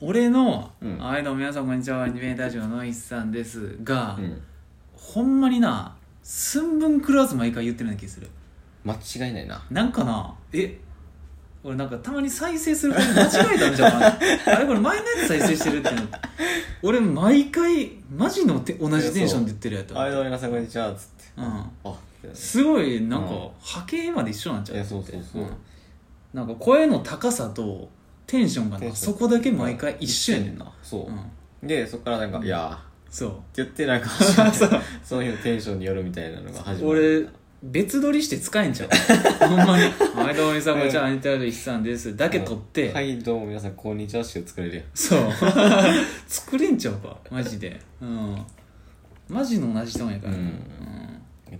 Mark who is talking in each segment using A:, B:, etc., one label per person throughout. A: 俺の「
B: うん
A: はいどうも皆さんこんにちはアニメータジオのノイスさんです」が、
B: うん
A: ほんまにな寸分狂わず毎回言ってるような気する
B: 間違いないな
A: なんかなえ俺なんかたまに再生すると間違えたんじゃ ないあれこれ前のやつ再生してるってなって俺毎回マジのて同じテンションで言ってるやつ
B: はいどうも皆さんこんにちはっつって
A: うん
B: あって
A: すごいなんか
B: うん
A: 波形まで一緒なんちゃう
B: いやそうそうそう
A: うんなんか声の高さとテンションが
B: テ
A: な
B: ンショ
A: そ
B: ン
A: こだけ毎回一緒やねんな
B: そううんでそっからなんか「いやー」
A: そう
B: って言ってなんか始まって その日のテンションによるみたいなのが始まる
A: 俺別撮りして使えんちゃうほんまに「はいどうもみさんこんにちはアニタルヒさんです」だけ撮って、
B: はいどうも皆さんこんにちは」しか作れるやん
A: そう作れんちゃうかマジでうんマジの同じとんやからな、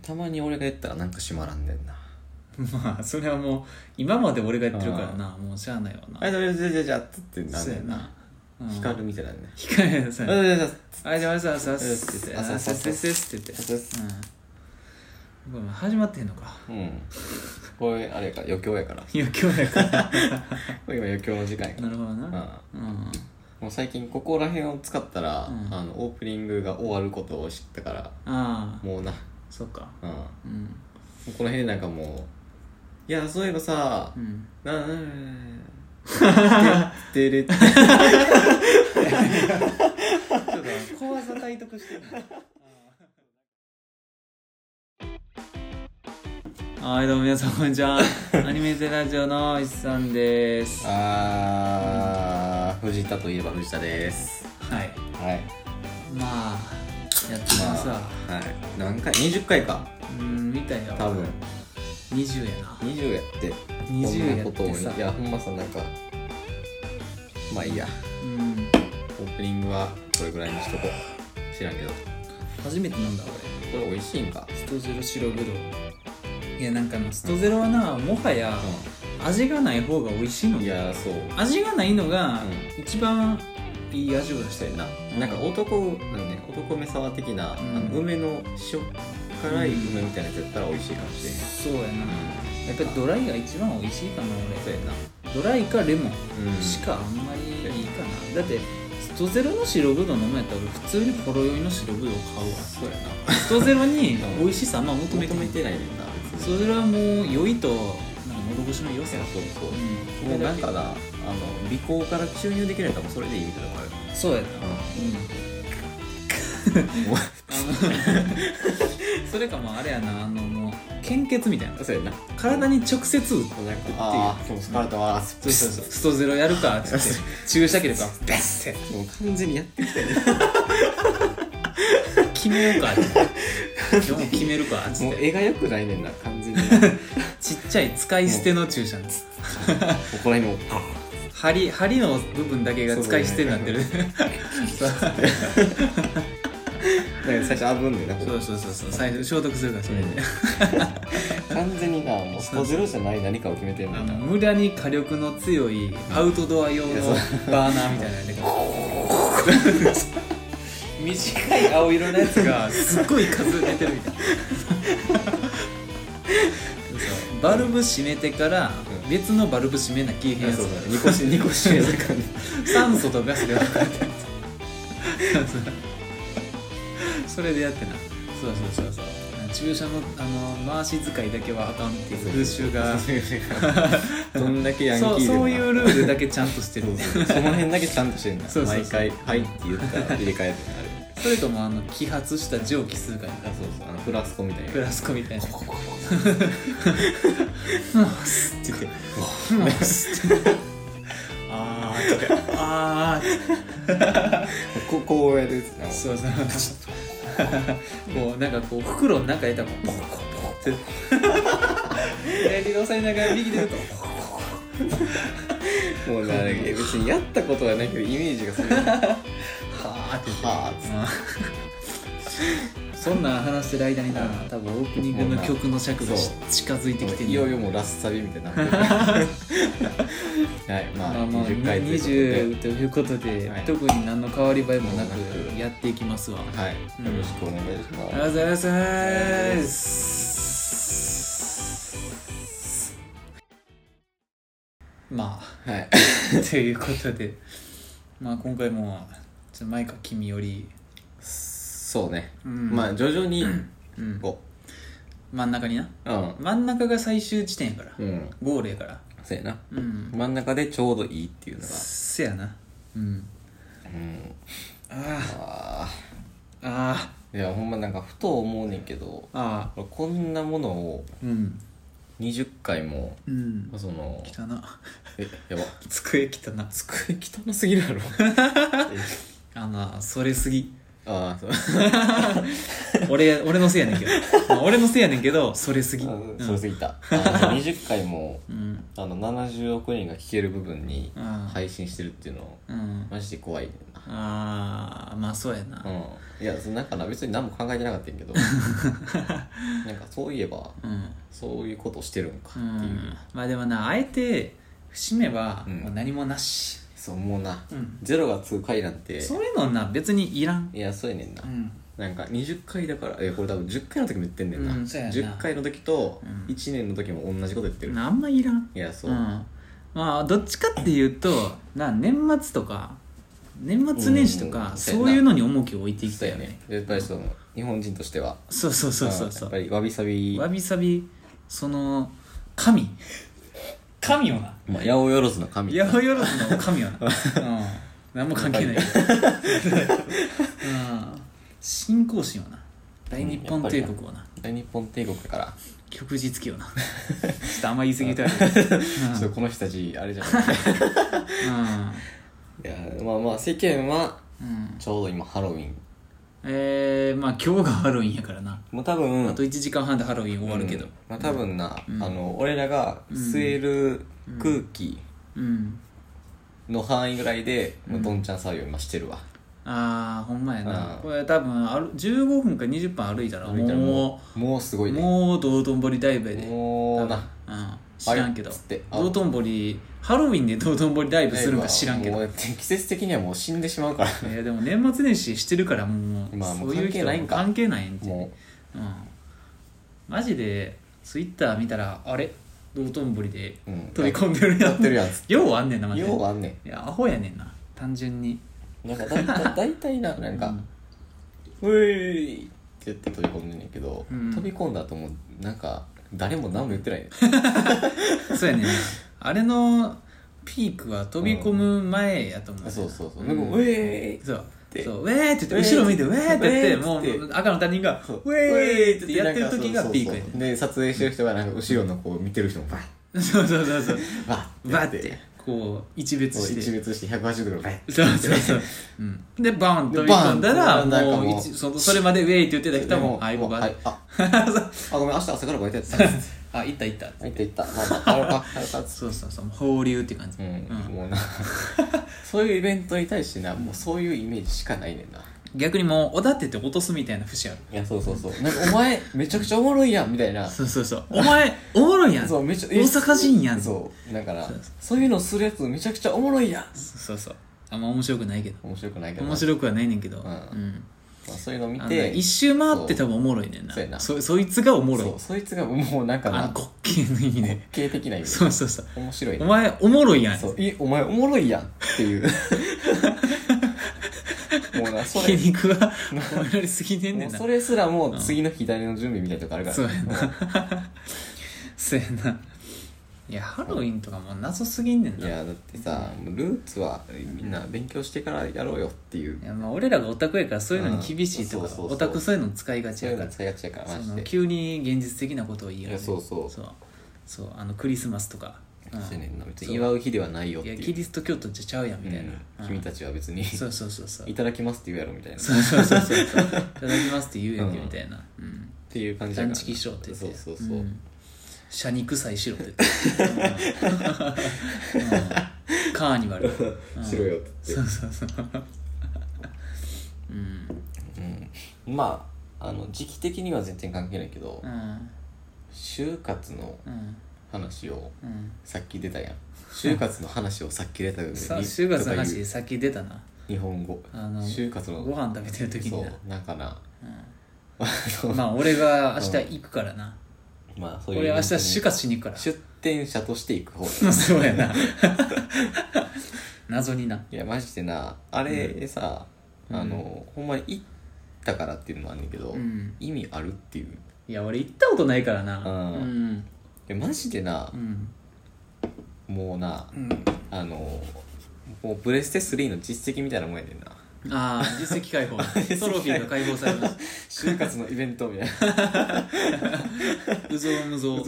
B: たまに俺が言ったらなんか閉まらんねんな
A: うんまあそれはもう今まで俺がやってるからなもうしゃあないわ
B: 「は
A: ない
B: どうも皆さんじゃじゃ」っつってなん
A: そう
B: ね
A: や
B: んな
A: な、うん、
B: 光るみたいなんね
A: 光るそ
B: 「
A: う
B: は
A: や
B: い
A: な
B: どうも皆さん
A: あじゃあさあさあさってて
B: あ
A: あ
B: そう
A: さ
B: そう
A: あ
B: そう
A: さってて
B: そうそ
A: うんごめん始まってんのか
B: うんこれあれやから余興やから
A: いや今日やから
B: これ今余興の時間やか
A: なるほどな
B: ら
A: うん
B: うんもう最近ここら辺を使ったら、
A: うん
B: あのオープニングが終わることを知ったから
A: ああ
B: もうな、
A: そっか
B: うん、も
A: うん
B: うこの辺でなんかもう「いやそういえばさ、
A: うん
B: なうんてれって
A: 小技体得してるはいどうも皆さんこんにちはアニメテラジオの石さんですは
B: あー藤田といえば藤田です
A: い
B: はい
A: まあやって
B: まあ
A: ますわ、
B: はい何回20回か
A: うん見たよ
B: 多分
A: 20やな
B: 20やって
A: 20や
B: こ
A: っ
B: んなことを
A: てさ
B: いやほんまさなんかまあいいや
A: うん
B: オープニングはこれぐらいにしとこう知らんけどこ
A: 初めて飲んだ
B: れ美味しいんか
A: 俺ストゼロ白ぶどういやなんかなストゼロはな、もはや味がない方が美味しいの
B: うんい
A: よ
B: やそう
A: 味がないのが
B: う
A: 一番いい味を出して
B: そう
A: る
B: やななんか男なんね男目沢的な、
A: ん
B: あの梅の塩辛い梅みたいなやつやったら美味しいかもしれん
A: そうやな、
B: う
A: やっぱりドライが一番美味しいかな
B: そうやな
A: 俺ドライかレモン
B: うん
A: しかあんまりいいかな、だってストゼロの白ぶどう飲むやったら俺普通にほろ酔いの白ぶどう買うわ
B: そうやな
A: ストゼロに
B: うん
A: 美味しさあんま求めて
B: 求
A: な
B: め
A: い
B: てないねんな別
A: そ
B: に
A: れはもう酔いとなんか喉越しの良さ
B: いやそうそ
A: う
B: う
A: ん
B: もうなんかなあの鼻孔から注入できるんやったらもうそれでいいみたいなのがある
A: そうやな
B: も
A: うん それかもうあれやなあのもう献血みたいな
B: うそうやな
A: 体に直接打って
B: なんかああそう体は
A: そうそうそうストゼロやるかっつって注射器とかベッて
B: もう完全にやってきたよね
A: 決めようか っつって今日も決めるかっつ
B: も
A: っ
B: う
A: て
B: 絵が良くないねんな完 全にもう
A: ちっちゃい使い捨ての注射です
B: この辺も
A: 針針の部分だけが使い捨てになってる そう
B: なんか最初あぶんねんなこ
A: そうそうそうそう最初消毒するからそれで、
B: こ完全になもうストゼロじゃない何かを決めてんね
A: あ
B: んな
A: の無駄に火力の強いアウトドア用の
B: いやそう
A: バーナーみたいなやつが 短い青色のやつがすっごい数出てるみ たいなそうバルブ閉めてから
B: うん
A: 別のバルブ閉めなきゃいけへん
B: い
A: やつ
B: やそうそう2個し2個し める感じ
A: 酸素とガスで分かれてるそれでやってなそうそうそうそう注射のあの回し使いだけはあかんっていう風習が
B: どんだけヤンキ
A: そう
B: ーで
A: そ
B: も
A: う
B: な
A: いうルールだけちゃんとしてる
B: そうそうその辺だけちゃんとしてるんだ
A: そうそうそう
B: 毎回「はい」って言ったら入れ替えてなる
A: それともあの揮発した蒸気吸うから
B: あそうそうあのフラスコみたいな
A: フラスコみたいな
B: ココココ
A: 「 うんす」って言って「 うんす」って「 あー」って「あー」って
B: こ こうやるやつな
A: そうそうこうなんかこう袋の中入れたらこうポコポコって左で押さえながら右で打と
B: もうな別にやったことはないけどイメージがするは
A: はーって言って
B: あつっ
A: そんなん話してる間にな多分オープニングの曲の尺がし
B: そう
A: 近づいてきて
B: て
A: る
B: いよいよもうラスサビみたいになってるはいま
A: ま
B: あ
A: あまあ
B: 20回という
A: 20
B: こ
A: ということで、
B: はい
A: 特に何の変わり映えもな
B: も
A: く
B: うなく
A: やっていきますわ、
B: とではい
A: うん
B: よろしくお願いし
A: あ
B: ま
A: りがとうございます。ま
B: すはい
A: あ、ということで、まあ今回もちょっと前か君より、
B: そうね、
A: うん
B: まあ徐々に
A: うん、
B: こ
A: 真ん中にな
B: ううん
A: 真ん中が最終地点やから、
B: うん
A: ゴールやから
B: そうやな
A: うん
B: 真ん中でちょうどいいっていうのが
A: せやなうん
B: うん
A: あ
B: あ
A: ああ
B: ーいやほんまなんかふと思うねんけど
A: あああ
B: 俺こんなものを
A: うん
B: 20回も
A: うん
B: その
A: 汚な
B: えやば
A: 机汚な
B: 机汚すぎるやろ
A: あのそれすぎ
B: ああそう
A: 俺俺のせいやねんけどまあ俺のせいやねんけどそれすぎうん
B: それすぎたあの20回も
A: うん
B: あの70億人が聞ける部分に
A: ああ
B: 配信してるっていうの
A: うん
B: マジで怖いねんな
A: ああまあそうやな
B: うんいやそなんかな別に何も考えてなかったんや けどなんかそういえば
A: うん
B: そういうことしてるんかって
A: う
B: い
A: ん
B: う、
A: まあでもなあえて節目は
B: うん
A: もう何もなし、
B: そう思うな、
A: うん
B: ゼロが2回なんて
A: そういうのな別にいらん
B: いやそうやねんな、
A: うん
B: なんか20回だからえこれ多分10回の時も言ってんねんな,、
A: うんそうやな
B: 10回の時と
A: うん
B: 1年の時も同じこと言ってる、
A: あんまいらん
B: いやそう、
A: ん、まあどっちかっていうとな年末とか年末年始とか、
B: うん
A: そういうのに重きを置いていきた
B: そう
A: い
B: や
A: よね
B: ねやっぱりその日本人としては
A: そうそうそうそうそ
B: やっぱ
A: う
B: りわびさび
A: わびさびその神神よな
B: まあ、八百万の神
A: 八百万の神よな、うん、何も関係ないけど、うん、信仰心よな大日本帝国よな
B: 大日本帝国だから、
A: 旭日記よ なちょっとあんま言い過ぎたらあれだけど、うん
B: ちょっとこの人たちあれじゃんい
A: うん
B: やまあまあ世間は
A: うん
B: ちょうど今ハロウィン
A: えー、まあ今日がハロウィンやからな、
B: もう多分
A: あと1時間半でハロウィン終わるけど
B: うんまあ、多分な、
A: うん
B: あの俺らが吸える空気
A: うん
B: の範囲ぐらいで、
A: うん
B: もうどんちゃん作業今してるわ
A: ああほんまやな
B: うん
A: これ多分ある15分か20分歩いたら
B: 歩いたら
A: も
B: うもうすご
A: う
B: いね
A: もう道頓堀ダイブやで
B: もうな
A: 多分うん知らんけど
B: あれっつってあ
A: 道頓堀ハロウィンで道頓堀ダイブするんか知らんけ
B: も
A: ど
B: うだって季節的にはもう死んでしまうから
A: いやでも年末年始してるからもう
B: まあもう
A: そういう人
B: 関係ないんか
A: 関係ないんて
B: も
A: うんマジでツイッター見たらあれ道頓堀で
B: う、うん、
A: 飛び込んでるや
B: や
A: ん
B: ってるやんつっ
A: ようあんねんなマ
B: て
A: ジで
B: ようあんね
A: いやアホやねんな単純に
B: んなんか大体大体ななんか「うい!」って言って飛び込んでんねんけど、
A: うん
B: 飛び込んだ後もなんか誰も何も言ってないね
A: そうやねんなあれのピークは飛び込む前やと思う、
B: そうそうそう「
A: ん
B: なんかうえー!」
A: そう
B: て
A: そうウェーって言って
B: ウェー
A: 後ろ見てウェーって言
B: ウェ
A: って
B: ー
A: も
B: って言って
A: う赤の他人がウ
B: そう
A: ェーってやってる時がピークや
B: そうそうそうで撮影してる人がなんか後ろのこう見てる人もバッ
A: ねんそうそうそうそう
B: バッてや
A: バッてこう一別
B: そう
A: し
B: 一
A: て
B: 別して180度ぐらい
A: そうそう そう、うん、でバーン
B: で
A: 飛び込んだら
B: バーンなんか
A: もう
B: もう
A: 一そのそれまでウェーって言ってた人はもう「はい
B: も
A: 僕
B: う
A: は
B: は」いああごめん明日朝からバイトやってた
A: あ行った行った」
B: 入っていったまあまあ帰ろうか帰ろうか
A: そうそうそう放流って感じ、
B: うん、
A: うん
B: もうなそういうイベントに対してなもうそういうイメージしかないねんな
A: 逆にもうおだてて落とすみたいな節ある
B: いやそうそうそうなんかお前めちゃくちゃおもろいやんみたいな
A: そうそうそうお前おもろいやん
B: そう
A: 大
B: めちゃ
A: 阪人やんそう
B: そうだから
A: そうそ
B: そういうのするやつめちゃくちゃおもろいやん
A: そうそうあんま面白くないけど
B: 面白くないけどな
A: 面白くはないねんけど、
B: うん
A: うん
B: まあ、そういうの見
A: あの
B: て
A: 一周回って多分おもろいねんな
B: そうやな
A: そそいつがおもろい
B: そうそいつがもうなんか
A: あ
B: な
A: の滑稽のいいね
B: 系的な意味
A: そうそうそう
B: 面白い
A: お
B: ね
A: 前おもろいやん
B: そういお前おもろいやんっていう もうなそ
A: 筋
B: れ
A: 肉は褒められすぎねんね
B: もうん
A: な
B: それすらもう次の左の準備みたいなとこあるから
A: そうやな そうやないやハロウィンとかも謎すぎんねん
B: い
A: ないや
B: やだってさもうルーツはみんな勉強してからやろうよっていう
A: まあ俺らがオタクやからそういうのに厳しいと
B: うん
A: か
B: そうそうそ
A: オ
B: う
A: タクそういうの使いがち
B: そう
A: や
B: いう
A: か
B: の
A: ら
B: 使いがちやからマ
A: そ
B: ジ
A: の
B: で
A: 急に現実的なことを言い
B: い
A: よ
B: やそうそう
A: そうそうあのクリスマスとか、うん
B: そうやねんな別
A: そ
B: に
A: う
B: 祝う日ではないよっ
A: い
B: て
A: や
B: い
A: キ
B: う
A: リスト教徒じゃちゃうやんみたいな、
B: うん
A: うん
B: 君たちは別に
A: そうそうそうそう
B: いただきますって言うやろみたいなっ
A: そうそうそうそういただきますって言うやんけみたいな、うん
B: ていう感じや
A: 断
B: から
A: 食しろって言って
B: そうそうそう、
A: ん社肉さえしろって言って、うんうんカーニバル、うん
B: しろよって言って
A: そうそうそううん
B: うん、まああの時期的には全然関係ないけど、
A: うん
B: 就活の
A: うん
B: 話を
A: うん
B: さっき出た やん就活の話をさっき出たよね
A: さ
B: に
A: 就活の
B: とか
A: 話
B: い
A: で
B: う
A: さっき出たな
B: 日本語
A: あの
B: 就活の
A: ご飯食べてる時
B: そ
A: にな
B: うなんかな
A: うん まあ俺が明日行くからな、
B: まあそういう
A: 俺明日
B: 本当 に
A: 就活しに行くから
B: 出店者として行く方
A: そうやな謎にない
B: やマジでなあれさ、
A: うん
B: あのほんまに行ったからっていうのもあんねんけど、
A: うん
B: 意味あるっていう
A: いや俺行ったことないからな
B: あー
A: うん
B: でマジでな
A: う、ん
B: もうな
A: うん
B: あのもうプレステ3の実績みたいなもんやね んな
A: ああ実績解放
B: 実績解放
A: トロフィーが解放されまし
B: 就活のイベントみたい
A: たうぞうむぞう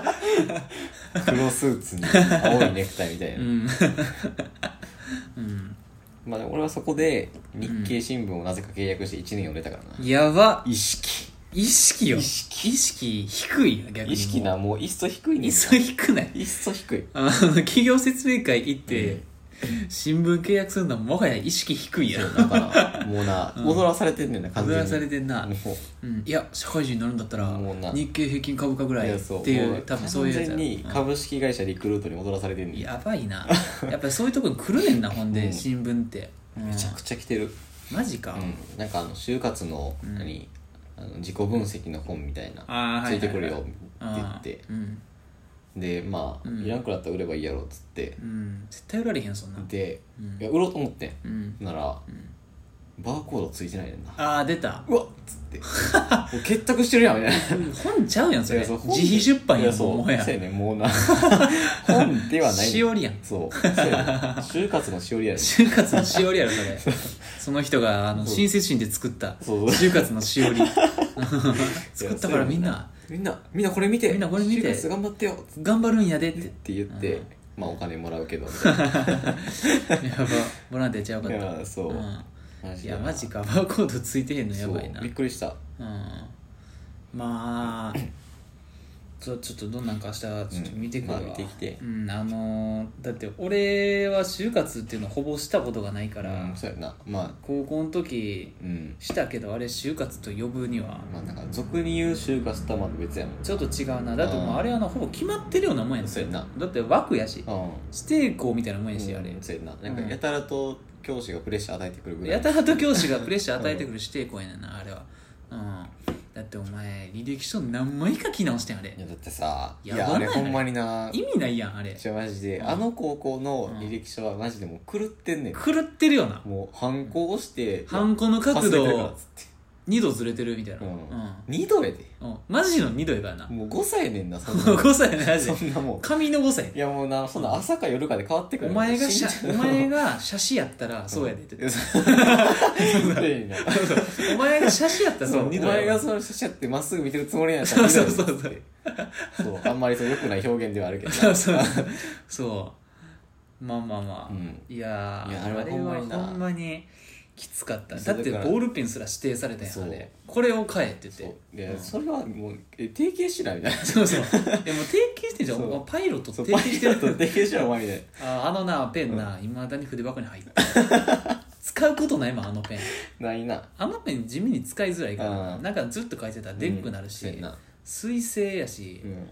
B: な黒スーツに青いネクタイみたいうな、
A: んうん
B: まあ、俺はそこで日経新聞をなぜか契約して1年読んでたからな、
A: やば
B: 意識
A: 意識よ
B: 意
A: 意識低いよ逆にもう
B: 意識なもういっそ低いね
A: い
B: ん
A: っ
B: な
A: そ低ない
B: いっそ低い
A: あの企業説明会行って、新聞契約するのはもはや意識低いやん
B: だからもうな、
A: うん
B: 踊らされてんねんな完
A: 踊
B: 全に
A: らされてんな、
B: もう
A: うん、いや社会人になるんだったら
B: もうな
A: 日経平均株価ぐらい
B: や
A: っていう
B: も
A: 多分そういうやつ
B: 完全に
A: やろ、
B: 株式会社リクルートに踊らされてん
A: う
B: ね
A: ん
B: ん
A: やばいなやっぱりそういうとこに来るねんなほんで、
B: うん
A: 新聞って、うん
B: めちゃくちゃ来てる、
A: マジか、
B: うん、なんかあの就活の
A: うん
B: 何、あの自己分析の本みたいな
A: ああ
B: ついてくるよって言
A: あー
B: って
A: うん、
B: でまあ、
A: うん
B: いらんくなったら売ればいいやろっつって
A: うん、絶対売られへんそんな
B: で
A: うん
B: いや売ろうと思って
A: うんん
B: なら
A: うん
B: バーコードついてないねんな
A: ああ出た
B: うわっつってもう結託してるやんみたいな
A: 本ちゃう やんそ
B: い
A: れ
B: やそう本
A: 自費出版
B: い
A: や
B: や
A: ん
B: そう
A: もうもはや
B: そうやねんもうな本ではない
A: しおりやん
B: そうそうやねん就活のしおりやねん
A: 就活のしおりやろそれその人があの
B: そう
A: 親切心で作った
B: そう
A: 就活のしお り作ったから みんな
B: みんなみんなこれ見て
A: みんなこれ見て
B: 就活頑張ってよっ
A: 頑張るんやでって
B: て言って、
A: うん
B: まあお金もらうけどみたいな
A: やばボランティアちゃうかっ
B: い
A: た
B: やそう、
A: うん
B: マジ
A: い
B: でな
A: やマジかバーコードついてへんのやばいな
B: そうびっくりした
A: うんまあちょちょっとどんなんか明日ちょっと見てくるわ、
B: うんまあ見てきて
A: うんあのーだって俺は就活っていうのほぼしたことがないか、
B: からうん、そうやなまあ
A: 高校の時
B: うん
A: したけどあれ就活と呼ぶには
B: まあなんか俗に言う就活とはまた別やもん
A: ちょっと違うなだってもう
B: あー
A: あれはなほぼ決まってるようなもんやん
B: そうやな
A: だって枠やし
B: うん
A: 指定校みたいなもんやし、あれ
B: うんそうやななんかやたらと教師がプレッシャー与えてくるぐらい
A: やたらと教師がプレッシャー与えてくる指定校やねんなあれはうんだってお前履歴書何枚か書き直してんあれ
B: いやだってさい
A: や
B: や
A: ばない
B: あれほんまにな
A: 意味ないやんあれ
B: じゃマジで、
A: うん
B: あの高校の履歴書はマジでもう狂ってんねん、
A: 狂ってるよな
B: もう反抗押して
A: ハンコの角
B: 忘れてる
A: 度
B: から
A: を
B: っつって
A: 2度ずれてるみたいな
B: う
A: うんん
B: 二度やで
A: うんマジの2度やからな
B: もう5歳やねんなそん な
A: 5歳やねマジで
B: そんなも
A: 紙の5歳
B: んいやもうなそんな朝か夜かで変わってく
A: お
B: る
A: 前がし
B: 信
A: ゃ
B: じて
A: お前が写真やったらそうやでって
B: いやそうそうだよな
A: お前が写真やったら
B: そ
A: そうの
B: お
A: 2度やわ
B: 前がそのシャシャってまっすぐ見てるつもりなんやった
A: そう
B: ら
A: そうそうそう
B: そうあんまりそう良くない表現ではあるけど
A: そうそうそうまあまあまあ、
B: うん
A: いやー
B: いや
A: あ
B: あれ
A: れは
B: はほんまにな
A: ほんまにきつかっただ
B: そう
A: ってボ
B: だから
A: ールペンすら指定されたやん
B: そう
A: あれこれを買えって
B: そ
A: 言っ
B: う
A: て
B: いや、
A: うん
B: それはもうえ提携しないみたいな
A: そうそうでも提携してんじゃん
B: そう
A: お前パイロット
B: そう
A: 提携して
B: パイロッ
A: る
B: ト提携しろお前みたいな
A: ああのなペンないま、未だに筆箱に入って る使うことないもんあのペン
B: ないな
A: あのペン地味に使いづらいから
B: うん
A: なんかずっと書いてたらでっくなるし、
B: うんそうやな
A: 水性やし
B: うん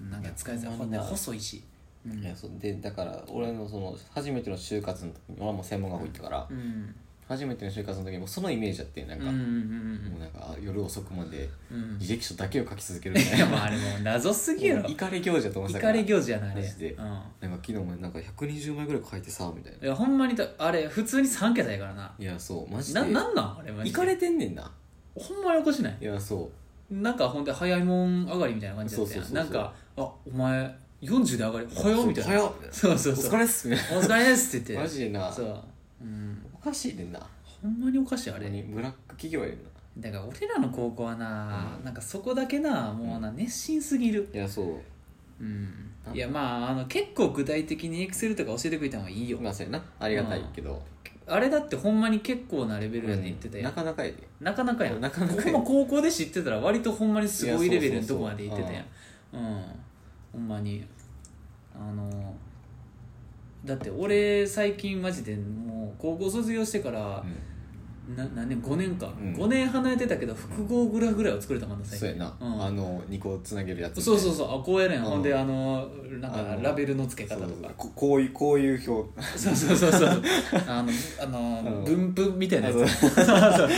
A: うん、なんか使いづらい
B: ほ
A: ほ
B: ん
A: ん
B: まに
A: で
B: な
A: 細いしうん
B: いやそうでだから俺のその初めての就活の時俺はもう専門学校行ったから、
A: うん
B: 初めての就活の時もそのイメージだってなん
A: う
B: か、
A: んうん
B: もうなんか夜遅くまで
A: うんうん
B: 履歴書だけを書き続けるみ た
A: い
B: い
A: や
B: な
A: もうあれもう謎すぎやろ
B: イカレ行事だと思っ
A: イ
B: てた
A: カレ行事やなあれ
B: マジで
A: うん
B: なんか昨日もなんか120枚ぐらい書いてさみたいない
A: やほんまにだあれ普通に3桁やからない
B: やそうマジで
A: ななんなんあれマジ
B: イ
A: で
B: カれてんねんな
A: ほんまにおかしない
B: いやそ
A: なんかほんで早いもん上がりみたいな感じだったや
B: そ
A: ん
B: うそう
A: なん
B: そうそう
A: かあお前40で上がり
B: う
A: 早っみたいな
B: 早っ
A: そうそ
B: お
A: うそう
B: 疲れっすみたい
A: お疲れですって言
B: な
A: っ
B: マ
A: て
B: ジでな
A: そううん
B: おかしいねんな
A: ほんまにおかしいあ
B: あ
A: れ
B: れにブラック企業やねんな
A: だから俺らの高校はな、
B: うん
A: なんかそこだけなもうな、熱心すぎる
B: いやそう
A: うん
B: なん
A: いやまああの結構具体的にエクセルとか教えてくれた方がいいよ、
B: まあそうやなありがたいけど、
A: あれだってほんまに結構なレベルやで言ってたや、
B: なんかなかやで
A: なかなかやん
B: なかなかや
A: ほんま高校で知ってたら割とほんまにすごい
B: いや
A: レベルの
B: そ
A: と
B: うそうそ
A: こ
B: う
A: まで行ってたやんうんほんまにあのだって俺最近マジでもう高校卒業してから、
B: うん
A: な何年5年か、
B: うん
A: 5年離れてたけど複合グラフぐらいは作れたもんな最近
B: そうやな、
A: ん
B: あの2個つなげるやつ
A: そうそうそうあこうやねん、
B: うん
A: ほんであのなんか
B: あの
A: ラベルの付け
B: そう
A: 方
B: そう
A: と
B: そう
A: か
B: ここういうこういう表
A: そうそうそうそう あのあの
B: うん
A: 分布みたいなやつ
B: そう
A: そうそう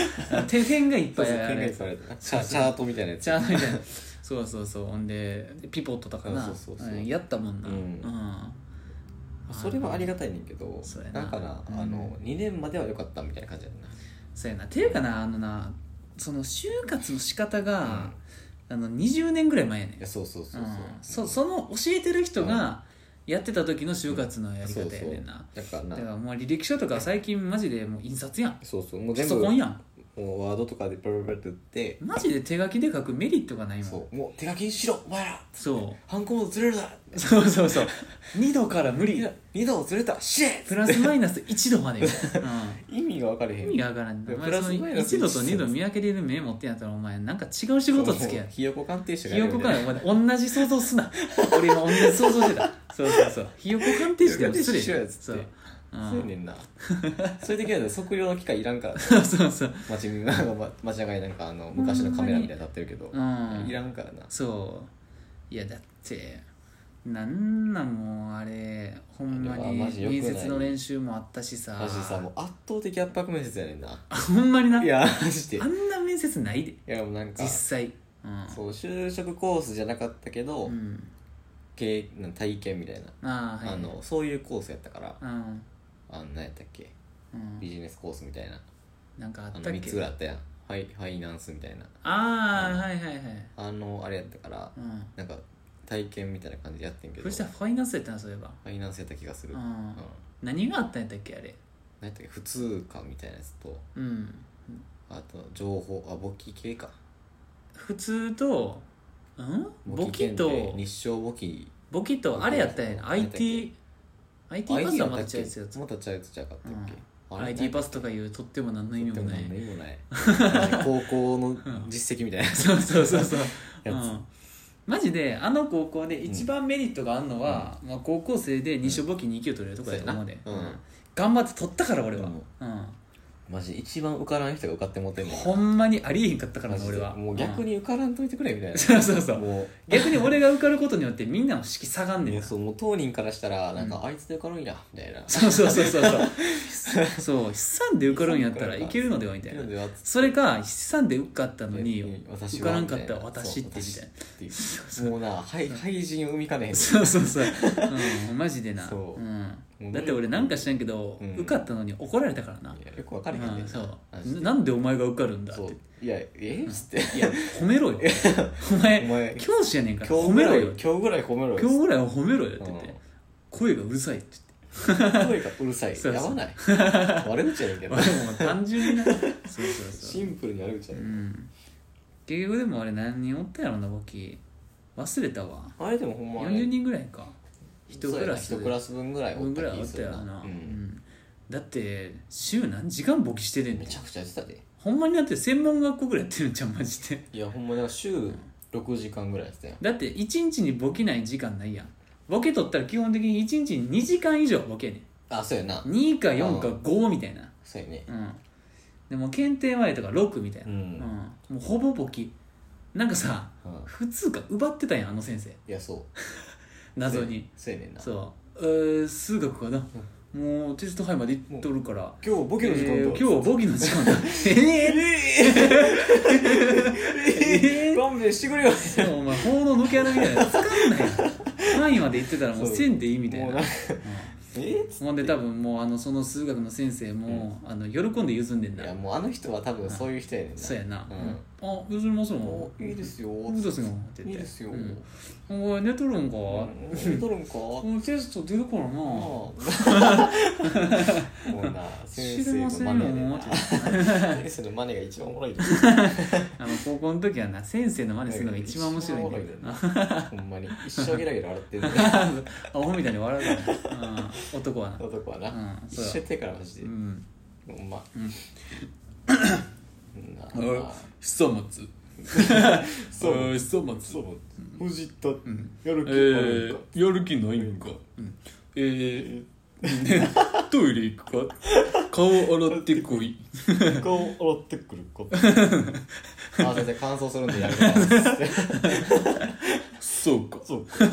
A: 手辺がいっ
B: そ
A: ぱい
B: う
A: あ
B: 展開
A: る
B: されたチ
A: そう
B: ャ
A: そう
B: チャートみたいなやつ
A: チャートみたいなそうそうそうほんでピポットとかな
B: そうそうそうそうん
A: やったもんな
B: うん
A: んあ
B: それはありがたいねんけど
A: そうやな
B: だから
A: うん
B: あの2年までは良かったみたいな感じやんな
A: そうやなていうかなあのなその就活の仕方が、あの20年ぐらい前やね
B: い
A: ん
B: やそうそうそう
A: そ
B: そうう
A: その教えてる人がやってた時の就活のやり方
B: そ
A: や
B: うそう
A: ねんな、
B: だから
A: だから
B: な
A: もう履歴書とか最近マジでもう印刷やん
B: そうそうもう
A: パ
B: 全
A: ソ
B: 部
A: コンやん
B: もうワードとかでプルプルって打って
A: マジで手書きで書くメリットがないもん
B: そうもう手書きにしろお前ら
A: そ
B: ハンコもずれるだ
A: うそうそうそう2度から無理
B: 二度もずれたシェ
A: プラスマイナス1度まで、 う
B: 意味が分かれへ
A: ん、
B: ん
A: 意味がわからん
B: で
A: お前
B: プラス
A: その
B: マイナス
A: 1度と2度見分けれる目持ってんやったらお前なんか違う仕事つけや
B: そうひよこ鑑定士が
A: ひよこか
B: 鑑
A: らお前同じ想像す な俺今同じ想像してたそうそうそうひよこ鑑定士でも失礼
B: ひよこ鑑定士し
A: そ
B: よう
A: う
B: やつって
A: う
B: そうや
A: ん
B: ねんなそういう時は測量の機械いらんから
A: そうそうそう
B: 街になんか ま街中になんかあの昔のカメラみたいになってるけど
A: うん
B: いらんからな
A: そういやだってなんなんもうあれほんま
B: あれはマ
A: に
B: ジ良くない
A: 面接の練習もあったしさ
B: マジでさもう圧倒的圧迫面接やねんな
A: あほんまにない
B: やマジでい
A: あんな面接ないで
B: やもうなんか
A: 実際うん
B: そう就職コースじゃなかったけど、
A: うん
B: 経なん体験みたいな、
A: ああはい
B: あのそういうコースやったから
A: うん
B: あの何やったっけ
A: うん
B: ビジネスコースみたいな
A: なんかあ
B: あ
A: っ
B: の
A: たっ
B: 3つぐ
A: け
B: らいあったやんファイファイナンスみたいな
A: ああはいはいはい
B: あのあれやったから
A: うん
B: なんか体験みたいな感じでやってんけど
A: そした
B: フ
A: らファイナンスやったなそういえば
B: ァイナンスやった気がする、
A: う
B: うん
A: ん
B: 何
A: 何
B: や
A: があったんやったっけあれ
B: ったっけ普通科みたいなやつと
A: うん
B: あと情報あ簿記系か
A: 普通とうん簿記
B: 検定
A: と
B: 日照簿記
A: 簿記とあれやったんやな
B: 何やったっけ
A: IT IT パスはまた違うやつやつ
B: またちゃうやつじゃなかったっけ、あれ
A: IT パスとかいうとっても何の意味もない
B: とっても何の意味も ない高校の実績みたいなやつ
A: そうそうそうそう、う
B: やつ
A: ん、マジであの高校で一番メリットがあるのは、まあ、高校生で二所簿記2級取れるとこやと思うで、
B: そうやなうん
A: 頑張って取ったから俺は、うん
B: マジ一番受からん人が受かってもってんの
A: ほんまにありえへんかったから
B: マ
A: な
B: ジで
A: 俺は
B: もう逆、に受からんといてくれみたい
A: うん
B: な
A: そうそうそう
B: も
A: 逆に俺が受かることによってみんなの士気下がん
B: う
A: ねん
B: ね
A: な
B: そうもう当人からしたらなんかあいつで受かるんやみたいな
A: そうそうそうそう そうそう筆算で受かるんやったらいけるのではみたいな
B: けるのではっつって
A: それか筆算で受かったのに
B: うん私
A: 受か
B: は
A: らんかったら
B: みたいな
A: 私ってみたいな
B: そう私っていうもうなはい廃人を生みかねへん
A: そうそうそう、うん、マジでな、
B: そうん
A: だって俺なんか知らんけど、
B: うん
A: 受かったのに怒られたからな、
B: いやよく分かれへんね
A: うんん、
B: な
A: そう
B: マジで
A: なんでお前が受かるんだっ
B: そう
A: て
B: いやえっつって
A: いや褒めろよお前
B: お前
A: 教師やねんから
B: 今
A: 褒
B: 日ぐ
A: め
B: ら
A: ろ
B: い
A: よ
B: 今日ぐらい褒めろよ
A: 今日ぐらいは褒めろよって言って、
B: うん
A: 声がうるさいって
B: 声がうるさ い
A: そうそう
B: やばない 悪口やねんけど
A: 言ってもう単純になそうそうそう
B: シンプルに悪口や
A: う
B: ねん
A: ん結局でもあれ何人おったやろな簿記忘れたわ
B: あれでもほんまあれ
A: 40人ぐらいか一クラス
B: そうやな一クラス分ぐらい
A: 分ぐらい
B: 気
A: おっ
B: す
A: た
B: る
A: よな、
B: う
A: うんんだって週何時間簿記しててんね
B: め
A: ん
B: ちゃくちゃやってたで
A: ほんまにだって専門学校ぐらいやってるんちゃうマジで
B: いやほんまだから週6時間ぐらいやってたよ
A: だって一日にボケない時間ないやんボケ取ったら基本的に一日に2時間以上はボケやね
B: あそうやなん
A: 2か4か
B: うん
A: 5みたいな
B: そうやね
A: うんでも検定前とか6みたいな
B: う、
A: うん
B: ん
A: もうほぼボキなんかさ
B: うん
A: 普通か奪ってたやんあの先生
B: いやそう
A: 謎に
B: そうやねんな
A: そう、えー、数学はな、もうテスト範囲までいっとるから
B: 今日ボケの時間だ
A: えー今日はボギーの時間だええええ
B: 勘弁してくれよ
A: そうお前法の抜け穴みたいなの使うんなよ範囲まで行ってたらもう線でいいみたいな
B: もうな
A: う
B: えっつ
A: んほんで多分もうあのその数学の先生も、あの喜んで譲んでん
B: い
A: だ
B: やもうあの人は多分そういう人やねんな
A: そうやな、う
B: う
A: んあ譲ります
B: ん
A: も
B: も
A: ん
B: ういいですよ
A: 僕ですよって言って
B: いいですよ
A: うんお前寝とるんか、
B: うん取るんか
A: このテスト出るからな、
B: ああ もうな先
A: 知れ
B: 生
A: ま
B: の
A: せん
B: マ
A: よ
B: ネやねんな
A: って
B: 先生のマネが一番おもろいで
A: あの高校の時はな先生の真似するのが一番面白いんだよ
B: 一番お
A: な
B: もほんまに一生ゲラゲラ笑ってる
A: アホみたいに笑うから、うん、男はな
B: 男はな
A: うん
B: 一
A: そうや
B: 生やってるからマジ
A: う
B: で
A: ん
B: ほんま
A: うん
B: な
A: 久松
B: そう
A: えー久松
B: そう藤田
A: んえ
B: やる気あるん
A: ー
B: か、
A: やる気ないんか、うん、えー、ね トイレ行くか顔洗ってこい
B: 顔洗ってくる かあ先生乾燥するんでやめてください
A: そうか
B: そうか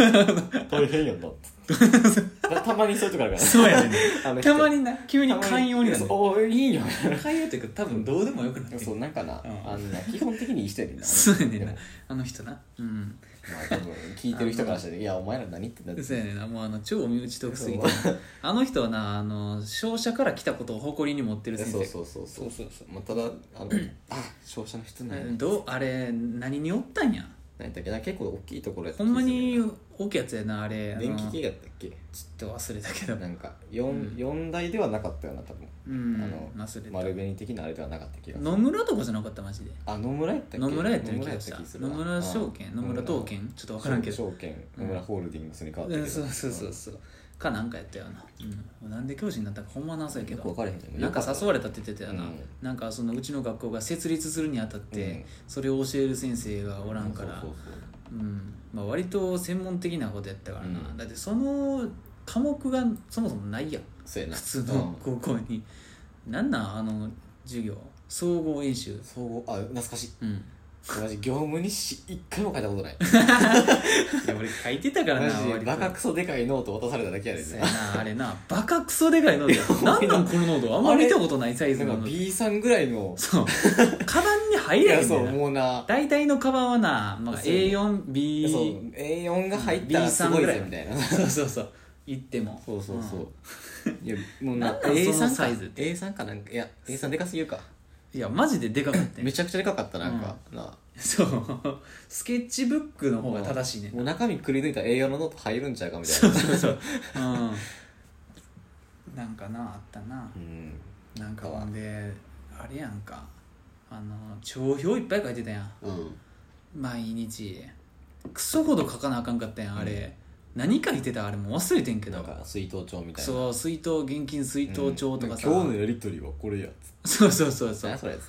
B: 大変やんな たたまにそういうとこあるからね
A: そうやね
B: あの人
A: たまにな急に寛容になる
B: そうおいい んよ
A: 寛容っていうか多分どうでもよくなって
B: そうなんかな、
A: うん
B: あのな基本的にいい人やねんな
A: そうやねんな
B: でも
A: あの人なうん
B: まあ多分聞いてる人からしたら「いやお前ら何?」ってなって
A: うそやねんなもうあの超身内得すぎてあの人はなあの商社から来たことを誇りに持ってる先生
B: そうそうそうそうそうそう、まあ、ただあのあ商社の人なんや
A: えどうあれ何におったんや
B: 何やったっけな結構大きいところやった
A: ほんまに大きいやつやなあれあの
B: 電気系やったっけ
A: ちょっと忘れたけど
B: なんか 4, 四台ではなかったよな多分
A: うん
B: あの
A: 忘れた
B: 丸紅的なあれではなかった気がする
A: 野村とかじゃなかったマジで
B: あ野村やったっけ
A: 野村やったような気がした
B: する
A: 野
B: な
A: 村証券
B: うん
A: 野村東券ちょっと分からんけど
B: 証券野村ホールディングスに変わっ
A: う
B: たけ
A: ん
B: ど
A: そうそうそうそうかなんかやったよな、うん、なんで教師になったかほんまなさやけ
B: よく
A: ど
B: 分からへんけど
A: なんか誘われたって言ってたよな、
B: うん
A: なんかそのうちの学校が設立するにあたって、
B: うん
A: それを教える先生がおらんから
B: そうそうそ
A: う
B: う
A: んまあ、割と専門的なことやったからな、
B: うん
A: だってその科目がそもそもないやん
B: そうやな
A: 普通の高校に、なんなんあの授業総合演習
B: うんそうあ懐かしい
A: うん
B: マジ業務日誌一回も書いたことない
A: いや俺書いてたから
B: マ
A: な
B: ジで
A: 割と
B: バカクソでかいノート渡されただけやで
A: そう
B: ね
A: やなあれなバカクソでかいノートやなんなんこのノートあんま見たことないサイズ
B: なん
A: の
B: か
A: ノート
B: B さんぐらいの
A: そうカバンに
B: い
A: 入れへ
B: や
A: ん
B: そ
A: ね
B: うん
A: な
B: もうな
A: 大体のカバンはな、まあ、
B: そう
A: A4B
B: そう A4 が入ったらすごいぜみたいな
A: そうそうそう行っても
B: そうそうそ
A: ん
B: ういやもう
A: なんなんそのサイズっ
B: A3 かなんかいや A3 でかすぎるか
A: いやマジででかかったよ
B: めちゃくちゃでかかったなんかな
A: そう。スケッチブックの方が正しいね。
B: もう中身くり抜いたら A4 のノート入るんちゃうかみた
A: そ
B: いうな
A: そうそう。うん。なんかな、あったな
B: う。ん
A: なんかほんで、あれやんか。あの、帳票いっぱい書いてたやん。
B: うん
A: 毎日。クソほど書かなあかんかったやん、あれ。何書いてたあれもう忘れてんけ
B: なん
A: ど。
B: か水筒帳みたいな
A: そう、水筒、現金水筒帳とかさ。
B: うん今日のやりとりはこれやつ
A: そうそうそうそ
B: 何
A: う。
B: それやつ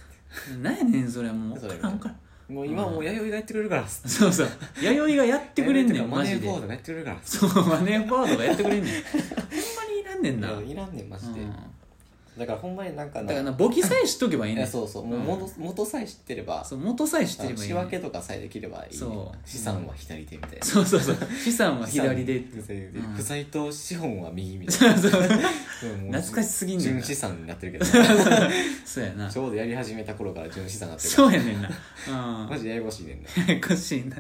B: って
A: なんやねん、それもう。
B: そ
A: わ
B: れ
A: からんわからん。
B: もう今はもう弥生がやってくれるからっつっ
A: そうそう。弥生がやって
B: て
A: くれんね
B: 弥
A: ん、
B: 生とかマ
A: マ
B: ネ
A: ジ
B: ー
A: で
B: ボ。ードがやってくれるからっつっ
A: そう、マネーボードがやってくれんねん。ほんまにいらんねん
B: て
A: な。
B: いやいらんねんマジで
A: うん
B: だからほんまになんか
A: だからな、
B: な
A: 簿記さえ知っとけばいい
B: い
A: ね
B: や
A: ん。
B: そうそうもう元元さえ知ってれば
A: そう元さえ知ってればいいね
B: 仕
A: ん、
B: 分けとかさえできればいいね
A: そう
B: 資産は左手みたいな
A: そうそうそう。資産は左でって。
B: 負債で
A: うん
B: 負債と資本は右みたい
A: そう
B: な
A: そう。
B: うん
A: 懐かしすぎんねんな
B: 純資産になっ てるけど
A: そうやな
B: ち。ょうどやり始めた頃から純資産になってるか
A: そうやねんな。
B: ら
A: う
B: マ
A: ん。
B: ジややこしいねんな
A: ややこしいな。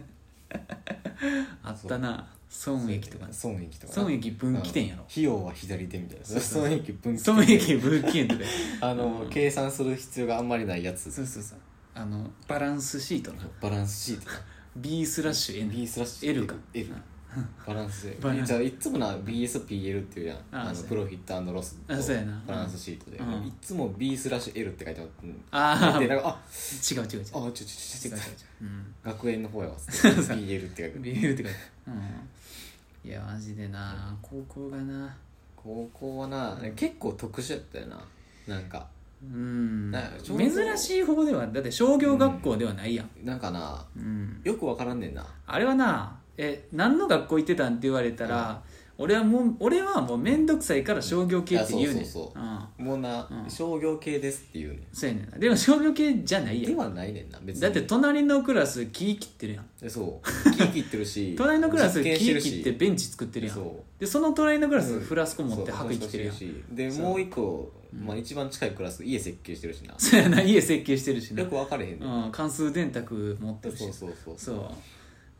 A: あったな。損益とかね。
B: 損益とかな
A: 損益分岐点やろ
B: うん費用は左手みたいな
A: そうそう
B: 損益分岐点
A: 損益分岐点とか。
B: あの
A: うん
B: 計算する必要があんまりないやつ
A: そうそうそう。あの、バランスシートな。
B: バランスシート
A: B スラッシュ N。
B: B スラッシュ
A: L か
B: L バランス
A: バランス
B: じゃあいつもな BSPL っていうやん
A: あ
B: あ
A: そ
B: の
A: うや
B: プロフィットロスと
A: あそうやな
B: バランスシートで
A: うん
B: いつも B スラッシュ L って書いてあって
A: ああ、
B: で
A: 違う
B: なんかあ
A: 違う違う。違う違う
B: あちょちょちょち
A: 違う
B: ょ。
A: うん。
B: 学園の方やわ BL って書く
A: ビールって書いてあるうんいやマジでな高校がな
B: 高校はな結構特殊やったよななんか
A: うん
B: なんか商業
A: 珍しい方ではだって商業学校ではないやん、
B: なんかな
A: うん
B: よくわからんねんな
A: あれはなえ何の学校行ってたんって言われたら、俺はもう俺はもう面倒くさいから商業系って言うねん
B: いやそうそうそ
A: ん
B: もうな
A: うん
B: 商業系ですっていうね
A: そうやねんなでも商業系じゃない
B: ん
A: や
B: で
A: ん
B: はないねんな別に
A: だって隣のクラス木切ってるやん
B: え そう木切ってるし
A: 隣のクラス木
B: 実験してる
A: 切
B: し
A: ってベンチ作ってるやん
B: そ
A: でその隣のク
B: う
A: ラスフラスコ持って白
B: 白
A: 衣
B: 衣
A: 着てるやんそ
B: で
A: そう
B: もう一個まあ一番近いクラス家設計してるしな
A: うやな家設計してるしな
B: よくわかれへんねん
A: うん、関数電卓持ってるし
B: そうそうそう
A: そ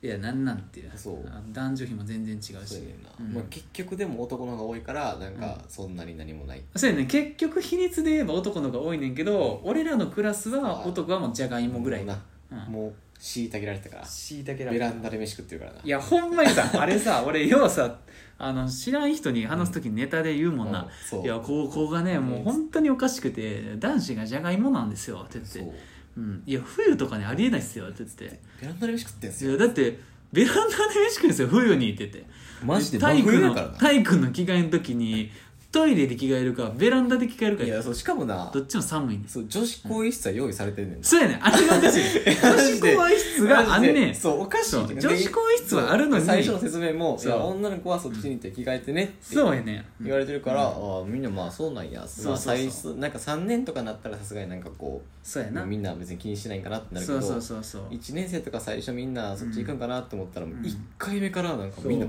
A: ういやなんなんっていう
B: そう
A: あ男女比も全然違うし
B: そうやねんな
A: うん
B: まあ結局でも男の方が多いからなんかそんなに何もない
A: そうやね結局比率で言えば男の方が多いねんけど俺らのクラスは
B: そう
A: 男はもうじゃがいもぐらい
B: な
A: うん
B: もう虐げられてたから
A: しいたけ
B: ベランダで飯食ってるからない
A: やほんまにさ あれさ俺ようさあの知らん人に話す時にネタで言うもんな、
B: うんそう
A: いや高校がねもう本当におかしくて男子がじゃがいもなんですよって言っ
B: そう
A: て、うん、いや冬とかねありえないっすよって言って
B: ベランダで飯食ってんす
A: いや
B: よ
A: だってベランダで飯食うんですよ冬にって言って
B: マジで
A: 体育の
B: 真冬だからな
A: 体育の着替えの時にトイレで着替えるかベランダで着替えるか
B: いやそうしかもな
A: どっちも寒いんです
B: そう女子更衣室は用意されてんねんな
A: そうやねんあれがおかしい女
B: マ
A: 子
B: ジ
A: 更
B: で
A: 衣室があんね
B: マジ
A: ん
B: でそうおかしいっていうか
A: そう
B: で
A: 女子更衣室はあるのに
B: そう最初の説明も「い
A: そう
B: や女の子はそっちに行って着替えてね」って
A: そうやねん
B: 言われてるから、ああみんなまあそうなんや
A: そうそうそう
B: まあ最初なんか3年とかなったらさすがになんかこ
A: そうや
B: うも
A: な
B: うみんな別に気にしないんかなってなるけ
A: そ
B: ど
A: うそうそうそう
B: 1年生とか最初みんなそっち行くんかなと思ったら、もう1回目からなんか
A: そう
B: みんな「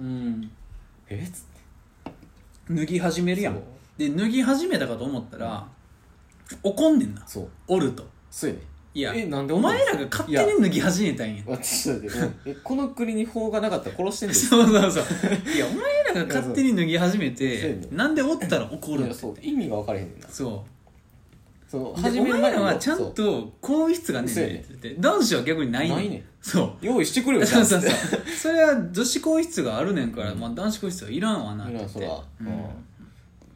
A: うん
B: えっ?」つって
A: 脱ぎ始めるやん
B: そう
A: で脱ぎ始めたかと思ったら怒んねんな
B: そう
A: おると
B: そうやね
A: いや
B: えなんで
A: お前らが勝手に脱ぎ始めたんや
B: 私だってもうえこの国に法がなかったら殺してんです
A: そうそうそういやお前らが勝手に脱ぎ始め
B: そう
A: て
B: やねん
A: なんでおったら怒る
B: い
A: ん
B: や
A: です
B: そう意味が分からへんねんな
A: そ
B: その
A: うでお
B: の
A: 前らはちゃ
B: そうん
A: と更衣室がね
B: そうやねん
A: って言って男子は逆にないねん
B: ないねん
A: そう
B: 用意してくれよち
A: そ
B: ゃ
A: うん
B: と
A: そうそうそれは女子更衣室があるねんから、
B: うん
A: まあ、男子更衣室はいらんわなって
B: い
A: 言
B: や
A: って
B: そら
A: う
B: うんん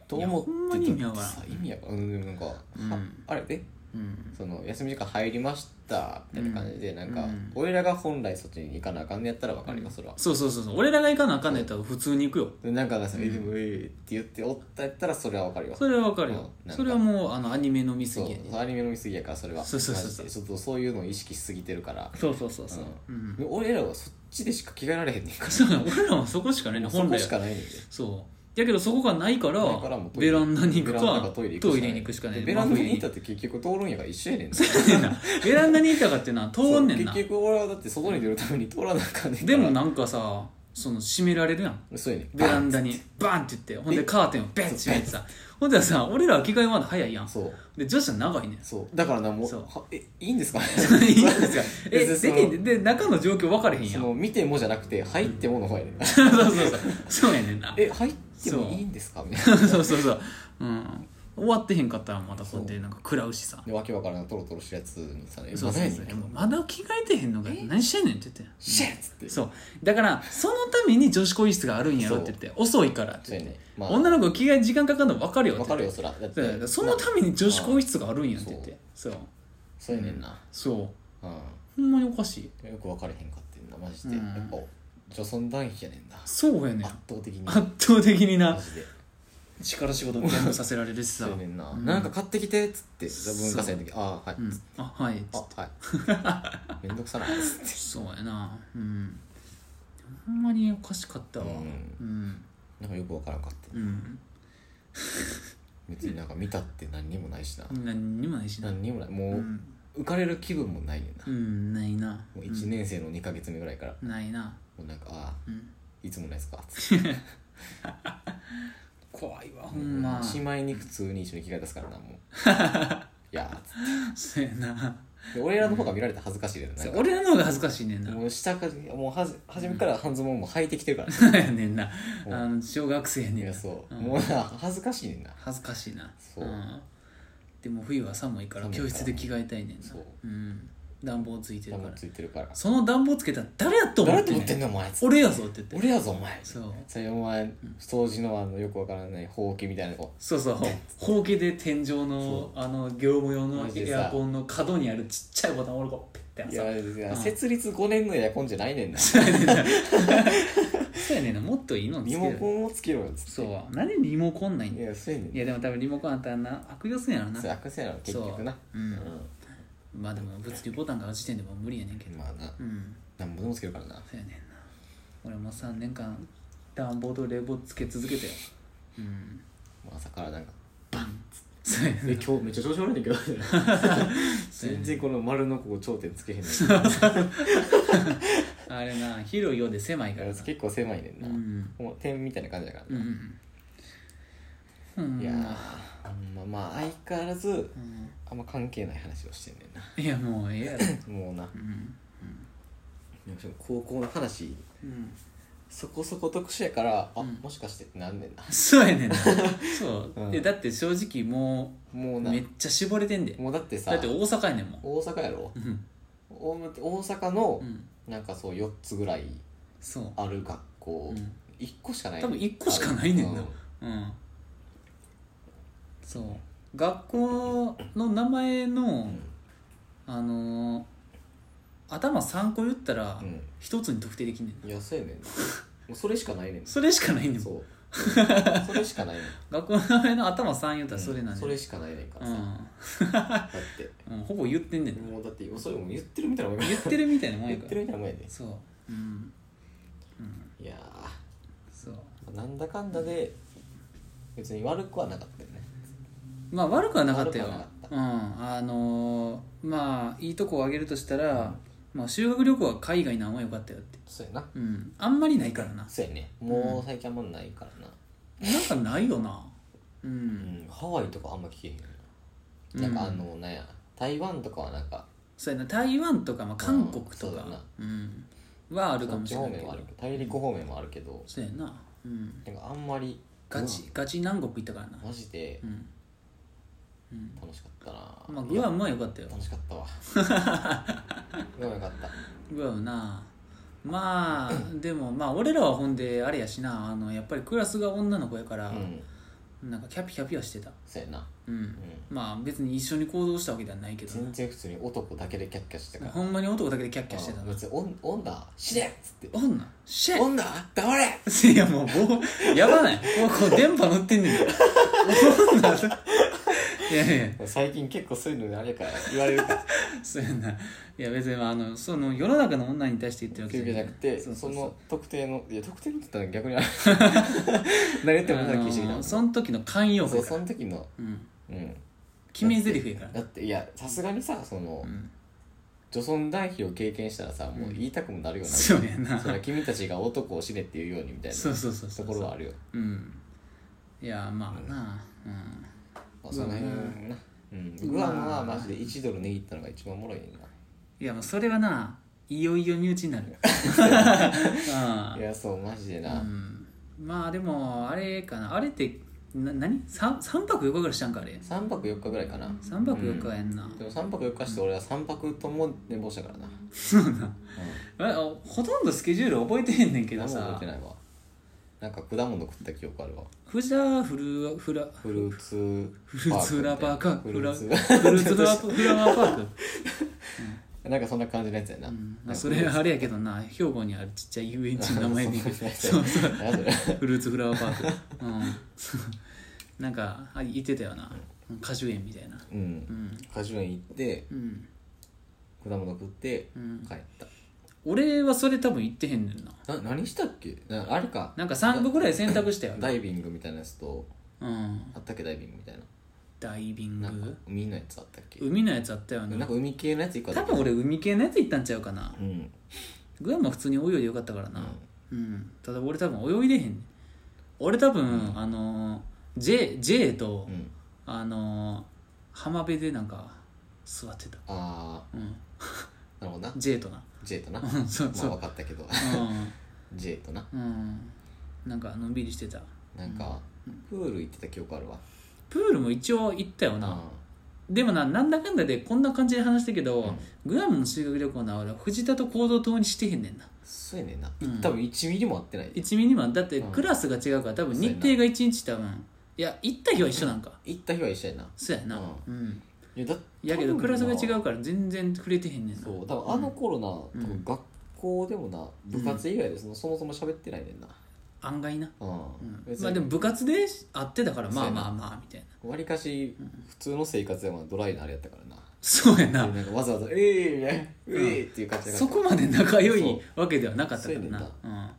B: と思って
A: いやほんまに意味わからん
B: さ意味やからうんでもなんか、は
A: うん
B: あれで
A: うん
B: その休み時間入りましたみたいな感じで、なんか、
A: うん
B: 俺らが本来そっちに行かなあかんのやったら分かりますわ、
A: そうそうそうそう俺らが行かなあかんのやったら普通に行くよ
B: でなんかさ「えでもえーって言っておったやったらそれは分かるよ
A: それはわかるよ
B: うんなんか
A: それはもうあのアニメの見過
B: そう
A: ぎやね
B: そうアニメの見過ぎやからそれは
A: そうそうそうそう
B: マジでちょっとそういうのを意識しすぎてるから、
A: そうそうそうそう、う
B: うんで俺らはそっちでしか着替えられへんねんか
A: そうなの俺らはそこしかないね
B: ら
A: 本
B: そ
A: 来
B: こ
A: は
B: しかないねんで
A: そうだけどそこがないから
B: だからもうト
A: ベ
B: イレ
A: ランダに行く
B: ベランダ
A: か
B: トイレ
A: トイレに行くしかない
B: でベランダに行った
A: っ
B: って結局通るんやから一緒やねんな
A: てなベランダに行ったかってな通んねんな
B: そう結局俺はだって外に出るために通らなあかんねんから
A: でもなんかさその閉められるやん
B: そうやねん
A: ベランダにバンって言ってほんでカーテンをベンって閉めてさほんでさ俺らは着替えまだ早いやん
B: そう
A: で女子は長いねん
B: そうだからなもう
A: そう
B: はえいいんですかね
A: いいんですよえ
B: 別にその
A: できんで中の状況分かれへんや
B: そ
A: んそう
B: の見てもじゃなくて入ってもの方やねん
A: そうそうそうやねんな
B: え入ってもいいんですかみた い
A: そうそうそううん終わってへんかったらまたこうやってなんか食らうしさ
B: なでわけわからんトロトロしたやつにさ「え
A: そう
B: ま
A: そう
B: だや
A: そう
B: ねん
A: もうまだ着替えてへんのか
B: え
A: 何してんねんって言って
B: シェッ!」っつって
A: そうだからそのために女子更衣室があるんやろって言って遅いからって
B: そう
A: 言っ
B: や
A: て
B: ねんま
A: 女の子着替えに時間かかるの分かるよっ
B: わ
A: て
B: か
A: 言って
B: るよそらだっ
A: そうだか
B: て
A: らその
B: な
A: ために女子更衣室があるんやって言ってそう
B: そうやねんな
A: そう
B: う
A: ほんまにおかしい
B: んよく分かれへんかってんなマジで
A: う
B: や
A: ん
B: っぱ女尊男卑やねんな圧
A: そうやねん
B: 倒的に
A: 圧倒的に
B: マ
A: な
B: ジで
A: 力仕事全部させられるしさ
B: そうやねんな
A: うん
B: なんか買ってきてっつって
A: そう
B: 文化祭の時「ああーは
A: う
B: い」
A: んあはい
B: あはい めんどくさなつって
A: そうやなうんほんまにおかしかったわ
B: うん
A: うん
B: なんかよくわからんかって
A: うん
B: 別になんか見たって何にもないしな
A: 何にもないしな
B: 何にもないも
A: う
B: うん浮かれる気分もないねんな
A: う
B: も
A: んないな
B: う1年生の2か月目ぐらいからも
A: うんないな
B: うなんか「ああ
A: うん
B: いつもないっすか」つって
A: 怖いわほんま
B: しまいに普通に一緒に着替え出すからなもう いやーっつ
A: そ
B: っ
A: うやな
B: てで俺らの方が見られて恥ずかしいで
A: そう俺らの方が恥ずかしいねんな
B: もう下からもうはじ初めから半ズボンも履いてきてるから ね
A: そうやねんな
B: うん
A: あの小学生や
B: い
A: ねん
B: や
A: な
B: そう
A: うん
B: もうな恥ずかしいねんな
A: 恥ずかしいな
B: そう
A: うんでも冬は寒いから
B: 寒いか
A: 教
B: ら
A: 室で着替えたいねんな
B: そうん
A: 暖房ついてる
B: 多
A: から
B: 分ついてるから
A: その暖房つけたら誰やと思
B: 誰
A: ってん
B: と思っ
A: ね
B: て
A: ん
B: んのお前っつって
A: 俺やぞって言って
B: 俺やぞお前
A: そう
B: それお前掃除のあのよくわからないほうきみたいな子
A: そうそうほうきで天井のあの業務用の
B: マジで
A: エ
B: さ
A: アコンの角にあるちっちゃいボタン俺がペッてや
B: い
A: さ
B: やいや
A: うん
B: 設立5年のエアコンじゃないねんな
A: そうやねんなもっといいのつ
B: リ
A: け
B: モ
A: る
B: コンをつけろよっつって
A: そう何リモコンないん
B: い
A: だよ
B: やそうやねん
A: いやでも多分リモコンあったらな悪用すんやろな
B: そう悪性なの結局な
A: そううんまあでも物理ボタンがある時点でもう無理やねんけど
B: まあな
A: うん
B: 何ぼでもつけるからな
A: そうやねんな俺も3年間暖房と冷房つけ続けたようん
B: もう朝からなんか
A: そうやねん
B: え今日めっちゃ調子悪いんだけど 全然この丸のここ頂点つけへんねん
A: あれな広いようで狭いからな
B: 結構狭いねん
A: う
B: なんもう点みたいな感じだから
A: うんう
B: なん
A: うん
B: いやーほんままあ相変わらず
A: うん
B: あんま関係ない話をしてんねんない
A: やもうええ やろ
B: もうな
A: うん
B: でも高校の話
A: うん
B: そこそこ特殊やからあ、
A: うん
B: もしかしてってなんねんな
A: そうやねんな そううんでだって正直も
B: も
A: う
B: うな
A: めっちゃ絞れてんで
B: もうだってさ
A: だって大阪やねんもん
B: 大阪やろ
A: うん
B: 大大阪の
A: うん
B: なんかそう4つぐらい
A: そう
B: ある学校、
A: うん
B: 一1個しかない
A: 多分1個しかないねんな
B: う
A: うんそう学校の名前のあのー頭3個言ったら
B: うん、
A: 1つに特定できんねん
B: うん、いやそうやねんなもうそれしかないねん な
A: それしかないねん
B: そ
A: もん
B: うそれしかないねん
A: 学校の名前の頭3言ったらそれなん
B: うん
A: ねん
B: それしかないねんから
A: う
B: さ、
A: ん
B: だって
A: うんほぼ言ってんねん
B: もうだってそれも言ってるみたいなもんや
A: 言ってるみたいなもんや
B: 言っ
A: か
B: て
A: ら
B: るみたいなもんやで
A: そううんうん
B: いや
A: そう
B: ーなんだかんだで別に悪くはなかったよね
A: まあ悪くはなかったよ
B: 悪くはなかっ
A: うんあのーまあいいとこを挙げるとしたら、まあ、修学旅行は海外の方が良かったよって
B: そうやな
A: うんあんまりないからな
B: そうやねもう最近あんまないからな、
A: なんかないよなう
B: うん
A: ん
B: ハワイとかあんま聞けへんよ
A: うん
B: ななんかあの、なんや台湾とかはなんか
A: そうやな台湾とか、まあ、韓国
B: そ
A: と
B: うだ
A: か
B: な、
A: うんはあるかもしれないけ
B: そっち方面はある
A: ど
B: けど大陸方面もあるけど
A: そうやな、うん、
B: なんかあんまり
A: ガチガチ南国行ったからな
B: マジで
A: うん、うん、
B: 楽しかったな、
A: まあグアムは良かったよ
B: 楽し かったわグアムよかった
A: グアムな まあでもまあ俺らはほんであれやしなあのやっぱりクラスが女の子やから
B: う、ん
A: なんかキャピキャピはしてた
B: そうやな
A: うん、
B: うん
A: まあ別に一緒に行動したわけではないけどな
B: 全然普通に男だけでキャッキャしてたから
A: ほんまに男だけでキャッキャしてた
B: うん
A: な
B: 別に女女死ねっつって
A: 女シェ
B: 女黙れ
A: いやもう棒やばないもうこう電波乗ってんねん女いやいや
B: 最近結構そういうのあれやから言われるから
A: そうやないや別にまああのその世の中の女に対して言ってるわ
B: そう
A: け
B: いうわけじゃなくて
A: そ
B: そう
A: そうそう
B: の特定のいや特定のって言ったら逆 にあれ何言ってもな気してき
A: あの
B: た
A: その時の寛容
B: そう
A: 性
B: その時の
A: うん
B: うん
A: 決め台詞やから
B: だっていやさすがにさその
A: うん
B: 女尊男卑を経験したらさもう言いたくもなるような
A: そうやな
B: それは君たちが男を死ねっていうようにみたいな
A: そうそうそうそ
B: と
A: う
B: ころはあるよ
A: うんいやまあなうん
B: まあその辺なうんグアムはマジで1ドル握ったのが一番おもろいねん
A: いやもうそれはないよいよ身内になる
B: な
A: う
B: いやそうマジ で
A: ん、う、
B: なん
A: まあでもあれかなあれってな何 3, 三泊4日ぐらいしたんかあれ
B: 3泊4日ぐらいかな
A: 3泊4日はやんな、
B: でも3泊4日して俺は3泊とも寝坊したからな
A: そうなあれあほとんどスケジュール覚えてへんねんけど
B: 何も覚
A: さ
B: えてないわなんか果物食った記憶あるわ
A: フジャーフルフラ
B: フルーツ
A: フルーツフラパーかフ
B: フル
A: ラ
B: ー
A: フ
B: ツ
A: ルーツフラフラワーパーク、
B: なんかそんな感じのやつやな、
A: うんまあ、それあれやけどな兵庫にあるちっちゃい遊園地の名前で
B: そ
A: そうう
B: そ
A: そうう
B: 何それ
A: フルーツフラワーパークうん なんかあ言ってたよな果樹園みたいな
B: う
A: うんん
B: 果樹園行って
A: うん
B: 果物食って
A: うん
B: 帰った、
A: 俺はそれ多分言ってへんねんな
B: な何したっけなあれか
A: なんか3個ぐらい選択したよ
B: ダイビングみたいなやつと
A: うん
B: あったっけダイビングみたいな
A: ダイビン
B: なんか
A: グ
B: 海のやつあったっけ
A: 海のやつあったよ
B: なん
A: ね
B: か海系のやつ一個あった
A: 多
B: っけ
A: 分俺海系のやつ行ったんちゃうかな
B: うん
A: グアムは普通に泳いでよかったからなうん、ただ俺多分泳いでへんねん俺多分、あのー J, J と、
B: うん
A: あのー浜辺でなんか座ってた
B: あ
A: うん
B: ーなるほどな
A: J とな
B: J とな
A: う
B: ま
A: んそう
B: あ
A: そう、
B: 分かった けど J とな
A: うん、うん、なんかのんびりしてた
B: なんかプール行ってた記憶あるわ
A: プールも一応行ったよな、でもななんだかんだでこんな感じで話したけど、
B: うん
A: グアムの修学旅行な俺は藤田と行動党にしてへんねんな
B: そうやねんな、
A: うん
B: 多分1ミリも合ってない
A: 1ミリマンだって
B: うん
A: クラスが違うから多分日程が1日多分いや行った日は一緒なんか
B: 行った日は一緒やな
A: そうやなう、
B: うんいやだ
A: やけど
B: 多分な
A: クラスが違うから全然触れてへんねんな
B: そう多分あの頃な、
A: うん
B: 多分学校でもな部活以外でそのそもそも喋ってないねんな
A: 案外な、
B: うん、
A: うん
B: 別に
A: まあでも部活で会ってたから
B: そう
A: まあ
B: やな
A: まあまあみたいな
B: わりかし普通の生活でもドライなあれやったからな
A: そうやな、
B: なんかわざわざ「ええみたいな「ええっていう感じだ
A: そこまで仲良い
B: そ
A: わけではなかったからな
B: そうや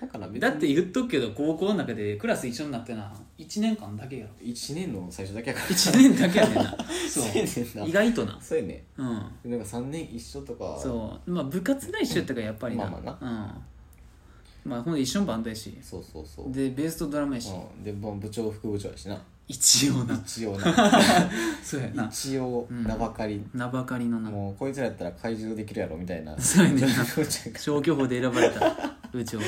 B: だから
A: うん、
B: 別
A: だ
B: に
A: って言っとくけど高校の中でクラス一緒になってな1年間だけ やろ
B: 1年の最初だけやから
A: 1年だけやねんな
B: そうやねん
A: 意
B: な
A: 外とな
B: そうやね
A: うん
B: んなんか3年一緒とか
A: そうまあ部活が一緒やったからやっぱりな
B: まあま
A: うんまあほんで一緒のバンドやし
B: そうそうそう
A: でベースとドラムやし、
B: うん、で、まあ、部長副部長やしな
A: 一応 な
B: 一 応な
A: そうやな
B: 一応名ばかり、
A: 名ばかりのな
B: もうこいつらやったら怪獣できるやろみたいな
A: そうや ねんな
B: 部長が
A: 消去法で選ばれた部 長うん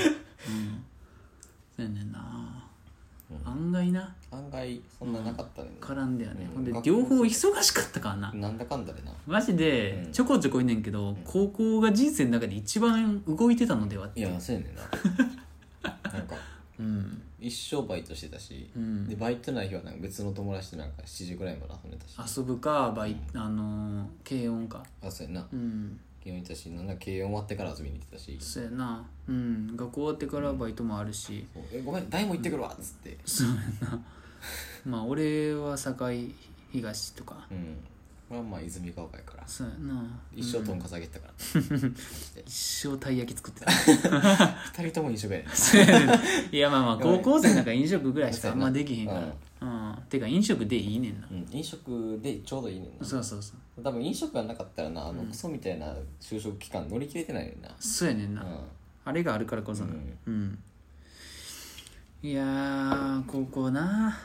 A: そうやねんな、案外な
B: 案外そんななかったね、
A: 絡んだよね、
B: うん
A: ほんで両方忙しかったからな、
B: なんだかんだでな
A: マジで
B: うん
A: ちょこちょこいんねんけど、高校が人生の中で一番動いてたのではって
B: いやそうやね んななんか
A: うん
B: 一生バイトしてたし、
A: ん
B: でバイトない日はなんか別の友達となんか7時ぐらいまで遊んでたし
A: 遊ぶかバイあのー軽音か
B: あそうやな
A: うん
B: 慶応行ったしなんだ慶応終わってから遊びに行ってたし
A: そうやなうん学校終わってからバイトもあるし
B: そうえごめん大も行ってくるわっつって
A: そうや なまあ俺は堺東とか
B: うんこれはまあ泉ヶ丘やから
A: そうやな
B: 一生とんかさ げてたから、
A: 一生たい焼き作っ てた
B: 二人とも飲食やねん
A: そうやねいやまあまあ高校生なんか飲食ぐらいしかあんまできへんからうんてか飲食でいいねんな
B: うん、飲食でちょうどいいねんな
A: そうそうそう
B: 多分飲食がなかったらなあのクソみたいな就職期間乗り切れてないねんな
A: そうやねんな
B: うん
A: あれがあるからこそな
B: うん
A: うんいやー高校な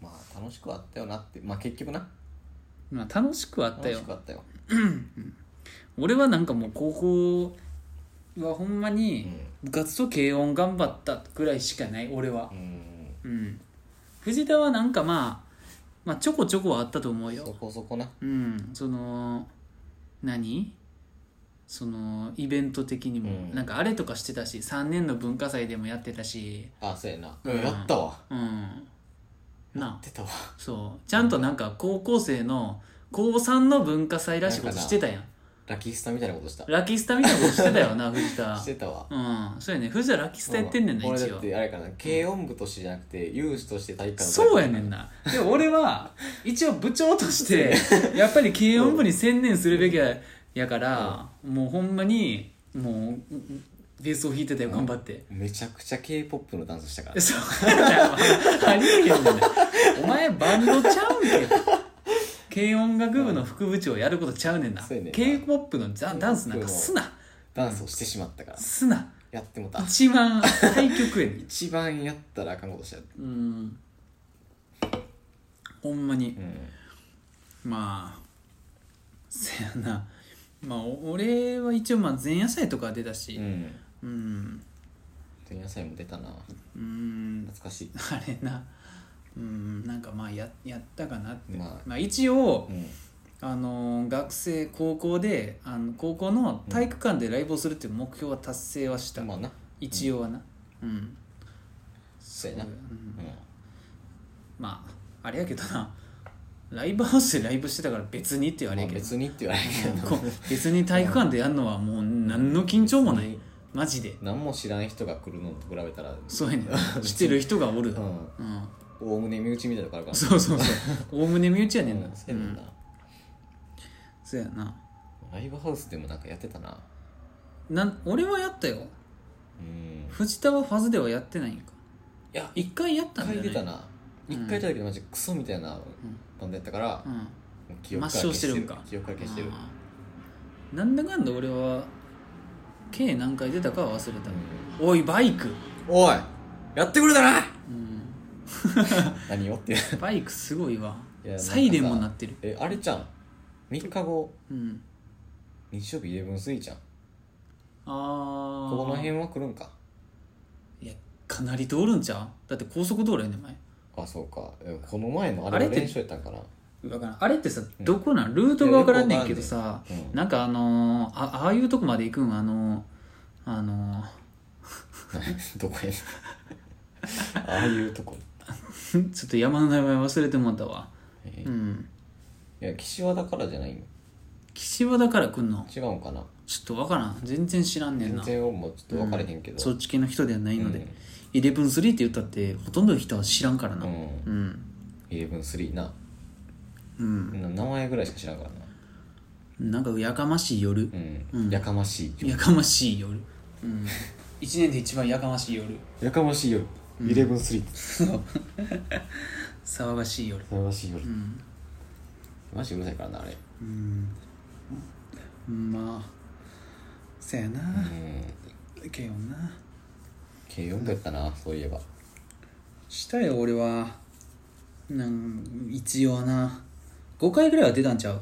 B: まあ楽しくはあったよなってまあ結局な
A: まあ、楽しくはあった
B: 楽
A: よ
B: しかったよ、
A: 俺はなんかもう高校はほんま
B: う
A: に
B: ん
A: 部活と軽音頑張ったぐらいしかない俺は
B: うん、
A: うん藤田はなんかまあまあちょこちょこはあったと思う
B: そ
A: よ
B: こそこな
A: うんその何そのイベント的にも、
B: うん
A: なんかあれとかしてたし3年の文化祭でもやってたし
B: あそうやな、
A: うん
B: やったわ
A: うんなあ
B: 出たわ
A: そうちゃんとなんか高校生の高3の文化祭らしいことしてたやん
B: ラッキースタみたいなことした
A: ラキスタみたいなことしてたよな藤田
B: してたわ
A: うんそうやね藤田ラキスタやってんねんな
B: うん俺
A: 一
B: だ
A: 応
B: ってあれかな軽音部としてじゃなくて有志として体育館
A: そうやねんなでも俺は一応部長と してやっぱり軽音部に専念するべきややから、もうほんまにもうベースを弾いてたよ頑張って、
B: めちゃくちゃ k p o p のダンスしたから
A: そう やなありえへんねんなお前バンドちゃうんけ軽音楽部の副部長やることちゃうねんな、
B: そうやねんな
A: k p o p のダダンスなんかすな
B: ダンスをしてしまったから
A: すな
B: やってもうた
A: 一番対局やねん
B: 一番やったらあかんことした
A: うんほんまに、
B: うん
A: まあせやなまあお俺は一応まあ前夜祭とかは出たし
B: うん
A: うん
B: 前夜祭も出たな
A: うん
B: 懐かしい
A: あれなうんなんかまあややったかなって、
B: まあ
A: まあ、一応、
B: うん
A: あのー学生高校であの高校の体育館でライブをするっていう目標は達成はした、
B: まあな
A: 一応はなうん
B: そうやな
A: う
B: うん
A: んまああれやけどなライブハウスでライブしてたから別にって言われ
B: ま
A: るけ
B: あ
A: ど、
B: 別にって言われるけ
A: こ
B: ど
A: う別に体育館でやるのはもう何の緊張もな
B: 別
A: い
B: に
A: マジで
B: 何も知らん人が来るのと比べたら
A: そうやねん知ってる人がおる
B: う
A: うん、
B: んおおむね身内みたいなとこあるから
A: そうそうそうおおむね身内やねんな、
B: うんそうやねんな
A: そうやな
B: ライブハウスでもなんかやってたな
A: なん俺はやったよ
B: うん
A: 藤田はファズではやってないんか
B: いや
A: 一回やっ
B: 一
A: たんだ
B: 回
A: よ
B: 出
A: ね
B: たな一回出たけどマジクソみたいなバンドやったから
A: う
B: も
A: ん
B: う記憶から消して
A: 抹消してる
B: る
A: んか
B: 記憶から消してる
A: あーなんだかんだ俺は計何回出たかは忘れた、おいバイ ク、
B: おいやってくれたな
A: うん、
B: 何よって
A: バイクすごいわ
B: いや
A: サイレンも鳴ってる
B: えあれちゃん3日後
A: うん
B: 日曜日イレブンスイちゃんこ
A: ああ
B: この辺は来るんか
A: いやかなり通るんちゃうだって高速道路やねん前
B: あそうかえこの前のあ
A: あ
B: れ
A: れ
B: は
A: って
B: 練習やったんかな
A: わからんあれってさ
B: うん
A: どこなんルートが分からんねんけど
B: い
A: さ、
B: うん
A: なんかあのーあああいうとこまで行くんあのーあのー
B: どこやねんああいうとこ、
A: ちょっと山の名前忘れてもらったわ
B: えー
A: うん
B: いや岸和田からじゃないの
A: 岸和田から来んの
B: 違うんかな
A: ちょっと分からん全然知らんねん
B: 全
A: な
B: 然もうちょっと分かれへんけど、
A: そっち系の人ではないので、
B: うん
A: イレブンスリーって言ったってほとんどの人は知らんからな
B: うん
A: うん、
B: イレブン3な
A: うん
B: な名前ぐらいしか知らんからな
A: なんかやかましい夜、
B: うん、
A: うん
B: やかましい
A: やかましい夜うん1年で 一番やかましい夜
B: やかましい夜イレブン3って
A: 騒がしい夜
B: やかましい夜
A: うん、
B: マジうるさいからなあれ
A: うん、まあせや
B: う
A: なんけよな
B: 軽音部やったなそういえば
A: したよ俺はなん一応な5回ぐらいは出たんちゃう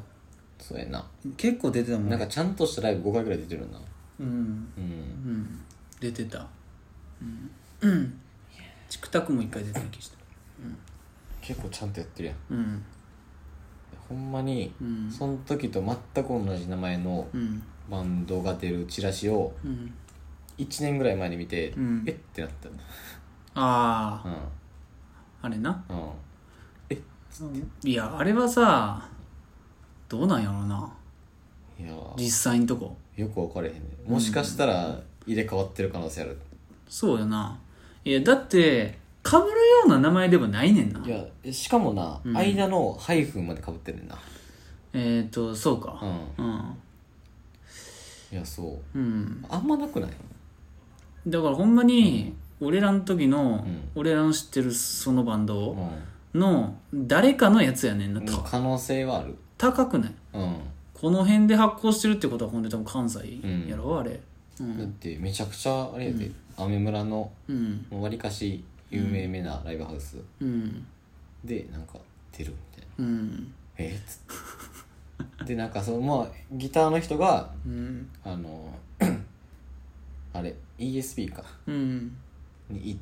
B: そうやな
A: 結構出てたもん
B: なんかちゃんとしたライブ5回ぐらい出てるな
A: うん
B: うん
A: うん出てたうんうんチクタクも1回出てた気した
B: 結構ちゃんとやってるやん
A: うん
B: ほんまに、
A: うん
B: その時と全く同じ名前の
A: うん
B: バンドが出るチラシを
A: うん
B: 1年ぐらい前に見て、
A: うん
B: えってなった
A: あ
B: の
A: ああれな
B: うんうん
A: いやあれはさどうなんやろうない
B: やー
A: 実際のとこ
B: よく分かれへんねもしかしたら入れ替わってる可能性ある、
A: そうよないやだってかぶるような名前でもないねんない
B: やえしかもな、
A: うん
B: 間のハイフンまでかぶってるねんな
A: えっ、ー、とそう
B: う
A: か
B: ん
A: うん
B: いやそう
A: うん
B: あんまなくない
A: だからほんまに俺らの時の、
B: うん
A: 俺らの知ってるそのバン
B: う
A: ド
B: ん
A: の誰かのやつやねんな、た
B: 可能性はある
A: 高くない
B: うん
A: この辺で発行してるってことはほんで多分関西
B: うん
A: やろ、あれう
B: だっ
A: ん
B: てめちゃくちゃあれやで、アメ村の
A: うん
B: わりかし有名めなライブハウス
A: うん
B: でなんか出るみたいな
A: うん
B: えっつってでなんかそのまあギターの人が
A: うん
B: あの あれ ESP か
A: うん
B: に行っ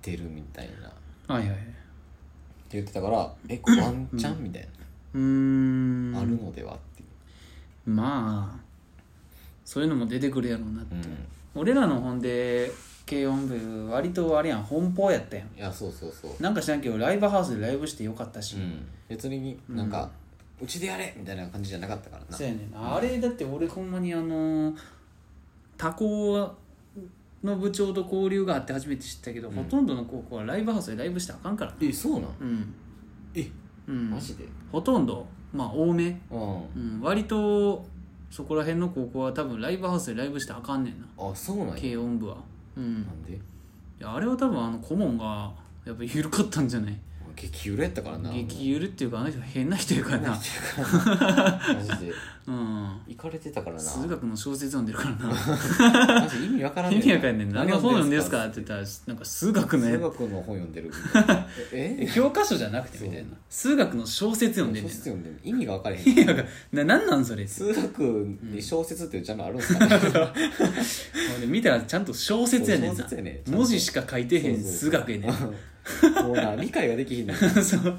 B: てるみたいなって
A: はいはい
B: 言ってたから「えこれワンチャン?」みたいな、
A: うーん
B: あるのではっていう
A: まあそういうのも出てくるやろうなって、
B: うん
A: 俺らの本で軽音部割とあれやん奔放やったやん
B: いやそうそうそう
A: なんか知らんけどライブハウスでライブしてよかったし、
B: うん別になんか「うち、でやれ!」みたいな感じじゃなかったからな
A: そうやねんなあれだって俺ほんまにあのー他校の部長と交流があって初めて知ったけど、ほとんどの高校はライブハウスでライブしてあかんから
B: えそうなん
A: うん
B: え
A: うん
B: マジで
A: ほとんどまあ多め、
B: うん
A: うん、割とそこら辺の高校は多分ライブハウスでライブしてあかんねんな
B: あそうなんや
A: 軽音部はうん
B: なんで
A: いやあれは多分あの顧問がやっぱ緩かったんじゃない
B: 激揺れやったからな
A: 激緩っていうかあの人変な人やからな
B: マジで
A: うん
B: 行かれてたからな
A: 数学の小説読んでるからな
B: マジ意味わからん
A: 意味わかんねん
B: な
A: 何の本読んでんすか
B: 何
A: って言ったらなんか数学の
B: 数
A: や
B: 学の本読んでるみたいなえ
A: 教科書じゃなくてみたいな数学の小説読んでん
B: 小
A: ねん
B: 説
A: な
B: 読んでる意味が分からへん
A: 意味わかんななんなんそれ
B: 数学に小説っていうジャンルあるんすかね
A: 俺見たらちゃんと小説やねん
B: そう
A: な
B: 小説やねんちゃんと
A: 文字しか書いてへん
B: そうそう
A: 数学やねん
B: もうな理解ができひんね
A: そう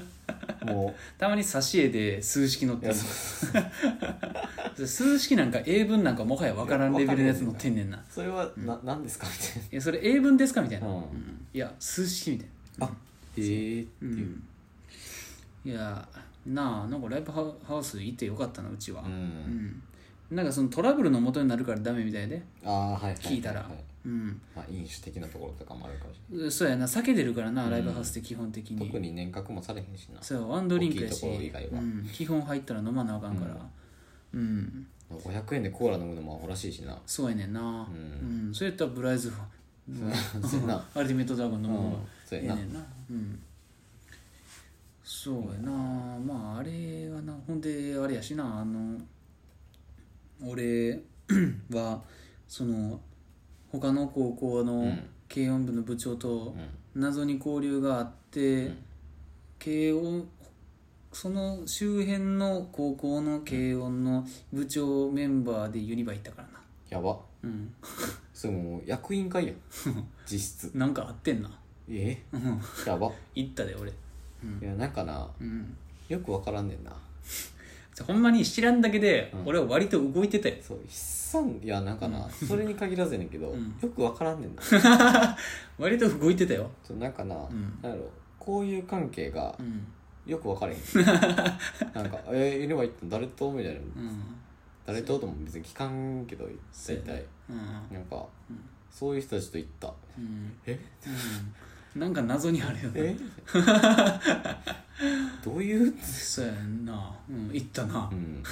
B: のも
A: たまに挿絵で数式載っ
B: うい
A: て
B: や
A: る
B: そう
A: 数式なんか英文なんかもはやわからんレベルのやつ載ってんねんな
B: それはな何ですかみたい
A: えそれ英文ですかみたいな、
B: うん
A: うんいや数式みたい
B: なあえーって
A: な、
B: いう
A: いやなあなんかライブハハウス行ってよかったなうちは、
B: う
A: うんんなんかそのトラブルの元になるからダメみたいで
B: ああはいは
A: 聞いたら
B: はは
A: うん
B: まあ飲酒的なところとかもあるかもしれ
A: そうやな避けてるからなライブハウスって基本的
B: な
A: に、
B: い特に年賀もされへんしな
A: そうワンドリンクや
B: 大きい
A: し
B: ところ以外は
A: うん、基本入ったら飲まなあかんからうん、
B: 500円でコーラ飲むのもアホらしいしな
A: そうやねんな
B: う
A: うん、それやったらブライズフ
B: そうやな
A: アルティメットドラゴンのものが
B: うんそう
A: ええ
B: やな
A: ねんなうんそうやなまああれはなほんであれやしなあの俺はその他の高校
B: う
A: の
B: ん
A: 軽音部の部長と
B: うん
A: 謎に交流があって、軽音その周辺の高校の軽音の部長メンバーでユニバ行ったからな
B: やば
A: うん
B: それもう役員 会やん実質
A: なんかあってんな
B: え
A: うん
B: やば
A: 行ったで俺
B: いやなんかな
A: うん
B: よくわからんねんな
A: ほんまに知らんだけで、
B: うん
A: 俺は割と動いてたよ
B: そう筆算いやなんかなそれに限らずやねんけど
A: うん
B: よくわからんねんな
A: 割と動いてたよ
B: そうなんかな
A: うん
B: なんやろ交友関係が
A: うん
B: よく わからへんなんか「えー、いればいった誰と?」みたいな
A: うん
B: 「誰と?」とも別に聞かんけど
A: そう
B: 大
A: やね
B: 体
A: うん
B: なんか
A: うん
B: そういう人たちと行った
A: うん
B: え
A: うんなんか謎にあるよ
B: え
A: ね
B: どういう
A: そうやんなうん行ったな、
B: うん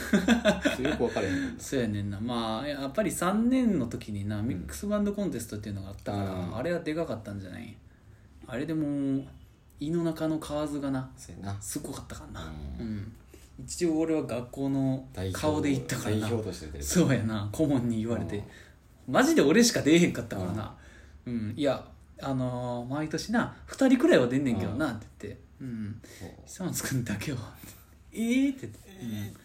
B: そうよくわからへん
A: そうやねんなまあやっぱり3年の時になミックスバンドコンテストっていうのがあったから、
B: うん
A: あれはでかかったんじゃないあれでも胃の中の蛙がな
B: そうやな
A: すごかったからな、
B: う
A: うんん、一応俺は学校の
B: 代表
A: 顔で行ったからな
B: 代表として出てる
A: そうやな顧問に言われてマジで俺しか出えへんかったからなうん、いやあのー毎年な2人くらいは出んねんけどなって言って「うん
B: そう
A: 久松君だけは」って「 ええって言って、うん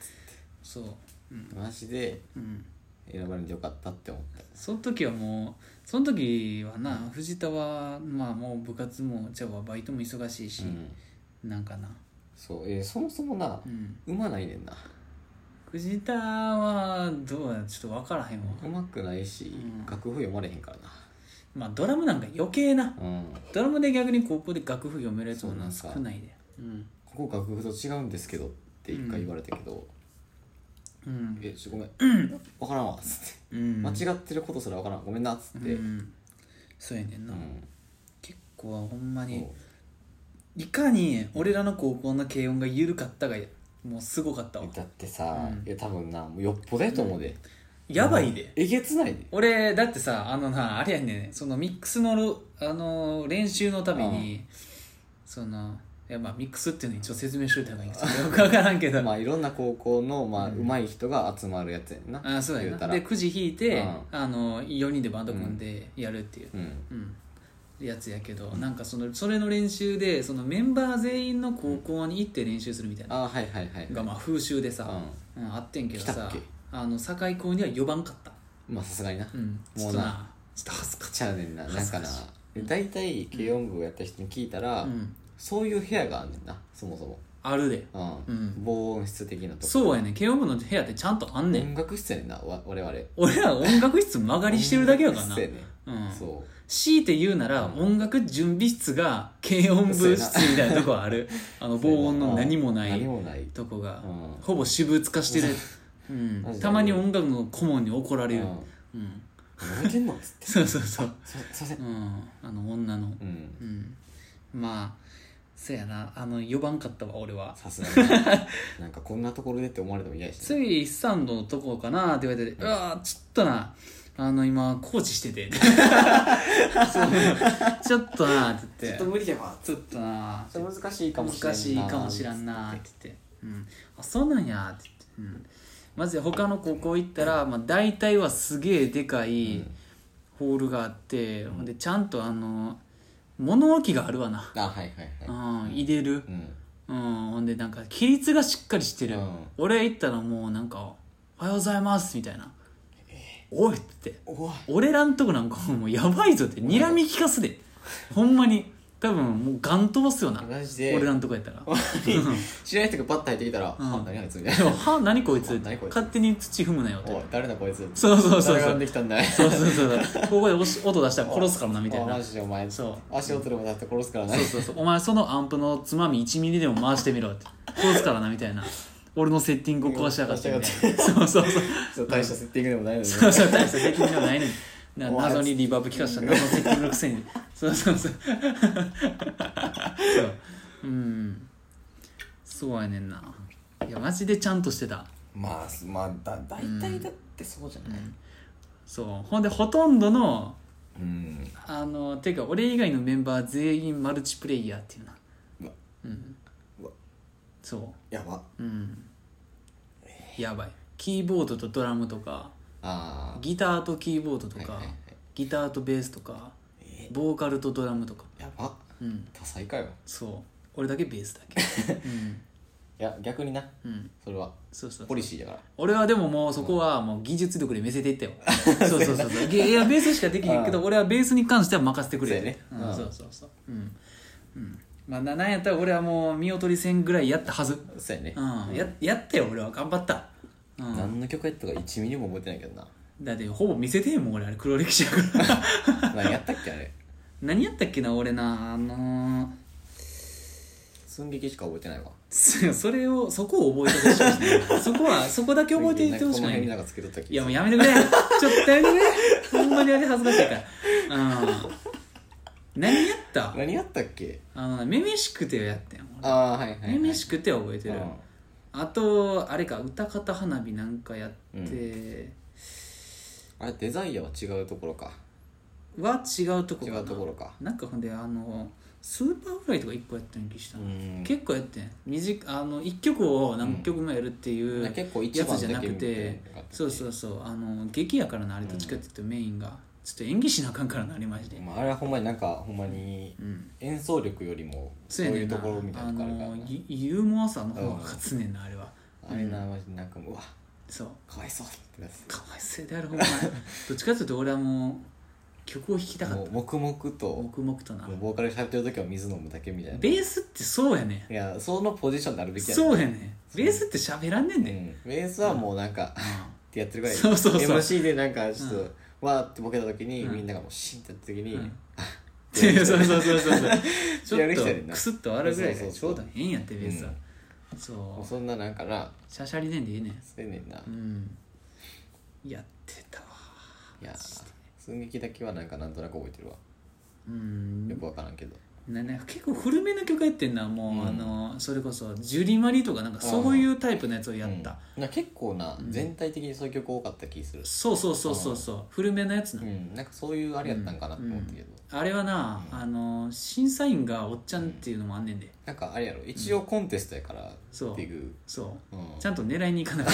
A: そううん
B: マジで
A: うん
B: 選ばれてよかったって思った
A: その時はもうその時はな藤田はまあもう部活もじゃあバイトも忙しいし、
B: うん
A: なんかな
B: そうえーそもそもな
A: うん
B: うまないねんな
A: 藤田はどうやちょっと分からへんわ
B: うまくないし
A: うん
B: 楽譜読まれへんからな
A: まあドラムなんか余計な
B: うん
A: ドラムで逆に高校で楽譜読めるやつもな
B: そ
A: 少
B: うなんか
A: ないでうん、
B: ここ楽譜と違うんですけどって一回言われたけど
A: うん
B: えちょごめ んわからんわっつっ
A: う
B: て
A: ん、
B: 間違ってることすらわからんごめんなっつって
A: う
B: うん
A: ん、そうやねんな、結構はほんまに
B: そう
A: いかに俺らの高校の軽音が緩かったがもうすごかったわ
B: だってさ
A: うん
B: いや多分なもうよっぽどやと思うで
A: やばいで
B: えげつないで
A: 俺だってさあのなあれやねんそのミックスのろあのー練習のためにそのいやまあミックスっていうの一応説明しといた方がいいんですけどよくわからんけど
B: まあいろんな高校のまあ
A: うん
B: 上手い人が集まるやつやんな
A: あそうや
B: 言うた
A: な
B: ら
A: でくじ引いて、
B: うん
A: あの4人でバンド組んでやるっていう
B: うん
A: うん、やつやけどなんかそのそれの練習でそのメンバー全員の高校に行って練習するみたいな
B: ああはいはいはい
A: がまあ風習でさ、うんあってんけど
B: 来た
A: さ
B: っけ
A: あの堺高には呼ばんかった、
B: うんまあさすがにな
A: うん、ちょ
B: も
A: っ
B: う
A: と
B: な
A: なちょっと恥ずかしい
B: ちゃうねんななんかな
A: 恥ず
B: 大体軽音部をやった人に聞いたら、
A: うん、
B: そういう部屋があんねんなそもそも、
A: あるで
B: う
A: うん
B: 防音室的なとこ
A: そうやね慶応部の部屋ってちゃんとあんねん、
B: 音楽室やねんなわ我々
A: 俺ら音楽室曲がりしてるだけやから
B: 音
A: な
B: 楽室やね
A: うん
B: そ
A: 強いて言うなら、
B: うん
A: 音楽準備室が軽音部室みたいなとこはあるあの
B: う
A: 防音の何もな
B: 何
A: い
B: もない、うん
A: とこが、
B: うん
A: ほぼ私物化してる、 うん
B: マジで
A: たまに音楽の顧問に怒られる、うん、
B: 何言ってんのっつって
A: そうそうそう、
B: すすいませ
A: うんん、あの女の
B: うん
A: うんまあそやなあの呼ばんかったわ俺は
B: さすがに ななんかこんなところでって思われても嫌やし
A: ついスタンドのとこかなって言われて「うわちょっとなあの今コーチして て」そうちょっとな」って言って「
B: 無理やわ
A: ちょっとな」
B: ちょっと難しいかもしれんな
A: 難しいかもしらんな」って言って「うん、あそうなんや」って言って、うん、まず他の高校行ったら、まあ、大体はすげえでかいホールがあって、ほんでちゃんとあの物置があるわな、
B: あはいはいは
A: うん、入れる
B: いうん
A: うん、ほんでなんか規律がしっかりしてる、
B: うん
A: 俺行ったらもうなんか「おはようございます」みたいな「おい」って
B: おい
A: 俺らんとこなんかもうやばいぞって睨み聞かすでほんまに多分もうガン飛ばすよな
B: マジで
A: 俺らんとこやったら
B: 知らない人がパッと入ってきたら「
A: うん
B: あ何あいつ」みたい
A: で
B: な
A: もは何こいつ
B: お何こいつ
A: 勝手に土踏むなよっ
B: 「
A: て
B: おい誰だこいつ」
A: そうそうそう
B: 誰
A: そ
B: が呼ん
A: う
B: できたんだい
A: そうそうそうそうここで押し音出したら殺すからなみたい
B: あ
A: な
B: マジでお前
A: そう
B: 足音でもだって殺すからな
A: そうそうそうお前そのアンプのつまみ1ミリでも回してみろって殺すからなみたいな俺のセッティングを壊しやがってみたいなそうそうそう
B: そう大したセッティングでもないのに
A: そうそう大した責任はないのにな
B: お前
A: 謎にリバーブ効かした謎の責任のくせにそうそうそうそううんそうやねんないやマジでちゃんとしてた
B: まあまあだ大体だってそうじゃない
A: そうほんでほとんどの
B: うん
A: あのてか俺以外のメンバー全員マルチプレイヤーっていうな
B: うわ
A: うん
B: うわ
A: そ
B: やば
A: ううんやばいキーボードとドラムとか
B: あ
A: ギターとキーボードとか、
B: はいはいはい
A: ギターとベースとか
B: え
A: ボーカルとドラムとか
B: ーやば
A: うん
B: 多彩かよ
A: そう俺だけベースだけうん
B: いや逆にな
A: うん
B: それは
A: そうそう
B: ポリシーだから
A: 俺はでももうそこはもう技術力で見せていっ たよそうそうそうそういやベースしかできへんけど俺はベースに関しては任せてくれ
B: そうやね
A: うん
B: うん
A: そうそうそううん、うん、まあななんやったら俺はもう見劣りせんぐらいやったはずう
B: そうやね
A: んややったよ俺は頑張ったうん
B: 何の曲やったか1ミリも覚えてないけど な
A: だってほぼ見せてへんもん俺あれ黒歴史やから
B: 何やったっけあれ
A: 何やったっけな俺なあのー
B: 寸劇しか覚えてないわ
A: そそれをそこを覚えてほしいですねそこはそこだけ覚えていってほしく
B: この
A: ない
B: 辺になんかつけとった気
A: いや
B: が
A: も
B: す
A: うや
B: る
A: めてくれちょっとやめてくれほんまにあれ恥ずかしいからうん何やった
B: 何やったっけ
A: あのめめしくてやったよ
B: ああはいはい、は
A: 俺め
B: い、
A: めしくては覚えてる
B: うん
A: あとあれか歌方花火なんかやって
B: あれデザイアは違うところか
A: は違うとこ
B: 違
A: か
B: う
A: な
B: ところか
A: なんかほんであのスーパーフライとか一個やったん気した
B: う
A: なん結構やってん短あの1曲を何曲もやるっていう、
B: 結構一
A: や
B: 番
A: つじゃなく
B: だけ見て
A: て
B: よかった
A: そうそうそうあの劇やからなあれどっちかっていうとメインが、ちょっと演技しなあかんからなありまして
B: まあ、あれはほんまになんかほんまに
A: うん
B: 演奏力よりもそう
A: や
B: い
A: ね
B: うん
A: な
B: ところみたいなとこあるから
A: あ
B: な
A: のゆユーモアさの方が勝つねんなあれは
B: あれなマジなんかうわ
A: そう
B: かわいそうってなって
A: かわいそうであ るほんまにどっちかっていうと俺はもう曲を弾きたかっ
B: も
A: た
B: う黙々と
A: 黙々とな
B: ボーカル喋ってる時は水飲むだけみたいな
A: ベースってそうやね
B: いやそのポジションになるべきや
A: そう
B: ね
A: やねベースって喋らんねん
B: う
A: で、
B: んベースはもうなんか、ってやってるぐらい
A: そうそうそう
B: MC でなんかちょっと、わーってボケた時に、
A: うん
B: みんながもうシーンってやった時に、
A: うん
B: やる人
A: そうそうそうそうそう ち
B: やる
A: ょ
B: 人
A: っ
B: やねん
A: と
B: な
A: クスッと笑うぐらいがちょうどええんやって
B: う
A: ベースは、そ
B: ん、
A: う
B: そんななんかな
A: シャシャリねんでいいねん
B: そうやねんな、
A: う
B: い
A: んやってたわ
B: やー寸劇だけはなんかなんとなく覚えてるわ
A: うん
B: よくわからんけど、
A: ななんか結構古めの曲やってんなもう、
B: うん
A: あのそれこそ「ジュリマリ」とかなんかそういうタイプのやつをやった、
B: うんな結構な、全体的にそういう曲多かった気する
A: そうそうそうそうそう古めのやつ
B: う
A: な、
B: んなんかそういうあれやったんかなと思ったけど、
A: あれはな、
B: うん
A: あの審査員がおっちゃんっていうのもあんねんで、
B: なんかあれやろ一応コンテストやから
A: そう
B: っていう、
A: そううんちゃんと狙いに行かなかっ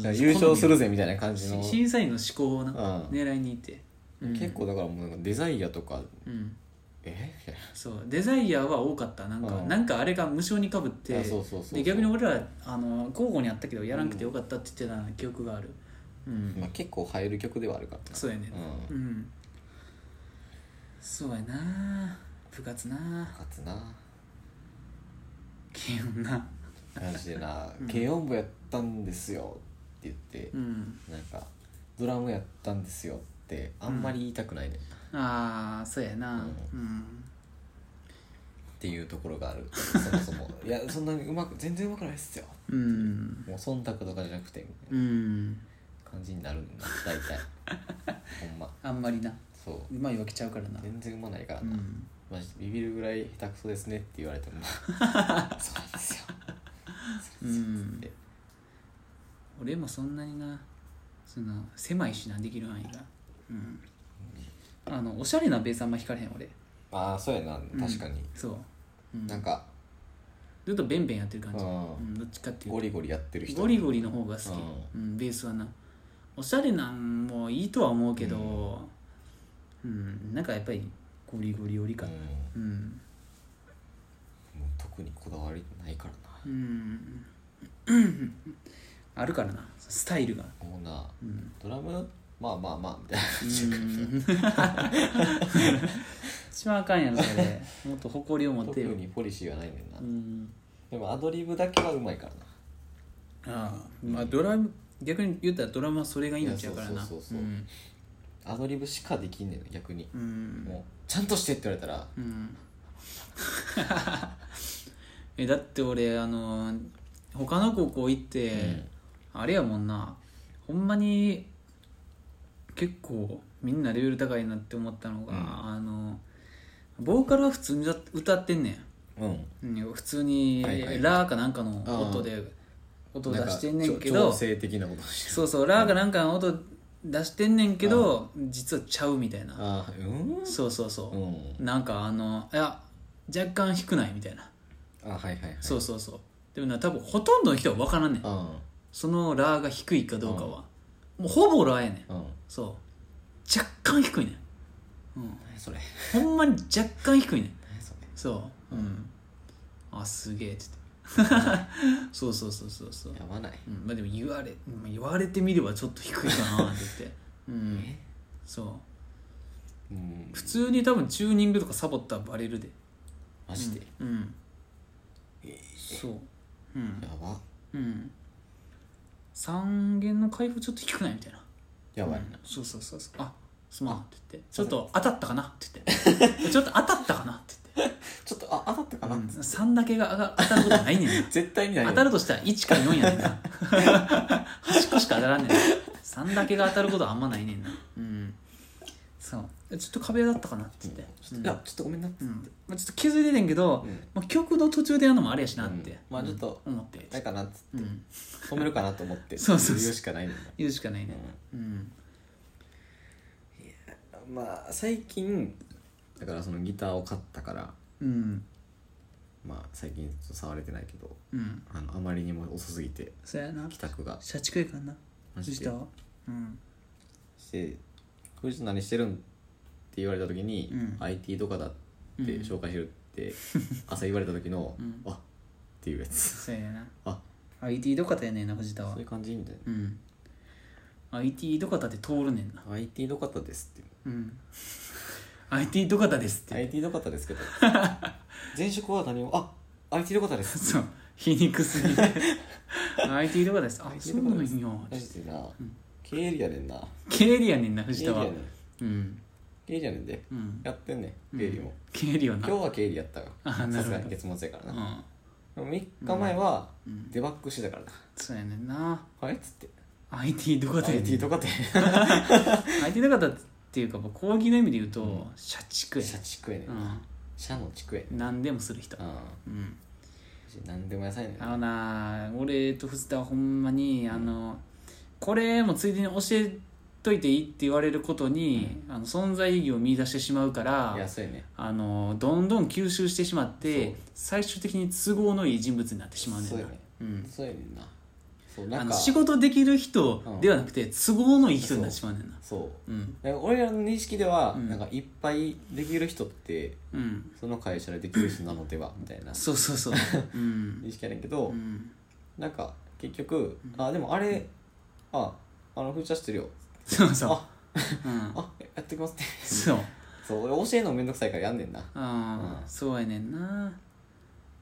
A: た
B: 優勝するぜみたいな感じの
A: 審査員の思考をな、
B: うん
A: 狙いに行ってうん
B: 結構だからもうなんかデザイアとか
A: うん
B: えみたいな
A: そうデザイアは多かったなんか、
B: うん
A: なんかあれが無償にかぶって
B: あそうそうそうそう
A: で逆に俺らあの交互にやったけどやらなくてよかったって言ってた記憶があるうん、
B: まあ、結構映える曲ではあるから
A: そうやね
B: うん
A: うんそうやな部活な
B: 勝つな
A: 気温な
B: マジでな軽音部やったんですよって言って、
A: うん
B: なんかドラムやったんですよってあんまり言いたくないね、っ
A: ああそうやなうん、
B: ていうところが あるそもそもいやそんなにうまく全然うまくないっすよ
A: うん
B: もう忖度とかじゃなくてみたい
A: うん、
B: な感じになるんだ大 体ほんま
A: あんまりな
B: そう
A: うまいわけちゃうからな
B: 全然うまないから
A: う
B: な、
A: ん
B: マジでビビるぐらい下手くそですねって言われてもそうなんですよ
A: うん俺もそんなになその狭いしなできる範囲がうんあのおしゃれなベースあんま弾かれへん俺
B: ああそうやな確かに、
A: そう、うん、
B: なんか、
A: ずっとベンベンやってる感じ、
B: う
A: うんん、どっちかっていう
B: ゴリゴリやってる人
A: ゴリゴリの方が好き、
B: う
A: うん、ベースはなおしゃれなんもいいとは思うけどうん、なんかやっぱりゴリゴリよりか
B: うん
A: うん
B: もう特にこだわりないからな
A: うん、 あるからなスタイルが
B: もうな
A: うん、
B: ドラムまあまあまあみたいな
A: う
B: 感じで
A: ん、一番あかんやろそれもっと誇りを持 っ
B: 特
A: てよ、
B: にポリシーはないねんな、
A: うん、
B: でもアドリブだけはうまいから
A: あ
B: な
A: あまあドラム逆に言ったらドラマはそれが命やから
B: い
A: な
B: やそうそうそうそうんアドリブしかできんねんな逆に、
A: うん
B: もうちゃんとしてって言われたら
A: うん えだって俺あの他の高校行って、あれやもんなほんまに結構みんなレベル高いなって思ったのが、
B: うん
A: あのボーカルは普通に歌歌ってんね
B: うん
A: んうん普通に
B: はいはい
A: ラーかなんかの音で音出してんねんけ
B: な
A: ど
B: か調調整的なことして
A: そうそうラーかなんかの音出してんねんけど実はちゃうみたいな
B: ああうん
A: そうそうそうう、
B: ん
A: なんかあのいや若干低くないみたいな
B: あはいはいはい
A: そうそうそうでもな多分ほとんどの人は分からんねん
B: うん
A: そのラーが低いかどうかは、もうほぼラーやねん
B: うん
A: そう若干低いねん、うん、
B: 何それ
A: ほんまに若干低いねん
B: 何それ
A: そううんあすげえって言って そうそうそうそうそう、
B: やばない
A: うん、まあでも言われまあ言われてみればちょっと低いかなって 言ってうん
B: え
A: そう
B: うん
A: 普通に多分チューニングとかサボったらバレるで
B: マジで
A: うんそううん
B: やば
A: うん3弦の開封ちょっと低くないみたいな
B: やばい
A: うんそうそうそうそうあすまんって言ってちょっと当たったかなって言ってちょっと当たったかなって言って
B: ちょっとあ当たったかな
A: 3だけが上が当たること ないねんな
B: 絶対にないよ
A: 当たるとしたら1か4やねんな端っこしか当たらんねんな3だけが当たることはあんまないねんなうんそうえちょっと壁だったかなって言って
B: ちょっといやちょっとごめんな
A: うんうんまあちょっと気づいててんけど、
B: うん
A: まあ、曲の途中でやるのもあれやしなって、
B: うんまあちょっと
A: うん思って
B: ないかなっつっ
A: う
B: て
A: ん
B: 褒めるかなと思っ て
A: そうそうそう
B: 言うしかないんだな
A: 言うしかないねうん
B: まあ最近だからそのギターを買ったから
A: うん
B: まあ最近ちょっと触れてないけど
A: うん
B: あのあまりにも遅すぎて
A: そうやな
B: 帰宅が
A: 社畜やからな
B: マジで
A: したうん
B: して「こいつ何してるん?」って言われた時に「
A: うん
B: IT とかだ」って
A: うん
B: 紹介してる って朝言われた時の「
A: うん
B: あっていうや つ
A: そうやな
B: あ
A: IT どかたやねんな藤田は
B: そういう感じみたい
A: うん IT どかたって通るねんな
B: な「IT どかったです」って
A: うん IT どかたですっ
B: 「
A: て
B: IT どかったですけど 前職は何もあ IT どかったです」
A: そう皮肉すぎ て IT どかたですあ
B: IT
A: そう
B: ど
A: な
B: か
A: ん
B: た
A: や
B: ですマジでな経営理やねんな
A: 経理やねんな
B: 経
A: 藤
B: 営
A: 田
B: 理や
A: は
B: ねん
A: うん
B: 経営理やねんで
A: うん
B: やってんねん経理も
A: 経理は
B: 今
A: な
B: 日は経理やったよ
A: あな
B: さ
A: るほど
B: すがに月末やから
A: う
B: なん3日前はデバッグしてたからな
A: そうやねんな
B: あれっつって
A: IT どかたやね
B: IT
A: ん
B: とかって
A: IT どかたっていうかまあ講義の意味で言うと社畜や
B: 社畜やねん
A: うん
B: 社の畜やねん
A: 何でもする人
B: うん
A: うん
B: 何でも野菜やねん
A: あのな俺と藤田はほんまにあのこれもついでに教えといていいって言われることに、あの存在意義を見出してしまうか
B: いや
A: ら
B: そうやね
A: あのどんどん吸収してしまっ
B: そう
A: て最終的に都合のいい人物になってしまうねん
B: そう
A: な
B: やね
A: うん
B: そうやねんなそうな
A: あ
B: ん
A: の
B: か
A: 仕事できる人ではなくて都合のいい人になってしまうねんな
B: そう
A: うん
B: なんか俺らの認識では、
A: うん
B: なんかいっぱいできる人って
A: うん
B: その会社でできる人なのではみたいな
A: そうそう そううん
B: 認識やねんけど、
A: うん
B: なんか結局あでもあれああのフーチャーしてるよ
A: そうそう
B: あ
A: うん
B: あやってき ますね
A: そう
B: そう俺教えるのめんどくさいからやんねんな
A: あ
B: うん
A: あそうやねんな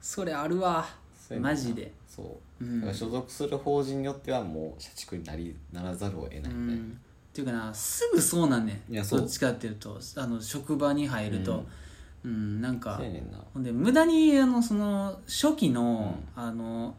A: それあるわ
B: そうやねんな
A: マジで
B: そうう、
A: ん
B: だから所属する法人によってはもう社畜になりならざるを得ないみたいな、
A: うんっていうかなすぐそうなんね
B: いや
A: ん
B: そう
A: どっちかっていうとあの職場に入るとうん、なんか
B: そうやねんな
A: ほんで無駄にあのその初期の、あの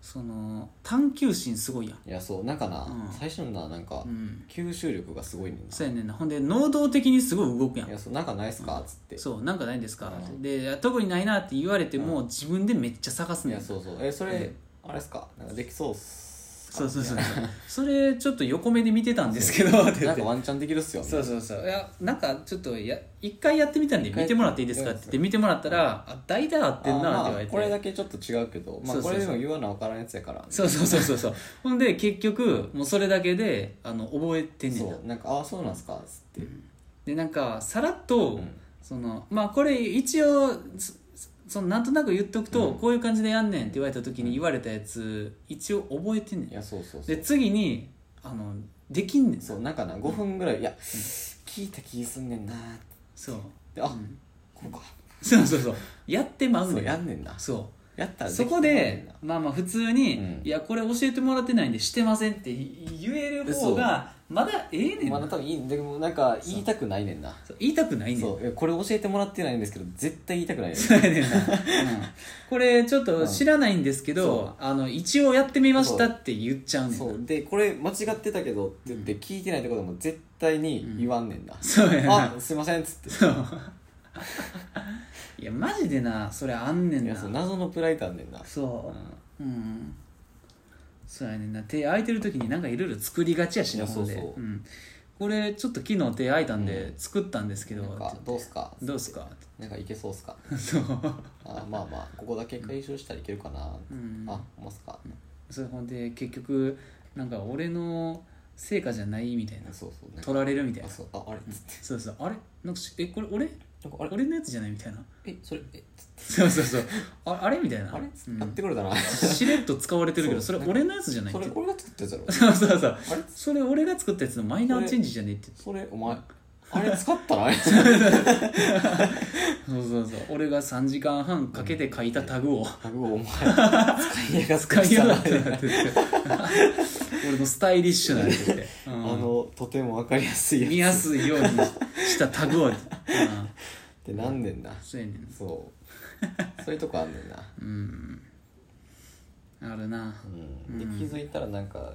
A: その探求心すごいやん、
B: いやそうなんかな、
A: うん
B: 最初のななんか、
A: うん、
B: 吸収力がすごいねんな
A: そうやねんなほんで能動的にすごい動くや
B: い
A: ん
B: やそうなんかないっすか、つって
A: そうなんかないんですか、
B: うん
A: で特にないなって言われても、
B: う
A: 自分でめっちゃ探す
B: い
A: ね
B: や
A: んそう
B: そうそうえそれ、
A: うん
B: あれっすかなんかできそうっすか
A: そうそうそう
B: み
A: それちょっと横目で見てたんですけどって
B: たい
A: 言っ
B: ななんか
A: て
B: ワンチャンできるっすよ
A: そうそうそういやなんかちょっとや一回やってみたんで
B: 一回
A: 見てもらっていいですかって言って見てもらったら「あ大体合って
B: あ
A: んな」って
B: まあ
A: 言われて
B: これだけちょっと違うけど、まあ、
A: そうそうそ
B: こ
A: う
B: れでも言わな分からんやつやから
A: そうそうそうそうそうほんで結局もうそれだけであの覚えてんねんな
B: そうなんかああそうなんすかつって、
A: でなんかさらっと、
B: うん
A: そのまあこれ一応そそのなんとなく言っとくと、
B: うん
A: こういう感じでやんねんって言われた時に言われたやつ一応覚えてんねん
B: いやそうそうそう
A: で次にあのできんねん
B: そうなんかな5分ぐらいいや、聞いた気すんねんなーっ
A: そう
B: てあ、
A: ん
B: こうか
A: そうそうそうやってまう
B: そ
A: ね
B: うんやんねんな
A: そう
B: やったらき
A: そ
B: る
A: こでまあまあ普通に、
B: うん
A: いやこれ教えてもらってないんでしてませんって言える方がまだええねんな
B: まだ多分いいでもなんか言いたくないねんな
A: そう言いたくないねん
B: そういやこれ教えてもらってないんですけど絶対言いたくないねん
A: そうやねんな、うんこれちょっと知らないんですけど、あの一応やってみましたって言っちゃうねんな
B: そうでこれ間違ってたけどって言って聞いてないってことも絶対に言わんねんな、
A: そうやな
B: あすいませんっつって
A: そういやマジでなそれあんねん
B: い
A: な
B: やそう謎のプライドあんねんな
A: そ
B: うん
A: ううんそうやねんな手空いてる時になんかいろいろ作りがちやし
B: い
A: な
B: や
A: ほんで
B: そうそう
A: うん、これちょっと昨日手空いたんで
B: う
A: 作ったんですけど、
B: なんかどうすか
A: どうすか
B: なんかいけそうっすか
A: そう
B: あまあまあここだけ回収したらいけるかな、
A: うん
B: あほんますか、
A: そうほんで結局なんか俺の成果じゃないみたいな
B: そうそうなんか
A: 取られるみたい
B: あ
A: な
B: そうああれっつって
A: そうそうあれなんかしえこれ俺
B: なんかあれ
A: 俺のやつじゃないみたいな
B: えそれえつって
A: そうそうそうああれみたいな
B: あれっつって
A: うん
B: やってくれたな
A: しれっと使われてるけどそ
B: そう
A: れ俺のやつじゃないっ
B: そ
A: て
B: れ俺が作ったやつだろ
A: そうそうそう
B: あれ
A: それ俺が作ったやつのマイナーチェンジじゃねえって
B: それお前あれ使ったなあれ
A: そうそうそう俺が3時間半かけて書いたタ グを
B: タグをお前使いやがって
A: 使いやがって
B: きたな
A: なってて俺のスタイリッシュなやつって、う
B: あ
A: ん
B: のとても分かりやすいやつ
A: 見やすいようにしたタグを、 うん、
B: ってなんねんな
A: そうやねん
B: そうそういうとこあんねんな、
A: うんあるな
B: うん、で気づいたらなんか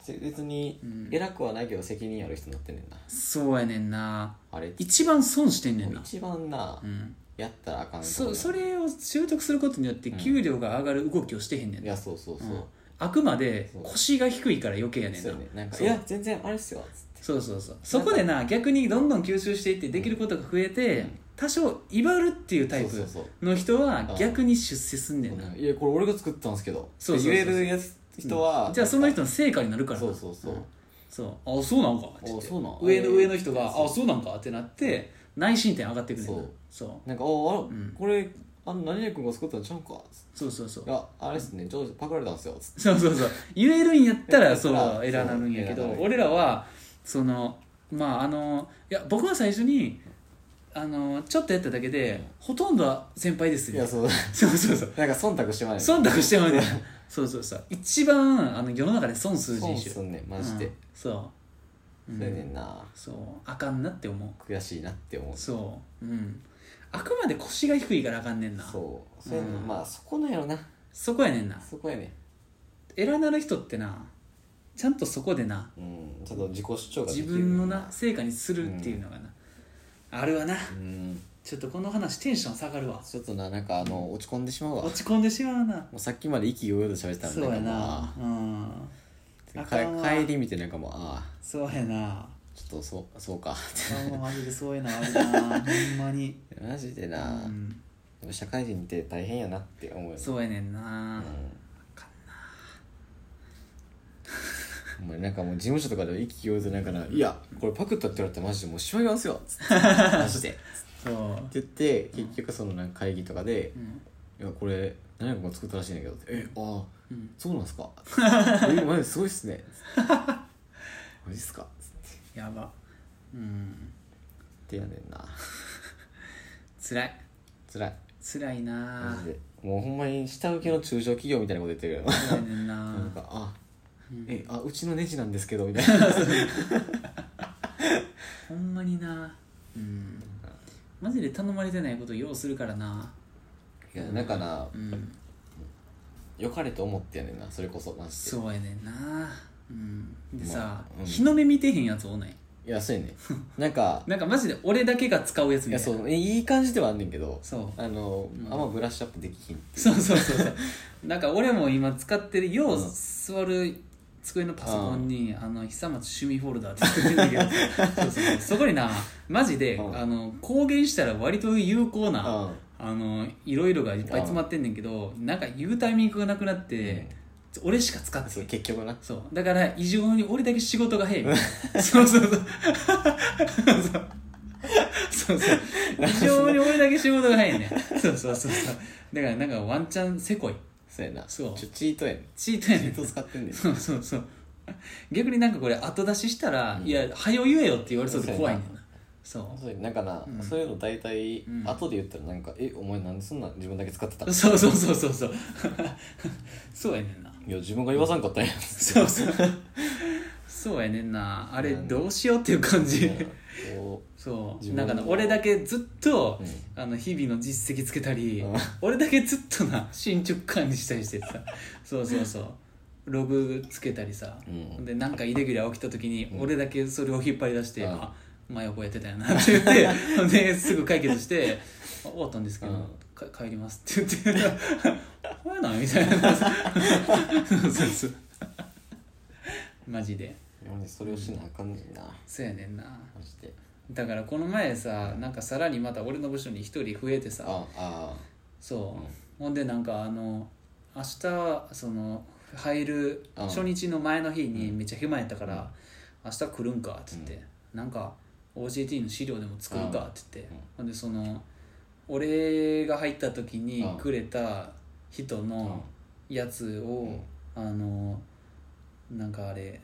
B: せ別に偉くはないけど責任ある人になってんねんな
A: そうやねんな
B: あれ
A: 一番損してんねんな、
B: 一番な、
A: うん、
B: やったらあかんとこ
A: そ
B: な
A: それを習得することによって給料が上がる動きをしてへんねん
B: い
A: な、
B: やそうそうそうう、
A: んあくまで
B: そう
A: 腰が低いから余計やねん
B: そう
A: な
B: やねなんか
A: そう
B: いや全然あれっすよつって
A: そうそうそうそこでな逆にどんどん吸収していってできることが増えて、
B: うん
A: 多少威張るっていうタイプ
B: そうそうそう
A: の人は
B: うん
A: 逆に出世すんねんな、
B: いやこれ俺が作ったんですけど
A: そうそうそう
B: って言えるやつ人は、
A: じゃあその人の成果になるから
B: そうそうそうん
A: そうあそうなんかって言って
B: あそうなん
A: 上の
B: えー
A: 上の人があそうなんかってなって内申点上がってくるねんなそう
B: なんか「おあら、
A: ん
B: これあの何々君が作ったんちゃうんか」つって
A: そうそうそう
B: いやあれっすね上司パクられたんすよ」つって
A: そうそうそう言えるんやったら
B: だから
A: そうエラーなるんやけど
B: そうエラーなる
A: 俺らはそのまああのいや僕は最初にあのちょっとやっただけで、ほとんどは先輩です
B: い
A: よ
B: やそう
A: そうそうそう
B: なんか忖度してまい
A: 忖度してまうねんそうそうそう一番あの世の中で損する人
B: 損
A: 種
B: すんねんマジで、
A: うんそう
B: そうやねんな
A: そうあかんなって思う
B: 悔しいなって思う
A: そううんあくまで腰が低いからあかんねんなそ
B: そうそうやねん
A: うん
B: まあそこなんやろな
A: こやねんな
B: そこやね
A: 偉なる人ってなちゃんとそこでな
B: うんちょっと自己主張ができ
A: 自
B: る
A: 分のな成果にするっていうのがな、あるわな
B: うん
A: ちょっとこの話テンション下がるわ
B: ちょっとななんかあの落ち込んでしまうわも
A: 落ち込んでしまうな
B: うさっきまで意気揚々と喋ってたのに
A: そうや
B: なん
A: な
B: か
A: うん
B: まあ
A: あかんわ
B: か帰り見てなんかもうああ
A: そうやな
B: ちょっとそうそうか
A: あマジでそういうのあるなほんまに、
B: マジで
A: う
B: な、
A: ん、
B: でも社会人って大変やなって思うよね
A: そうやねんな、
B: うん
A: あかんな
B: お前なんかもう事務所とかで意気揚々なんかな「いやこれパクったって言われたらマジでもうしまいますよ」つって マジで」って
A: そう
B: 言って結局そのなんか会議とかで
A: うん
B: 「いやこれ何々君が作ったらしいんだけど」って「えああ
A: うん
B: そうなんすかえマジすごいっす ね」マジっすか」
A: やばうん
B: ってやねんな
A: つらい
B: 辛い
A: つらいな
B: マジでもうほんまに下請けの中小企業みたいなこと言ってるけど
A: つらいねんな
B: なんか「あ
A: うん
B: えあうちのネジなんですけど」みたいな
A: ほんまになうんマジで頼まれてないことようするからない
B: やなんかな
A: うん
B: 良かれと思ってやねんなそれこそマジで
A: そうやねんなうんでさ、
B: まあうん
A: 日の目見てへんやつおんない
B: いやそうや ねなんか
A: なんかマジで俺だけが使うやつ
B: い
A: み
B: や
A: たいな
B: そうえいい感じではあんねんけど
A: そう
B: あの、
A: うん
B: あんまブラッシュアップできひん
A: そうそうそうそうなんか俺も今使ってるよう座る机のパソコンに「あの久松趣味フォルダ」って作ってるんだけどそ うそうそうそこになマジで、
B: うん
A: あの公言したら割と有効な、
B: あ
A: あのいろいろがいっぱい詰まってんねんけど、なんか言うタイミングがなくなって、俺しか使って
B: そ
A: な
B: う
A: い
B: 結局な
A: そうだから異常に俺だけ仕事が早いみたいなそうそうそうそうそうそう異常に俺だけ仕事が早いねそうそうそうそうだからなんかワンチャンせこい
B: そうやな
A: そう
B: ちょチートやねん
A: チート
B: チ
A: やね
B: ー
A: ん
B: ト使ってんねん
A: そうそうそう逆になんかこれ後出ししたら「
B: うん
A: いや早よ言えよ」って言われそうで怖いねんなそ
B: そうやなんかな、
A: うん
B: そういうの大体
A: うん
B: 後で言ったらなんか「えお前なんでそんな自分だけ使ってた
A: う
B: い
A: そうそうそうそうそうそうやねんな
B: や自分が言わさんかったんやん」
A: そうそうそうやねんなあれどうしようっていう感じ
B: こ
A: そ
B: 自
A: う
B: 分
A: な
B: の
A: んかな俺だけずっと、
B: ううん
A: あの日々の実績つけたり、
B: うん
A: 俺だけずっとな進捗管理したりしてさそうそうそうログつけたりさ、
B: うん
A: でなんかイレギュラー起きた時に
B: うん
A: 俺だけそれを引っ張り出して、
B: うん
A: あ前はこうやってたよなって言って ほんですぐ解決してあ終わったんですけど、
B: うん
A: か帰りますって言って 「ほやな」みたいなそうそうそうマジで
B: マジでそれをしなあかんねんな
A: そうやねんな
B: マジで
A: だからこの前さなんかさらにまた俺の部署に一人増えてさ
B: ああ
A: そう、
B: うん
A: ほんでなんかあの明日その入る
B: うん
A: 初日の前の日にめっちゃ暇やったから、明日来るんかっつって、なんか OJT の資料でも作るかっつって、
B: ん
A: ほんでその俺が入った時に
B: うん
A: くれた人のやつ
B: う
A: を
B: ん、
A: あのなんかあれ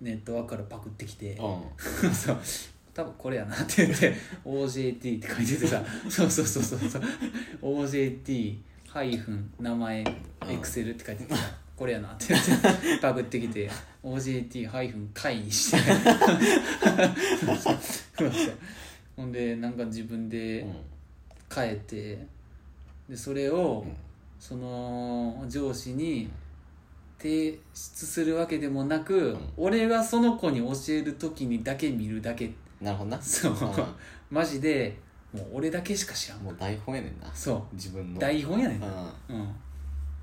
A: ネットワークからパクってきて、
B: あうん
A: そう多分これやなって言って「OJT」って書いててさそうそうそうそうそう「OJT」ハイフン名前「エクセル」って書いててさこれやなって言ってパグってきて「OJT」ハイフン「会」にしてそうそうそうほんでなんか自分で
B: うん
A: 変えてでそれを
B: うん
A: その上司に提出するわけでもなく、
B: うん
A: 俺がその子に教える時にだけ見るだけ
B: なるほどな
A: そう、マジでもう俺だけしか知らん
B: うんもう台本やねんな
A: そ
B: 自分
A: う
B: の
A: 台本やねん
B: う
A: な、
B: ん
A: うん、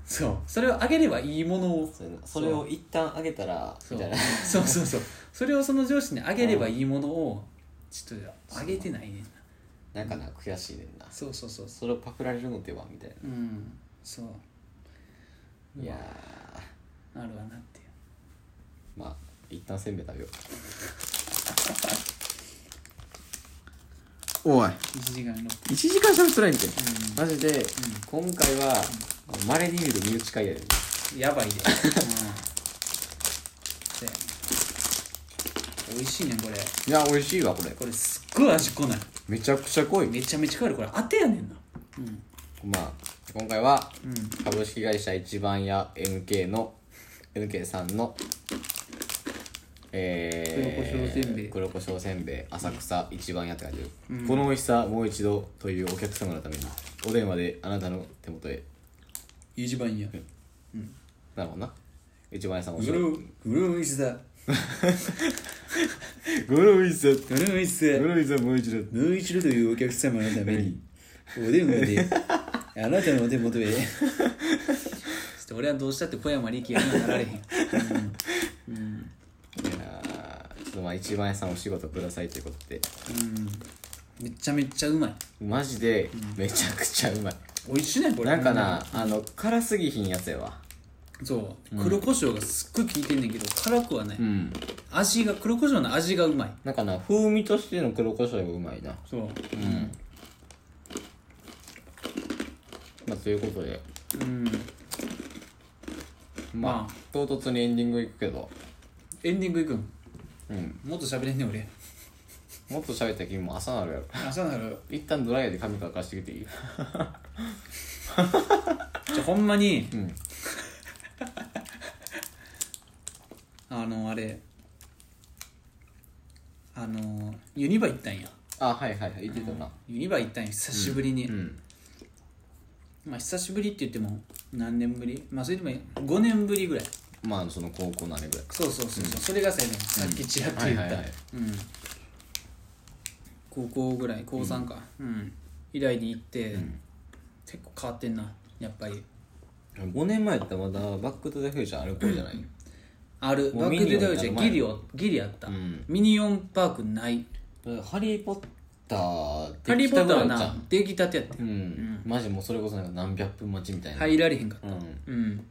A: そうそれをあげればいいものを
B: そうやなそれを一旦あげたら
A: そ
B: み
A: う
B: たいな
A: そうそうそうそれをその上司にあげればいいものをちょっとあげてないねんな
B: なんかな悔しいねんな
A: そうそうそうそ
B: それをパクられるのではみたいな
A: ううんそう
B: いや
A: あるわなっていう
B: ーまあ一旦せんべい食べようおい
A: 1時間6分
B: 1時間しゃべってないんけマジで、今回はまれ、稀に見る身内会やで
A: や ばいで、うん、そうやね美味しいねんこれ
B: いや美味しいわこれ
A: これすっごい味こない
B: めちゃくちゃ濃い
A: めちゃめちゃ変わるこれ当てやねんなうん
B: まあ今回は
A: うん
B: 株式会社一番屋 NK の NK さんのえ
A: 黒胡椒せんべい
B: ー黒胡椒せんべい浅草一番屋って書いてある、
A: うん
B: この美味しさもう一度というお客様のためにお電話であなたの手元へ
A: 一番や
B: なるほどな一番屋さんお
A: グルーグルーイズだ
B: グルイズ
A: グルーイズ
B: グ
A: だ
B: ルイズもう一度
A: もう一度というお客様のためにお電話 であなたのお手元へちょっと俺はどうしたって小山力也にはなられへん、うんうん
B: いやーちょっとまあ一番屋さんお仕事くださいということで
A: うん、めちゃめちゃうまい
B: マジでめちゃくちゃうまい、
A: 美味しいねこれ
B: なんかなあの辛すぎひんやつやわ
A: そう黒胡椒がすっごい効いてんねんけど辛くはない、
B: うん
A: 味が黒胡椒の味がうまい
B: なんかな風味としての黒胡椒がうまいな
A: そう
B: うんまあということで
A: うん
B: ま
A: ま
B: あ唐突にエンディングいくけど
A: エンディングいくん
B: うん
A: もっと喋れんねん 俺
B: もっと喋ったら君もう朝なるやろ
A: 朝なる
B: 一旦ドライヤーで髪乾かしてきていい
A: じゃほんまに
B: うん
A: あのあれあのユニバ行ったんや
B: あはいはいはい言ってたな
A: ユニバ行ったんや久しぶりに、
B: うん
A: まあ久しぶりって言っても何年ぶりまあそれでも5年ぶりぐらい
B: まあその高校何年ぐらいか
A: そうそうそうそう、それがさやねんさっきちらっと言った、
B: はいはいはい
A: うん高校ぐらい高3かうん、以来に行って、
B: ん
A: 結構変わってんなやっぱり
B: 5年前やってまだバック・トゥ・ザ・フューチャーある頃じゃない
A: ある
B: も
A: バ
B: う
A: ッ
B: ミ
A: ク・
B: ニ
A: デ
B: オン
A: ュ・ダウジ
B: やる
A: ャ
B: 前
A: ギリをギリあった、
B: うん
A: ミニオンパークない
B: ハリー・ポッター
A: ハリー・ポッターは
B: できたぐらいじゃ
A: なんできたてやって、
B: うんマジもうそれこそなんか何百分待ちみたいな
A: 入られへんかった
B: うん
A: うん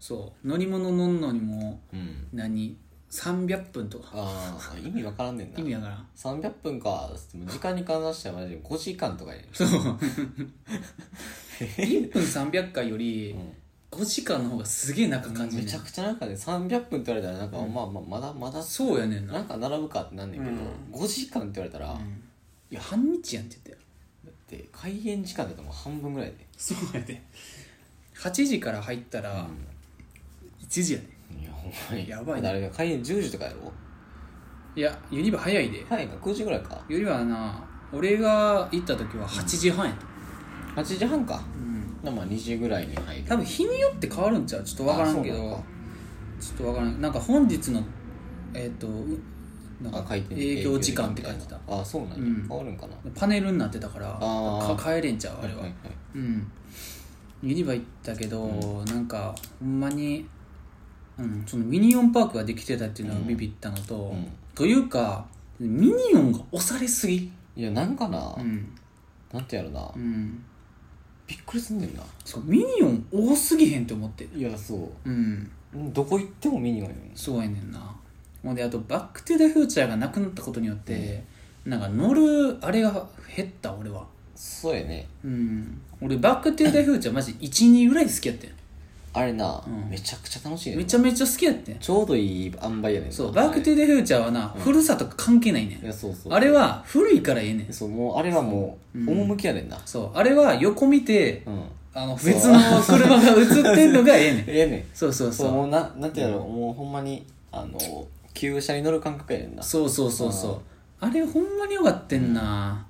A: そう乗り物乗んのにも
B: うん
A: 何300分とか
B: ああ意味わからんねんな
A: 意味やから
B: 300分かつっても時間に換算したらマジで5時間とかやね
A: そう1分300回より
B: ん
A: 5時間の方がすげえ中感じ
B: め
A: るね
B: ちゃくちゃなんかね300分って言われたらなんか、まあまあまだまだ
A: そうやねんな
B: なんか並ぶかってなんねんけど、5時間って言われたら、だ
A: いや半日やんって言ったよ
B: って開演時間だともう半分ぐらいで
A: そうやで8時から入ったら1時やね
B: いやほんまに
A: やばいな
B: 誰が開演10時とかやろ
A: いやユニバ早いでよ
B: 早いか9時ぐらいか
A: りはな俺が行った時は8時半やった
B: 8時半か、まあ2時ぐらいに入る
A: 多分日によって変わるんちゃうちょっと分からんけ
B: あそうな
A: ど
B: のか
A: ちょっと分からんなんか本日のえっ、とうなん
B: あ
A: か
B: 開店
A: 営業時間って書いてた
B: あそうなんや、
A: うん
B: 変わるんかな
A: パネルになってたから
B: あー
A: か帰れんちゃうあれは、
B: いい
A: うんユニバ行ったけど、なんかほんまに、うん、そのミニオンパークができてたっていうのはビビったのと、
B: ん
A: というかミニオンが押されすぎ
B: いやなんかな、
A: うん
B: なんてやろな
A: うん
B: びっくりすんねんな
A: そうミニオン多すぎへんって思って
B: いやそ
A: う
B: う
A: ん
B: どこ行ってもミニオンやん
A: そうやねんなほんであと「バック・トゥ・ザ・フューチャー」がなくなったことによって、なんか乗るあれが減った俺は
B: そうやね
A: うん俺「バック・トゥ・ザ・フューチャー」マジ12ぐらい好きやってん
B: あれな、
A: うん
B: めちゃくちゃ楽しいねん
A: めちゃめちゃ好きやってん
B: ちょうどいい塩梅やねん
A: そう「バック・トゥ・ザ・フューチャー」はな、古さとか関係ないね
B: い
A: ん
B: やそうそう
A: あれは古いからええねん
B: そうもうあれはもう趣やねんな
A: そうあれは横見て
B: うん
A: あの別の車が映ってんのがえ えねん
B: ええねん
A: そうそう
B: そう
A: そう
B: もうななんてやろうもうほんまにあの旧車に乗る感覚やねんな
A: そうそうそうそうあれほんまによかってんな、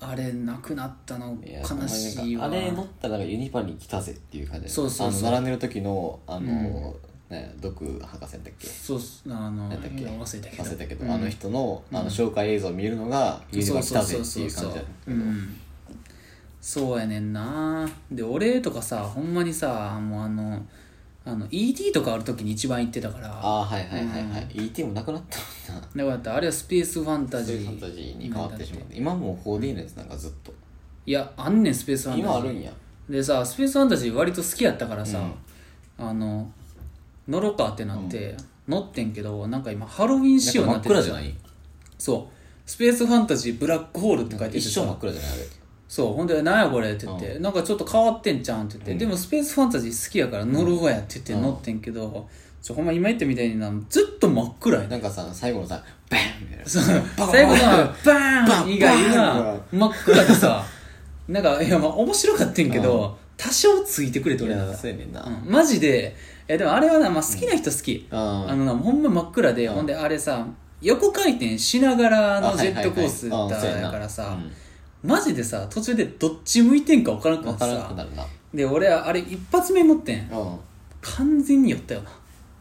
A: あれなくなったの
B: や
A: 悲しいわ
B: ほんまになんかあれ乗ったらなんかユニバに来たぜっていう感じ
A: そうそうそう
B: あの並んでる時のあの、ね毒博士だったっけ
A: そうっすあの
B: なんだっけ
A: 忘れたけど
B: 忘れたけど、
A: うん
B: あの人のあの紹介映像を見るのがユニ
A: そ
B: バ
A: う
B: 来
A: そ
B: た
A: う
B: ぜ
A: そう
B: って
A: そ
B: いうう
A: そ
B: 感
A: う
B: じやね
A: うんそうやねんなで俺とかさほんまにさもうあのあの ET とかある時に一番行ってたからだか
B: ああはいはいはいはい、ET もなくなったもんな
A: らやっぱあれはスペースファンタ
B: そ
A: ジ
B: うい
A: ー
B: うファンタジーに変わってしまって今もう 4D のやつなんかずっと
A: いやあんねんスペースファンタジー
B: 今あるんや
A: でさスペースファンタジー割と好きやったからさ、あの乗ろうかってなって、乗ってんけどなんか今ハロウィン仕
B: なん
A: 様になっ
B: か真って
A: て
B: 暗じゃない
A: そうスペースファンタジーブラックホールって書いてて
B: 一生
A: さ
B: 真っ暗じゃないあれ
A: そうほんで「何やこれ」って言って、なんかちょっと変わってんじゃうん」って言って、でもスペースファンタジー好きやから乗るわやって言って乗ってんけど、ちょほんま今言ったみたいになずっと真っ暗やね
B: なんかさ最後のさバーンみたいな
A: そう最後のバーン以外
B: バ
A: が
B: ン
A: 真っ暗でさなんかいやまあ面白かってんけど多少ついてくれと俺なんか
B: そうやねんな、
A: うんマジでえでもあれはな、まあ、好きな人好き、
B: あー
A: あのなほんま真っ暗で、ほんであれさ横回転しながらのジェットコースだ
B: あはいはいはいあそうやな
A: からさ、
B: うん
A: マジでさ途中でどっち向いてんか分からんくなっ
B: 分
A: て
B: からなく
A: さ
B: なるな
A: で俺はあれ一発目持ってん
B: う
A: 完全に寄ったよなん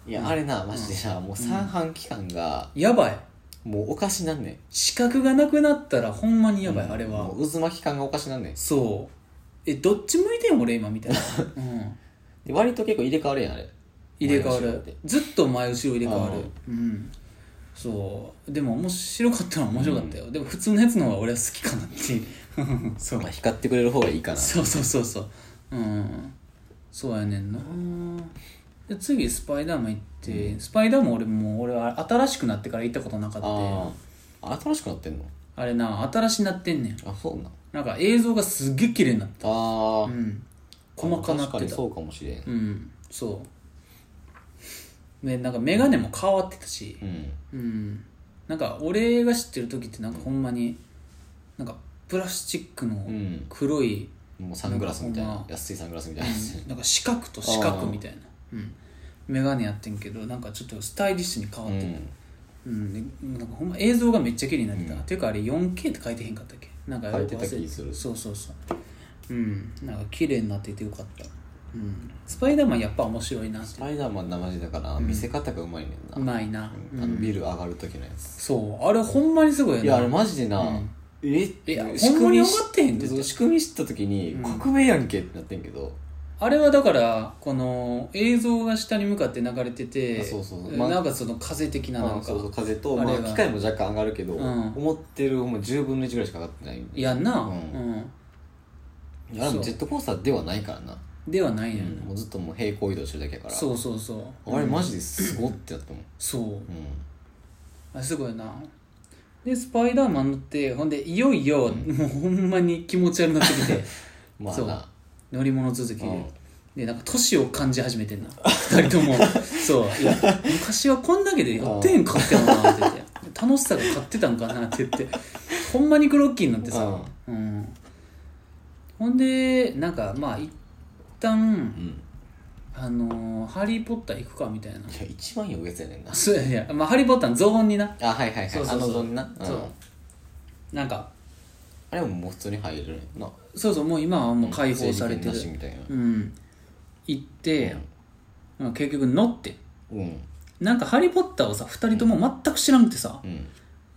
B: いやあれなマジでさもう三半期間が
A: やばい
B: もうおかしなんねん
A: 視覚がなくなったらほんまにやばい、あれは
B: もう渦巻き感がおかしなんねん
A: そうえどっち向いてん俺今みたい な、うん、
B: で割と結構入れ替わるやんあれ
A: 入れ替わ
B: 前後ろ
A: る
B: で
A: ずっと前後ろ入れ替わるうんそうでも面白かったのは面白かったよ、でも普通のやつの方が俺は好きかなっていう そう
B: まあ光ってくれる方がいいかな
A: そうそうそうそううんそうやねんなで次スパイダーマン行って、スパイダーマン俺も俺は新しくなってから行ったことなかった
B: ああ新しくなってんの
A: あれな新しになってんねん
B: あそうなん
A: なんか映像がすっげえ綺麗になって
B: ああ、
A: うん細かなっ
B: 確か
A: て
B: に
A: た
B: そうかもしれん
A: うんそうでなんか眼鏡も変わってたし
B: うん
A: うんなんか俺が知ってる時ってなんかほんまになんかプラスチックの
B: うん
A: 黒い、
B: もうサングラスみたいな
A: なんかほん
B: 安いサングラスみたいなやつ、
A: なんか四角と四角みたいな、うん、眼鏡やってんけどなんかちょっとスタイリッシュに変わ
B: う
A: ってる、
B: ん、
A: うんでなんかほんま映像がめっちゃ綺麗になってた、
B: うん
A: っていうかあれ 4K って書いてへんかったっけなんかよく
B: 書いてた
A: 忘れ
B: 気する
A: そうそうそううんなんか綺麗になっててよかった、うん、スパイダーマンやっぱ面白いな
B: スパイダーマン生地だから見せ方がうまいねんな、
A: うまいな、
B: うんあのビル上がる時のやつ、
A: そうあれほんまにすごいよ
B: いやあれ
A: な
B: マジでな、
A: うん
B: え
A: え
B: 仕
A: ほんま
B: 組
A: に
B: み
A: 上がってへんって
B: そう仕組み知った時に、
A: うん
B: 革命やんけってなってんけど
A: あれはだからこの映像が下に向かって流れてて
B: あそうそうそう
A: え
B: まあ
A: なんかその風的ななん
B: あ
A: か
B: そうそう風と、
A: あ
B: ま
A: れ
B: あ
A: が、
B: 機械も若干上がるけど、
A: うん
B: 思ってるもう10分の1ぐらいしか上がってない
A: やんな、う
B: うんんあれ
A: そ
B: も
A: う
B: ジェットコースターではないからな、
A: ではないんや
B: うんもうずっともう平行移動してるだけやか
A: な
B: ら
A: そうそうそう
B: あれマジですごってなったもん、
A: そう
B: う
A: あすごいなでスパイダーマン乗ってほんでいよいよ、もうほんまに気持ち悪くなってき て
B: ん、まあ
A: そう
B: な
A: 乗り物続きで、
B: うん
A: でなんか年を感じ始めてんな二 人ともそういや昔はこんだけでやってへんかったよなって言って楽しさが勝ってたんかなって言ってほんまにクロッキーになってさ、うん、ほんでなんかまあ一旦
B: うん、い
A: あのーハリー・ポッター行くか」みたいな
B: や一番よくやつやねんな
A: そういや、まあ、ハリー・ポッターのゾーンにな
B: あはいはいはい
A: そうそうそう
B: あのゾンな、うん
A: そうなんか
B: あれももう普通に入れるねんな
A: そうそうもう今はもう解放されてる
B: 整理券なしみたいな
A: うん、行って、まあ結局乗って
B: うん
A: なんか「ハリー・ポッター」をさ2人とも全く知らんくてさ、
B: うん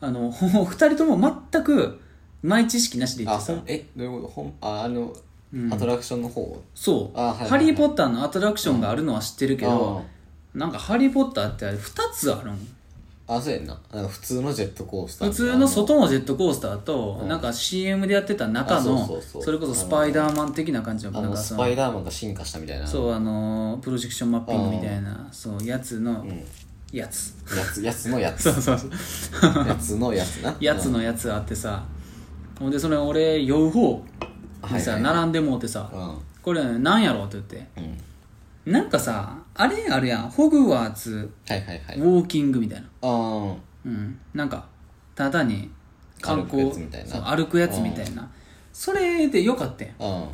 A: あの 2人とも全く前知識なしで行っ
B: あ
A: てさ
B: ほんえどういうことほんああの、
A: うん
B: アトラクションの方
A: そう、
B: あはいはいはい
A: ハリー・ポッター」のアトラクションがあるのは知ってるけど、なんか「ハリー・ポッター」ってあれ2つあるん
B: あーあそうやんななんか普通のジェットコースター
A: 普通の外のジェットコースターと、なんか CM でやってた中
B: あ
A: の
B: そうそうそう
A: れこそスパイダーマン的な感じの
B: あ
A: なんか
B: のス
A: そ
B: パイ
A: の
B: ダーマンが進化したみたいな
A: そうあのープロジェクションマッピングみたいなそうやつの
B: うん、や
A: やつ、
B: つやつのやつ
A: そうそうそう
B: やつのやつな
A: やつ
B: うん
A: のやつあってさ、ほんでそれ俺酔う方にさ、
B: はいはい
A: 並んでもうてさ、
B: うん
A: これなんやろって言って
B: うん
A: なんかさあれあるやんホグワーツ
B: はいはいは
A: ウ
B: い
A: ォーキングみたいな、
B: あ
A: うんなんかただに観光
B: 歩くやつみたいな
A: そう歩くやつみたいな、それでよかったやん
B: あ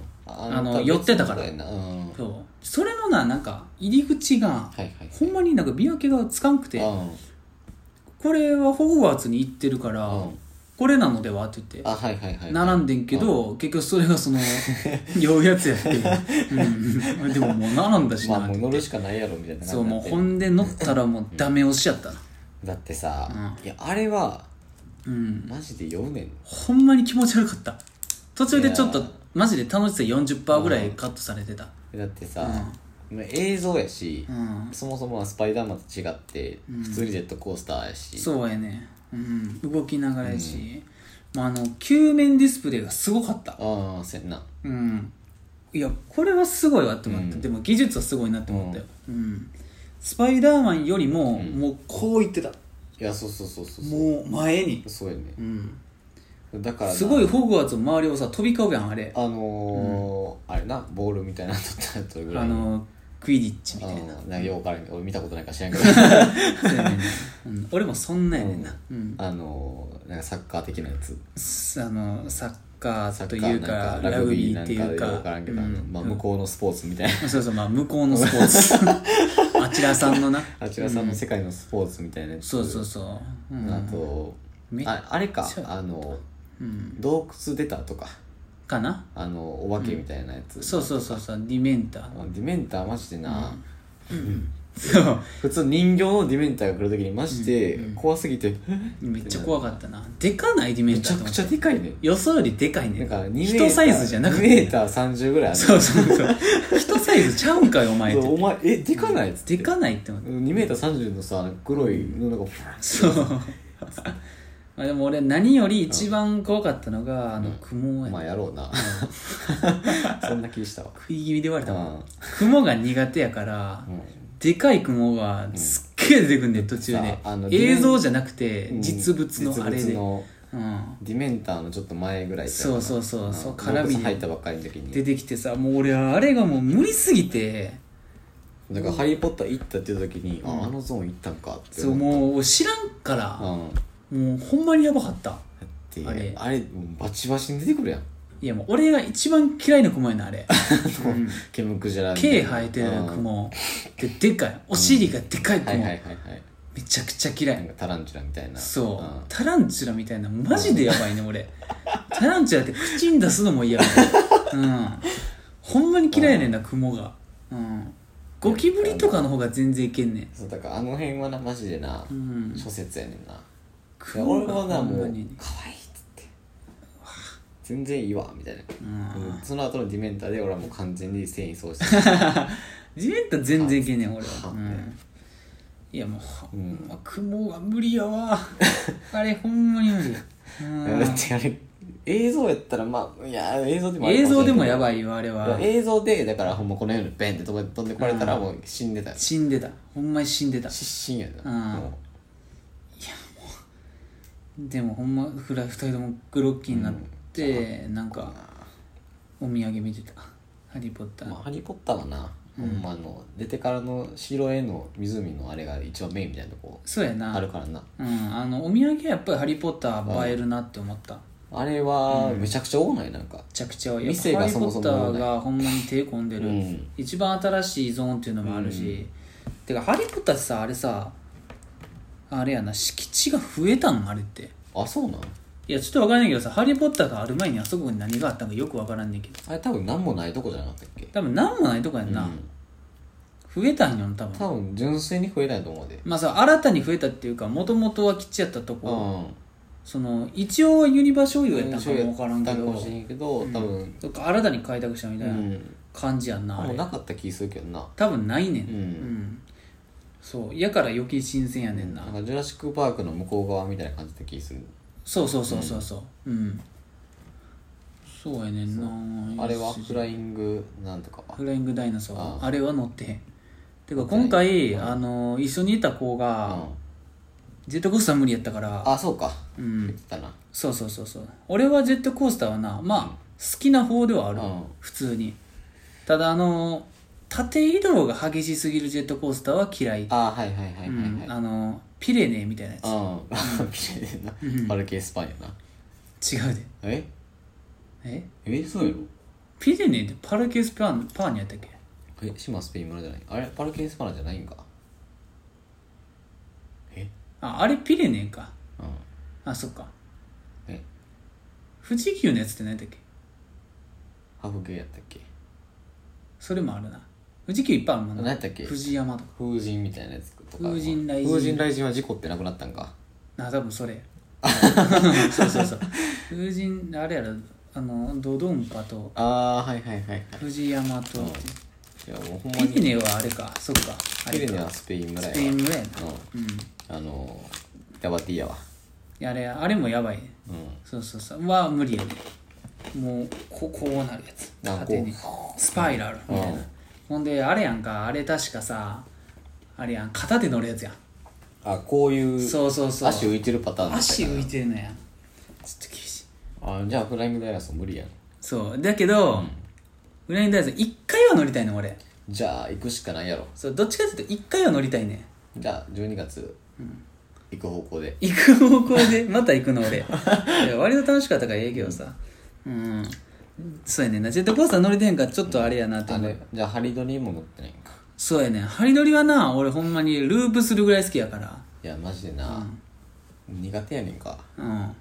B: うん
A: あの
B: 多分
A: 寄ってたから
B: みいなうん
A: そうそれのななんか入り口が
B: はいはい
A: ほんまになんか見分けがつかんくて
B: うん
A: これはホグワーツに行ってるから、
B: うん
A: これなのではって言って
B: あはいはいはい
A: 並んでんけど、結局それがそ の酔うやつやって、うん、でももう並んだし
B: ま
A: な
B: あ
A: って
B: もう乗るしかないやろみたいな感じ
A: そう
B: にな
A: も
B: っ
A: う
B: て
A: ほんで乗ったらもうダメ押しやったな
B: だってさ、
A: う
B: いやあれは
A: うん
B: マジで酔うねん
A: ほんまに気持ち悪かった途中でちょっ
B: い
A: と
B: や
A: マジで楽しさ40%ぐらいカットされてた
B: だってさ、まあ映像やし、
A: うん
B: そもそもはスパイダーマンと違って普通にジェットコースターやし、
A: そうやね、うん、動きながらやし、まあ、あの球面ディスプレイがすごかった
B: ああせんな
A: うんいやこれはすごいわって思って、
B: うん
A: でも技術はすごいなって思ったよ、うんスパイダーマンよりも、もうこう言ってた
B: いやそうそうそうそうそう
A: もう前に、
B: そうやね
A: うん、
B: だからな
A: すごいホグワーツの周りをさ飛び交うやんあれ
B: あのーあれなボールみたいなの取ったらどれぐら
A: あ
B: い
A: のクイディッチみ
B: あ
A: たい
B: の
A: な
B: なんかようからんけど俺見たことないから知らんけど
A: そうやねんなうん俺もそんなんやねんな、うん
B: あのーなんかサッカー的なやつ
A: すあのサッカ
B: サ
A: ー
B: ッ
A: と
B: カー
A: いうか
B: なんか
A: ラ
B: ラ
A: グ
B: グ
A: ビ
B: ビー
A: ー
B: な
A: って
B: ん
A: い
B: か
A: う
B: よ
A: か
B: うわからんけど、あの
A: うん
B: まあ、向こうのスポーツみたいな、
A: そうそうまあ向こうのスポーツあちらさんのな
B: あちらさんの世界のスポーツみたいなやつ
A: そうそうそう、うん
B: あと
A: めっ
B: ああれか
A: ちゃ
B: あの
A: うん、
B: 洞窟出たとか
A: かな
B: あのお化けみたいなやつ、
A: そうそうそうそうディメンター
B: あディメンターマジでな、
A: そう
B: 普通人形のディメンターが来る時にマジで怖すぎて、
A: めっちゃ怖かったなでかないディメン
B: め
A: タ
B: ちゃ
A: ーと
B: く
A: 思っ
B: ち
A: て
B: ゃでかいね
A: 予想よりでかい
B: なん
A: ね
B: か2メーター
A: 人サイズじゃなく
B: 2メー
A: て
B: ター30ぐらいある
A: そうそうそう人サイズちゃうんかいお前っ
B: そうお
A: て
B: 前えでかないっつって
A: でかないって思って
B: 2メーター30のさ黒いのなんかふわっ
A: そう まあでも俺何より一番怖かったのがあの雲や
B: まあやろうなそんな気したわ
A: 食い気味で言われたも
B: うん
A: ん雲が苦手やから
B: うん
A: でかい雲がすっげえ出てくんで、途中
B: さ
A: で
B: あの
A: 映像じゃなくて
B: うん
A: 実物のあれ
B: 実
A: で、
B: 物の
A: うん、
B: ディメンターのちょっと前ぐらいちゃかな
A: そうそうそうんそう
B: 洞
A: 絡みで
B: 窟入ったばっかりの時
A: 出
B: に
A: てきてさもう俺あれがもう無理すぎて
B: だから「ハリー・ポッター」行ったっていう時に、
A: うん
B: ああのゾーン行ったんかって
A: そう
B: う
A: もう知らんから、
B: ん
A: もうほんまにやばかった
B: で
A: あ
B: あ
A: れ
B: れバチバチに出てくるやん
A: いやもう俺が一番嫌いな雲やなあれ、うん、
B: ケムクジャラみた
A: 毛
B: いな
A: 生えてる雲ででかいお尻がでかい
B: うんはい
A: 雲、
B: はいはいはい
A: めちゃくちゃ嫌い
B: なんかタランチュラみたいな
A: そう、
B: ん
A: タランチュラみたいなマジでやばいね俺タランチュラって口に出すのも嫌や ねうんほんまに嫌いやねんな雲がうんゴキブリとかの方が全然いけんねん
B: そうだからあの辺はなマジでな、
A: うん
B: 諸説やねんな
A: 雲
B: 俺
A: が
B: はな
A: ほん
B: もう
A: まに
B: 可愛いっつって全然いいわみたいな
A: うん
B: その後のディメンターで俺はもう完全に繊維喪失して
A: ジメンタ全然いけんねん俺は、
B: は
A: うん、いやもうほ
B: うんん
A: ま雲は無理や わあれほんまに無理うん
B: だってあれ映像やったらまあいや映像でもあるか
A: 映
B: もしれんけど
A: 像でもやばいよあれはい
B: や映像でだからほんまこのようにベンって飛んで飛んでこられたらもう死んでたよ
A: 死んでたほんまに死んでた
B: 失神やな
A: うん
B: も
A: でもほんまふら二人ともグロッキーになって、なん
B: う
A: かお土産見てた「ハリー・ポッター」
B: まあ、ハリー・ポッターはな、ほんまあの出てからの城への湖のあれが一番メインみたいなとこ
A: そうやな
B: あるからな
A: うん、あのお土産はやっぱり「ハリー・ポッター」映えるなって思っため
B: あれはめちゃくちゃ多ないなんか
A: ちゃくちゃ多いやっぱ
B: 店が
A: ハリー・
B: そ
A: ポ
B: もそ
A: ッ
B: も
A: ター」がほんまに手込んでる、
B: うん
A: 一番新しいゾーンっていうのもあるし、てか「ハリー・ポッター」ってさあれさあれやな敷地が増えたんあれって
B: あそうなん
A: いやちょっと分からんないけどさ「ハリー・ポッター」がある前にあそこに何があったんかよく分からんねんけど
B: あれ多分何もないとこじゃなかったっけ
A: 多分何もないとこやんな、
B: うん
A: 増えたんよ多分
B: 多分純粋に増えないと思うで
A: まあさ新たに増えたっていうかもともとは基地やったと
B: う
A: こ、
B: ん
A: その一応はユニバー商
B: そ
A: 用やったんかも分からんけ
B: か
A: ど
B: もしれんけど多分
A: そっか新たに開拓したみ
B: う
A: たいなん感じやんな、あ
B: もう
A: れ
B: なかった気するけどな
A: 多分ないねん、
B: う
A: うんんそうやから余計新鮮やねんな、
B: なんかジュラシック・パークの向こう側みたいな感じで気する
A: そうそうそうそうそううんそうやねんな
B: あれはフライングなんとかは
A: フライングダイナソーあ
B: あ
A: れは乗ってへんてか
B: 乗ってない
A: 今回、あの一緒にいた子
B: う
A: が
B: ん
A: ジェットコースター無理やったから
B: あそうか
A: う
B: 言
A: ん
B: ってたな
A: そうそうそうそう俺はジェットコースターはなまあ好きな方ではある、
B: うん
A: 普通にただあの縦移動が激しすぎるジェットコースターは嫌い、
B: あはいはいはいはい
A: うん
B: はい
A: あのピレネーみたいなや
B: うん ピレネなパルケ・スパンやな
A: つ違うで
B: え
A: え
B: えそうやろ
A: ピレネーってパルケスパンパーニやったっけ
B: え島スペイン村じゃないあれパルケ・スパナじゃないんかえ
A: ああれピレネーか
B: うん
A: あそっか
B: え
A: 富士急のやつって何やったっけ
B: ハーフ系やったっけ
A: それもあるな富士急いっぱいあるもん
B: 何
A: な
B: やったっけ
A: 富士山とか
B: 風神みたいなやつとか
A: 風神雷神
B: 風神雷神は事故ってなくなったんか
A: あ多分それ そうそう そう風神あれやろあのドドンパと
B: ああーはいはいはいはい
A: 藤山と、
B: いやもうほんま
A: ピ
B: に
A: レネはあれかそっかあ
B: ピ
A: れ
B: レネ
A: か
B: はスペイン村
A: ス
B: や
A: ペイン
B: わ
A: 村やなうんい
B: うんあのーヤバティやわ
A: やあれあれもやばい
B: うん
A: そうそうそうは無理やねもうここうなるやつ
B: あ
A: 縦にスパイラルみたいな、
B: うん
A: ほんであれやんかあれ確かさあれやん片手乗るやつやん
B: あこういう
A: そうそうそう
B: 足浮いてるパターンみ
A: 足
B: たい
A: 浮
B: な
A: いてるのやんちょっと厳しい
B: あじゃあフライングダイナソー無理やん
A: そうだけど、ウラインダイソン1回は乗りたいの俺
B: じゃあ行くしかないやろ
A: そうどっちかっていうと1回は乗りたいねん
B: じゃあ12月行く方向で
A: 行く方向でまた行くの俺いや割と楽しかったからええけどさうんそうやねんなジェットコースター乗りてんからちょっとあれやなって
B: あ
A: 思う
B: れじゃあハリドリも乗ってないんか
A: そうやねんハリドリはな俺ほんまにループするぐらい好きやから
B: いやマジでな苦手やねんか
A: うん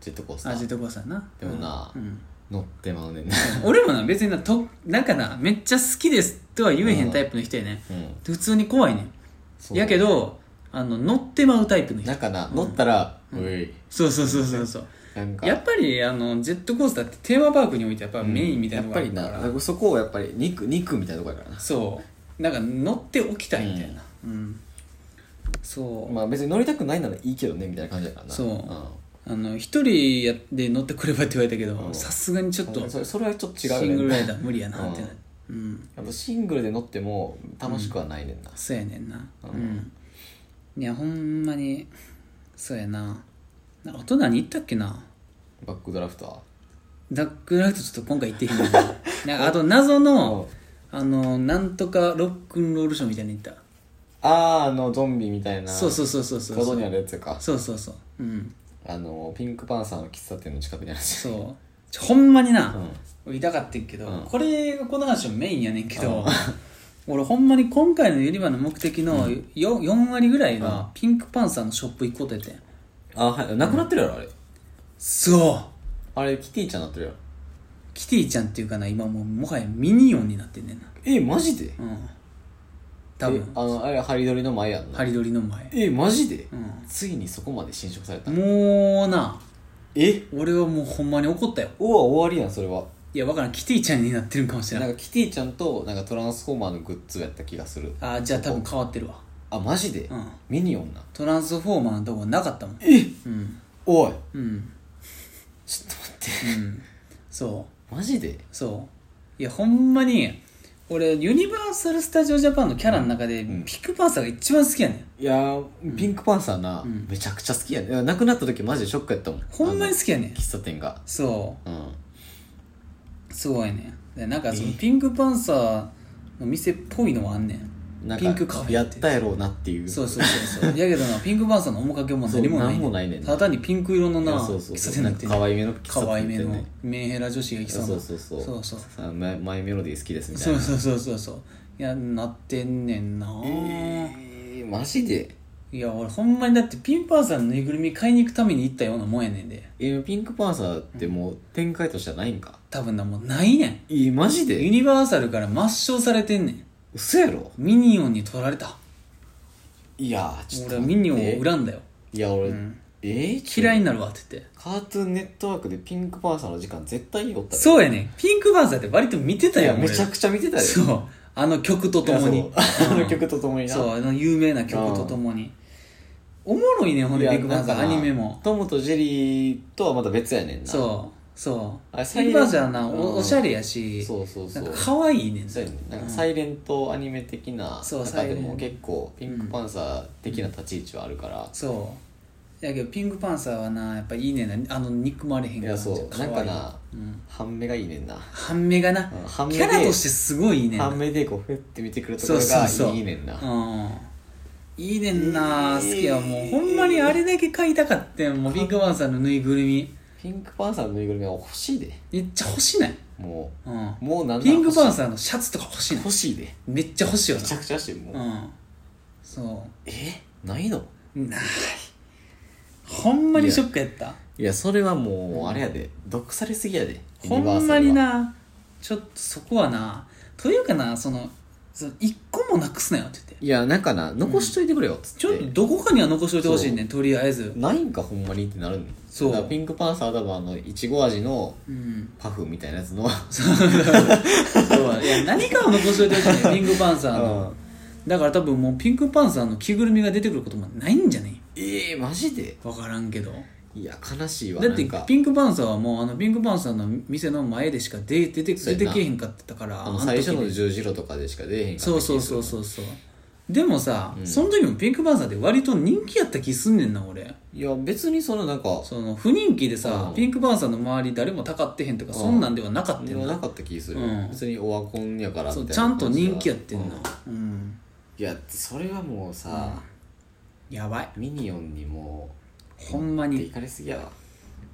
B: ジェットコースタ
A: あジェ
B: ー
A: ットコースターな
B: でもな
A: うん
B: 乗ってまうね んな
A: 俺もな別になとなんかなめっちゃ好きですとは言えへんタイプの人やねん
B: うん
A: 普通に怖いねん
B: そう
A: やけどあの乗ってまうタイプの人
B: なんかな乗ったら「うい
A: そうそうそうそうそう」
B: なんか
A: やっぱりあのジェットコースターってテーマパークにおいてやっぱメインみたい
B: や
A: な
B: っ
A: のが
B: ぱ
A: あ
B: り
A: るか
B: な
A: ら、
B: なんかそこをやっぱり肉肉みたいなとこやからな
A: そうなんか乗っておきたいみたいな、うんそう、
B: まあ別に乗りたくないならいいけどねみたいな感じやからな
A: そうんあの一人やで乗ってくればって言われたけど
B: うん
A: さすがにちょっと
B: それそれはちょっと違う
A: シングル
B: ね
A: ライダー無理やなってな
B: うん
A: うん
B: やっぱシングルで乗っても楽しくはないねんな、
A: そうやねんな
B: う
A: うん
B: ん、
A: いやほんまにそうやなな大人に行ったっけな
B: バックドラフト
A: ダックライトちょっと今回行ってへん ねんななんかあと謎
B: は、
A: のあのなんとかロックンロールショーみたいに行った
B: あーあのゾンビみたいな
A: そうそううそうそうそう
B: 角
A: そう
B: にあるやつか
A: そうそうそううん
B: あのピンクパンサーの喫茶店の近くにあるし
A: そうちょほんまにな、
B: ん
A: 俺痛かってんけど、
B: うん
A: これがこの話のメインやねんけど、
B: うん
A: 俺ほんまに今回のユニバの目的の 4, 4割ぐらい
B: うん
A: がピンクパンサーのショップ行くことやってん
B: あはいなくなってるやろあれ
A: そう
B: あれキティちゃんなってるやろ
A: キティちゃんっていうかな今もうもはやミニオンになってんねんな
B: えマジで
A: うん多
B: え
A: 分
B: あのあれハリドリの前やんな
A: ハリドリの前
B: えマジで、
A: うん
B: ついにそこまで侵食された
A: もうな
B: え
A: 俺はもうほんまに怒ったよ
B: うわ終わりやんそれはい
A: やわからんキティちゃんになってるんかもしれな
B: ないんかキティちゃんとなんかトランスフォーマーのグッズやった気がする
A: あじゃあ多分変わってるわ
B: あマジで、
A: うん
B: ミニオンな
A: トランスフォーマーのとこなかったもん
B: え
A: うん
B: おい
A: うん
B: ちょっと待
A: う
B: っ
A: んそう
B: てマジで
A: そういやほんまに俺ユニバーサル・スタジオ・ジャパンのキャラの中で、
B: ん
A: ピックパンサーが一番好きやねん
B: いやーピンクパンサーな、
A: ん
B: めちゃくちゃ好きやねいや亡くなった時マジでショックやったもん
A: ほんまに
B: あ
A: 好きやねん
B: の喫茶店が
A: そ
B: うん
A: うすごいねんでなんかその
B: え
A: ピンクパンサーの店っぽいのはあんねん
B: なんか
A: ピンクカフェ
B: やったやろうなっていう
A: そうそうそう そうやけどなピンクパンサーの面影も何もない
B: そう何もないねんな
A: ただにピンク色の
B: い
A: な
B: やそうそう
A: 喫茶
B: そう
A: 店
B: な
A: にな
B: ん
A: って
B: か
A: んね
B: 可
A: ん
B: 愛めの喫茶
A: 可愛
B: 店
A: め
B: やってん
A: の
B: ね
A: メンヘラ女子が行き
B: そ
A: そうう
B: そ
A: な
B: うそうそう
A: そうそう
B: さマイマイメロディー好きですみたい
A: そう
B: な
A: そうそうそうそういやなってんねんな、
B: えーマジで
A: いや俺ほんまにだってピンパンさんのぬいぐるみ買いに行くために行ったようなもんやねんで
B: えーピンクパンサーってもう展開としてはないんか、
A: 多分なもうないねん
B: えーマジ
A: ユ
B: で
A: ニバーサルから抹消されてんねん
B: 嘘やろ
A: ミニオンに取られた
B: いやーちょっ
A: 俺
B: と
A: はミ
B: 待って
A: ニオンを恨んだよ
B: いや俺、
A: うん
B: えー、ちょ
A: 嫌いになるわって言って
B: カートゥーンネットワークでピンクパンサーの時間絶対よった
A: そうやねんピンクパンサーって割と見てた
B: い
A: よ
B: やめちゃくちゃ見てたよ
A: そうあの曲とともに
B: い やそうあ
A: う
B: の
A: ん
B: 曲とともにな
A: そうあの有名な曲とともにおもろいねんほん
B: い
A: で
B: や
A: ビッグバンサー
B: な
A: ア
B: んかな
A: ニメも
B: トムとジェリーとはまた別やねんな
A: そうそう
B: あれ
A: ビッグバンサーはな
B: うん
A: おおしゃれやし
B: そうそうそ
A: な
B: うん
A: か可愛いねん
B: そうやねなん
A: う
B: か
A: ん
B: サイレントアニメ的な
A: そう
B: 中でも
A: サイレン
B: 結構ピンクパンサー的な立ち位置はあるから、
A: そうやけどピンクパンサーはなやっぱいいねんなあの憎まれへん
B: いやそう
A: 可
B: な
A: 愛
B: ん
A: い
B: かな
A: うん
B: 半目がいいねんな
A: 半目がな
B: うん半目
A: キ
B: で
A: ャラとしてすごいいいねんな
B: 半目でこうふって見てくるところ
A: そうそうそ
B: が
A: う
B: いいねんな
A: うんいいねんな
B: えー
A: 好きやもうほんまにあれだけ買いたかってんもうビッグバンさんのぬいぐるみ
B: ピンクパンサーのぬいぐるみは欲しいで
A: めっちゃ欲しない、
B: も
A: うん
B: う、もうなんなら
A: ピンクパン
B: 欲し
A: サーのシャツとか欲し
B: い
A: いない
B: 欲しいで
A: めっちゃ欲しいよ
B: めちゃくちゃ欲しいもう、
A: なうんそ
B: えないの
A: うないほんまにショックやった
B: いやそれはもうあれやで毒されすぎやで
A: ほんまになちょっとそこはなというかなそのその一個もなくすなよって言って
B: いやなんかな残しといてくれよっつって、
A: ちょっとどこかには残しておいてほしいねんとりあえず
B: ないんかほんまにってなるの
A: そう
B: だからピンクパンサーは多分あのいちご味の
A: うん
B: パフみたいなやつの
A: そういや何かを残しておいてほ しいねんピンクパンサーの、だから多分もうピンクパンサーの着ぐるみが出てくることもないんじゃね
B: ええマジで
A: 分からんけど
B: いや悲しいわ
A: だって
B: なんか
A: ピンクパンサーはもうあのピンクパンサーの店の前でしか出出て
B: そう
A: 出
B: やな
A: てけえへんかってたから
B: あの最初
A: あ
B: の
A: 時で
B: 十字路とかでしか出えへんかった
A: そうそうそうそうそうでもさ、
B: うん
A: その時もピンクパンサーって割と人気やった気すんねんな俺
B: いや別にそのなんか
A: その不人気でさ、
B: うん
A: ピンクパンサーの周り誰もたかってへんとか、
B: うん
A: そんなんではなかったよ
B: な
A: な
B: かった気する、
A: うん
B: 別にオワコンやからみ
A: そ
B: たいうな
A: ちゃんと人気やってんな
B: うん
A: う
B: い
A: ん、
B: やそれはもうさ、
A: やばい
B: ミニオンにも
A: ほんま
B: う持って
A: に
B: いかれすぎやわ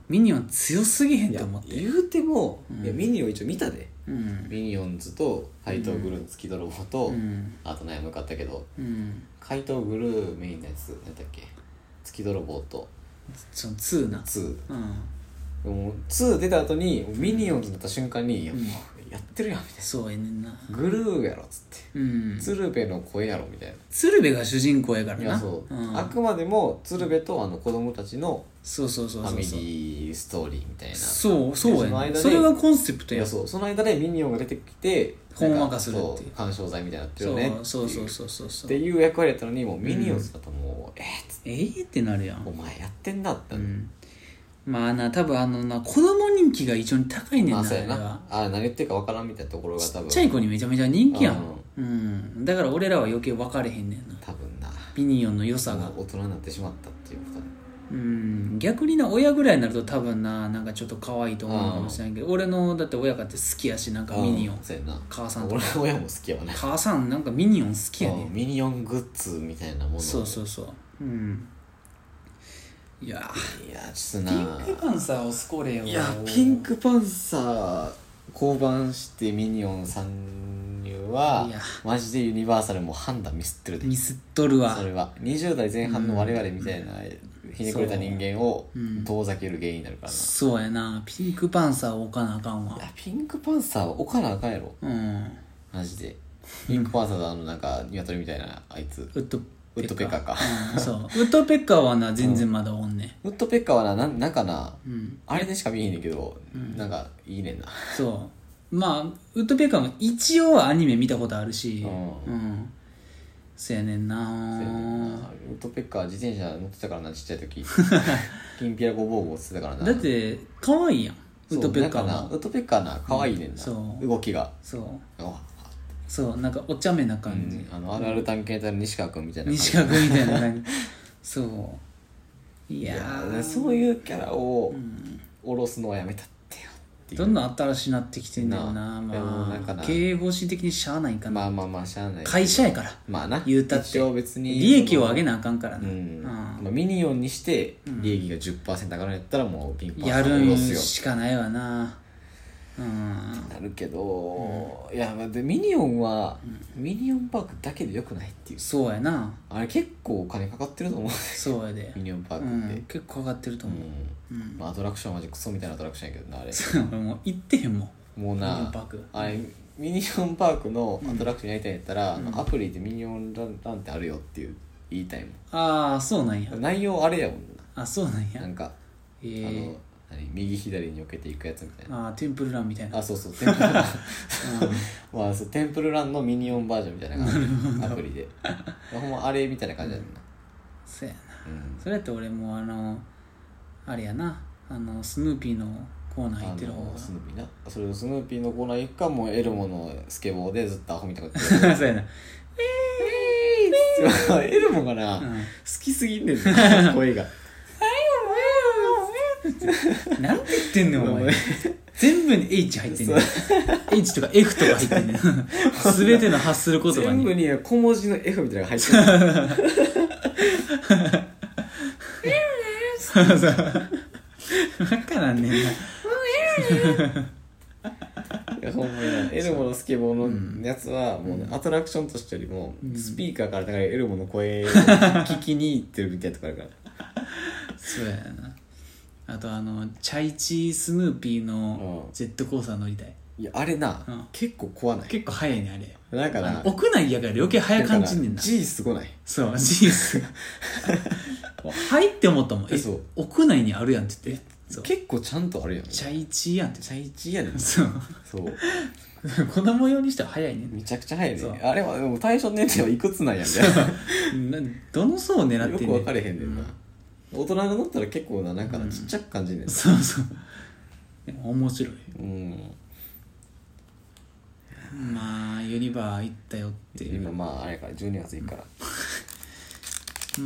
A: ミニオン強すぎへん
B: いや
A: と思って
B: 言うても、
A: うん
B: いやミニオン一応見たで
A: うん
B: ミニオンズと怪盗グルーの月泥棒と、
A: うん
B: あと何もよかったけど
A: うん
B: 怪盗グルーメインのやつ何だっけ月泥棒と
A: その2な
B: 2
A: うん
B: でも2出た後にミニオンズになった瞬間に、いやもうやってるやんみたい
A: そうやねんな
B: なグルーやろっつって、
A: うん
B: 鶴瓶の声やろみたいな
A: 鶴瓶が主人公やから
B: い
A: な
B: やそう、
A: ん
B: あくまでも鶴瓶とあの子供たちの
A: そうそう
B: フ
A: そう
B: ァ
A: そ
B: ミ
A: うそう
B: リーストーリーみたいな
A: そうそうやね
B: で
A: そ
B: そ
A: れ
B: の間に
A: がコンセプト
B: い
A: や
B: やそうその間でミニオンが出てきて
A: ほんわかするっていう
B: なんかそう緩衝材みたいになってる
A: そう
B: よねっていう
A: そうそうそうそうそ
B: っ
A: う
B: ていう役割やったのにもうミニオンズだともう、えっ、
A: ええってなるやん
B: お前やってんなって、
A: うんまあな多分あのな子供人気が異常に高いねん
B: ま
A: な,、
B: あそうや
A: あれは
B: なあ何言ってるか分からんみたいなところが多
A: ちっ
B: 分
A: ちゃい子にめちゃめちゃ人気やん、うん、だから俺らは余計分かれへんねんな
B: 多分な
A: ミニオンの良さが
B: 大人になってしまったっていうことね
A: うん逆にな親ぐらいになると多分ななんかちょっと可愛いと思うかもしれんけど俺のだって親かって好きやしなんかミニオン
B: うんそうやな
A: 母さんと
B: 俺
A: か
B: の親も好きやわね
A: 母さんなんかミニオン好きやね
B: うんミニオングッズみたいなもの
A: そうそうそううんいや
B: いやちょっとな
A: パンサーをスコレよ
B: いやピンクパンサー降板してミニオン参入はい
A: や
B: マジでユニバーサルも判断ミスってるで
A: ミスっとるわ
B: それは20代前半の我々みたいなひねくれた人間を
A: うん
B: 遠ざける原因になるからな、
A: そうやなピンクパンサーを置かなあかんわ
B: いやピンクパンサーは置かなあかんやろ
A: うん
B: マジでピンクパンサーのあのなんか鶏みたいなあいつ
A: ウッド
B: ウッドペッカーか
A: うん そうウッドペッカーはな全然まだおんね
B: ウッドペッカーはななんなんかな
A: うん
B: あれでしか見えへんねんけど、なんかいいねんな
A: そうまあウッドペッカーも一応はアニメ見たことあるしう、
B: うん
A: そやねんな
B: ウッドペッカー自転車乗ってたからなちっちゃ い時きんぴらごぼうごうっつってたからな
A: だって可愛いやんウ
B: そう
A: ッドペッカー
B: なんかな
A: は
B: ウッドペッカーな可愛いねんな、
A: そう
B: 動きが
A: そう
B: うわ
A: そうなんかお茶目な
B: う
A: 感じ、
B: んあのあるある探検隊の西川君みたいな感じ
A: 西川君みたいな感じそうい
B: い
A: や
B: や
A: ー
B: ーそういうキャラを下ろすのはやめたってよっていう
A: どんどん新しいなってきてんだよな
B: なあでも
A: ま
B: なんか
A: あ
B: な
A: 経営方針的にしゃあないんかな、
B: まあまあまあしゃあない
A: 会社やから
B: まあな
A: 言うたって
B: 一応別に
A: 利益を上
B: げ
A: げなあかんから
B: う
A: な、
B: ん、
A: うん
B: まあ、ミニオンにして利益が10%上がるんやったらもうピンポン
A: やる
B: 下ろ
A: ん
B: すよ
A: しかないわなうん
B: なるけど、いやまあでミニオンは、ミニオンパークだけでよくないっていう
A: そうやな
B: あれ結構お金かかってると思う
A: そうやで、
B: ミニオンパー
A: う
B: クって
A: ん、、結構上がってると思う、
B: うんまあ、アトラクションはマジクソみたいなアトラクションやけどなあれ
A: 俺もう行ってへん もんミニ
B: もう
A: オン
B: な
A: パーク
B: あれミニオンパークのアトラクションやりたいんやったら、あのアプリでミニオンランランってあるよっていう言いたい
A: ああそうなんや
B: もん内容あれやもん
A: あそうなん
B: なな
A: や
B: んか、
A: え
B: あ
A: ー
B: の、何右左に避けていくやつみたいな
A: あーテンプルランみたいな
B: あそ うそうテンプルランまあそうテンプルランのミニオンバージョンみたいな感じアプリでほんまあれみたいな感じやねんな、
A: そうやな
B: うん
A: それやって俺もうあのあれやなあのスヌーピーのコーナー行ってる方
B: あのスヌーピーなそれをスヌーピーのコーナー行くかもうエルモのスケボーでずっとアホみたいなこと
A: が
B: や
A: そうやな
B: ってるエルモがな、
A: う
B: 好
A: ん
B: きすぎんねんな声が
A: なんて言ってんねんお前全部に H 入ってんねん H とか F とか入って んねん全ての発する言葉
B: 全
A: に
B: 部に小文字の F みたいなのが入ってる
A: そうそうバカなんねんない
B: やほんまになエルモのスケボーのやつはもうね、アトラクションとしてよりもスピーカーからだからエルモの声を聞きに行ってるみたいなとこあるから
A: そうやなあとあのチャイチースヌーピーの
B: うん
A: ジェットコースター乗りたい
B: いやあれな、
A: うん
B: 結構怖ない
A: 結構早いねあれ
B: だか
A: あ
B: ら
A: の屋内やから余計早感じんねんな
B: G すごない
A: そうジースはいって思ったもんえ
B: そう
A: 屋内にあるやんって言ってそう
B: 結構ちゃんとあるやん
A: チャイチーやんって
B: チャイチーやねん
A: そう
B: そう
A: 子供用にしては早いね
B: めちゃくちゃ早い
A: そう
B: ねあれはでも対象年齢はいくつなんやみたい
A: などの層を狙
B: な
A: っ
B: よ
A: て
B: く
A: んね
B: 分かれへんねんな、大人が乗ったら結構ななんかなちっちゃく感じんねんな
A: そうそうでも面白い
B: うん
A: まあユニバー行ったよっていう
B: 今まああれやから12月行くから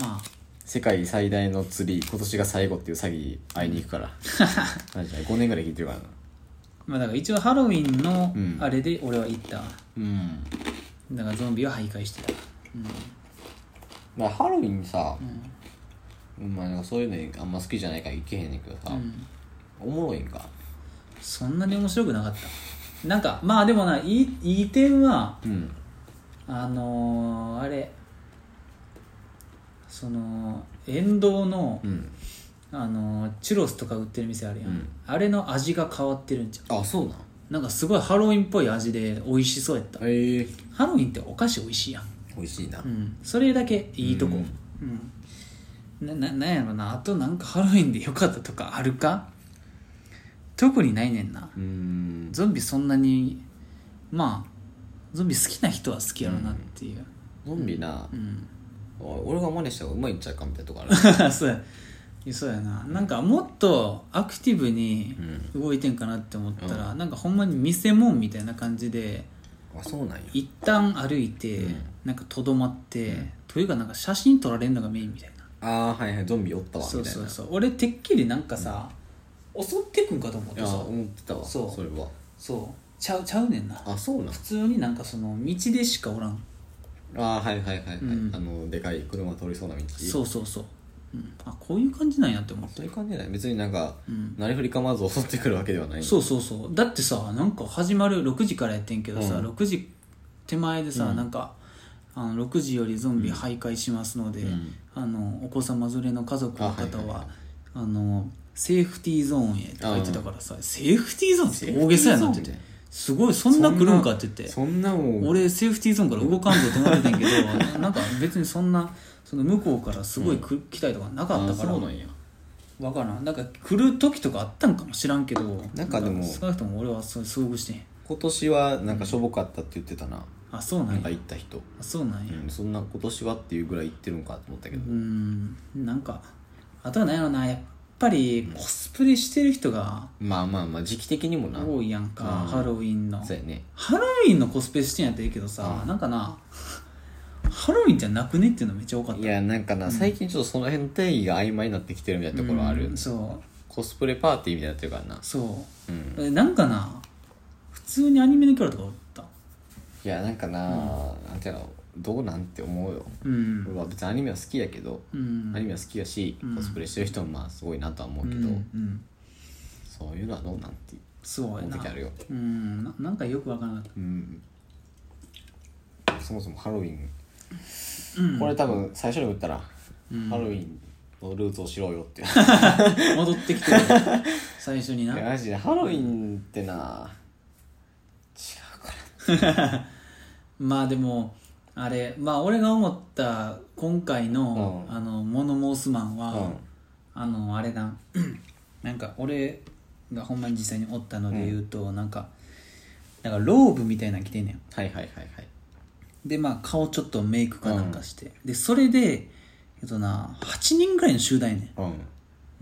A: まあ
B: 世界最大の釣り今年が最後っていう詐欺会いに行 くからマジで5年ぐらい聞いてるからな
A: まあだから一応ハロウィンの
B: うん
A: あれで俺は行ったわ、
B: うん
A: だからゾンビは徘徊してた
B: まあハロウィンさ、まあなんかそういうのあんま好きじゃないから行けへんねんけどさ、おもろいんか
A: そんなに面白くなかったなんかまあでもないいいい点は
B: うん
A: あのー、あれその沿道の、
B: うん
A: あのーチュロスとか売ってる店あるやん、
B: うん
A: あれの味が変わってるんじゃ
B: あそうなん
A: んなんかすごいハロウィンっぽい味で美味しそうやった
B: ええ
A: ハロウィンってお菓子美味しいやん、
B: 美味しいな、
A: うん、それだけいいとこうん、なななんやろなあとなんかハロウィンで良かったとかあるか特にないねんな
B: うーん
A: ゾンビそんなにまあゾンビ好きな人は好きやろなっていう
B: ゾンビな、
A: うん、
B: おい俺が真似した方がうまいんちゃうかみたいなとこあ る
A: そうやそうやななんかもっとアクティブに
B: うん
A: 動いてんかなって思ったら、なんかほんまに見せ物みたいな感じで
B: あそうなんや
A: 一旦歩いて、
B: うん
A: なんかとどまって、
B: うん
A: というかなんか写真撮られるのがメインみたいな
B: あーはいはいゾンビおったわみた
A: そ
B: いうな
A: そうそう俺てっきりなんかさ、襲ってくんかと思って
B: あ
A: さ
B: ー思ってたわ
A: そう
B: れは
A: そうちゃうちゃうねんな
B: あそうなん
A: 普通になんかその道でしかおらん
B: あーはいはいはいはい、
A: うん
B: あのでかい車通りそうな道
A: そうそうそう、うん、あこういう感じなんやって思って
B: そういう感じじゃない別になんか、
A: うん
B: なりふり構わず襲ってくるわけではない
A: そうそうそうだってさなんか始まる6時からやってんけどさ、
B: うん
A: 6時手前でさ、
B: うん
A: なんかあの6時よりゾンビ徘徊しますので、
B: うん
A: あのお子様連れの家族の方はあ,、
B: あはいはいはい
A: のセーフティーゾーンへって書いてたからさ、セーフティーゾーンって大げさやなって言ってすごいそんな来るんかって言って
B: そんなもん
A: 俺セーフティーゾーンから動かんぞと思ってたんやけど ななんか別にそんなその向こうからすごい来,、来たりとかなかったから
B: あそうなんや
A: わからんなんか来る時とかあったんかも知らんけど
B: なんかでも
A: 少なくとも俺はそう遭遇してへん
B: 今年はなんかしょぼかったって言ってたな、
A: あそうな
B: なん
A: ん
B: か
A: や
B: 行った人、
A: あそうなんや
B: うん、そんな今年はっていうぐらい行ってるんかと思ったけど、
A: うんなんかあとは何やろなやっぱりコスプレしてる人が
B: まあまあまあ時期的にもな
A: 多いやんか
B: うん
A: ハロウィンの
B: そうやね
A: ハロウィンのコスプレしてんやったらいいけどさ
B: うん
A: なんかなハロウィンじゃなくねっていうのめっちゃ多かった
B: いやなんかな、最近ちょっとその辺の定義が曖昧になってきてるみたいなところある、
A: うんそう
B: コスプレパーティーみたいになってるからな
A: そ
B: うん
A: うえなんかな普通にアニメのキャラとかおった
B: いやなんかな、なんていうのどうなんて思うよ、
A: うん
B: 俺は別にアニメは好きやけど、
A: うん
B: アニメは好きやし、
A: うん
B: コスプレしてる人もまあすごいなとは思うけど、
A: うんうん
B: そういうのはどうなんて
A: そうや
B: 思う
A: な
B: 時あるよ、
A: うんななんかよくわからなかっ
B: うん、そもそもハロウィン、
A: た、うん、
B: これ多分最初に言ったら、
A: うん
B: ハロウィンのルーツを知ろうよ っていう
A: 戻ってきてる最初に
B: いや
A: な
B: マジでハロウィンってな
A: まあでもあれまあ俺が思った今回の「
B: うん
A: あのモノモースマンは」
B: うん
A: あのあれだ なんか俺がほんまに実際におったので言うと、なんかなんかローブみたいなの着てんねん
B: はいはいはいはい
A: でまあ顔ちょっとメイクかなんかして、でそれでえっとな8人ぐらいの集団やねん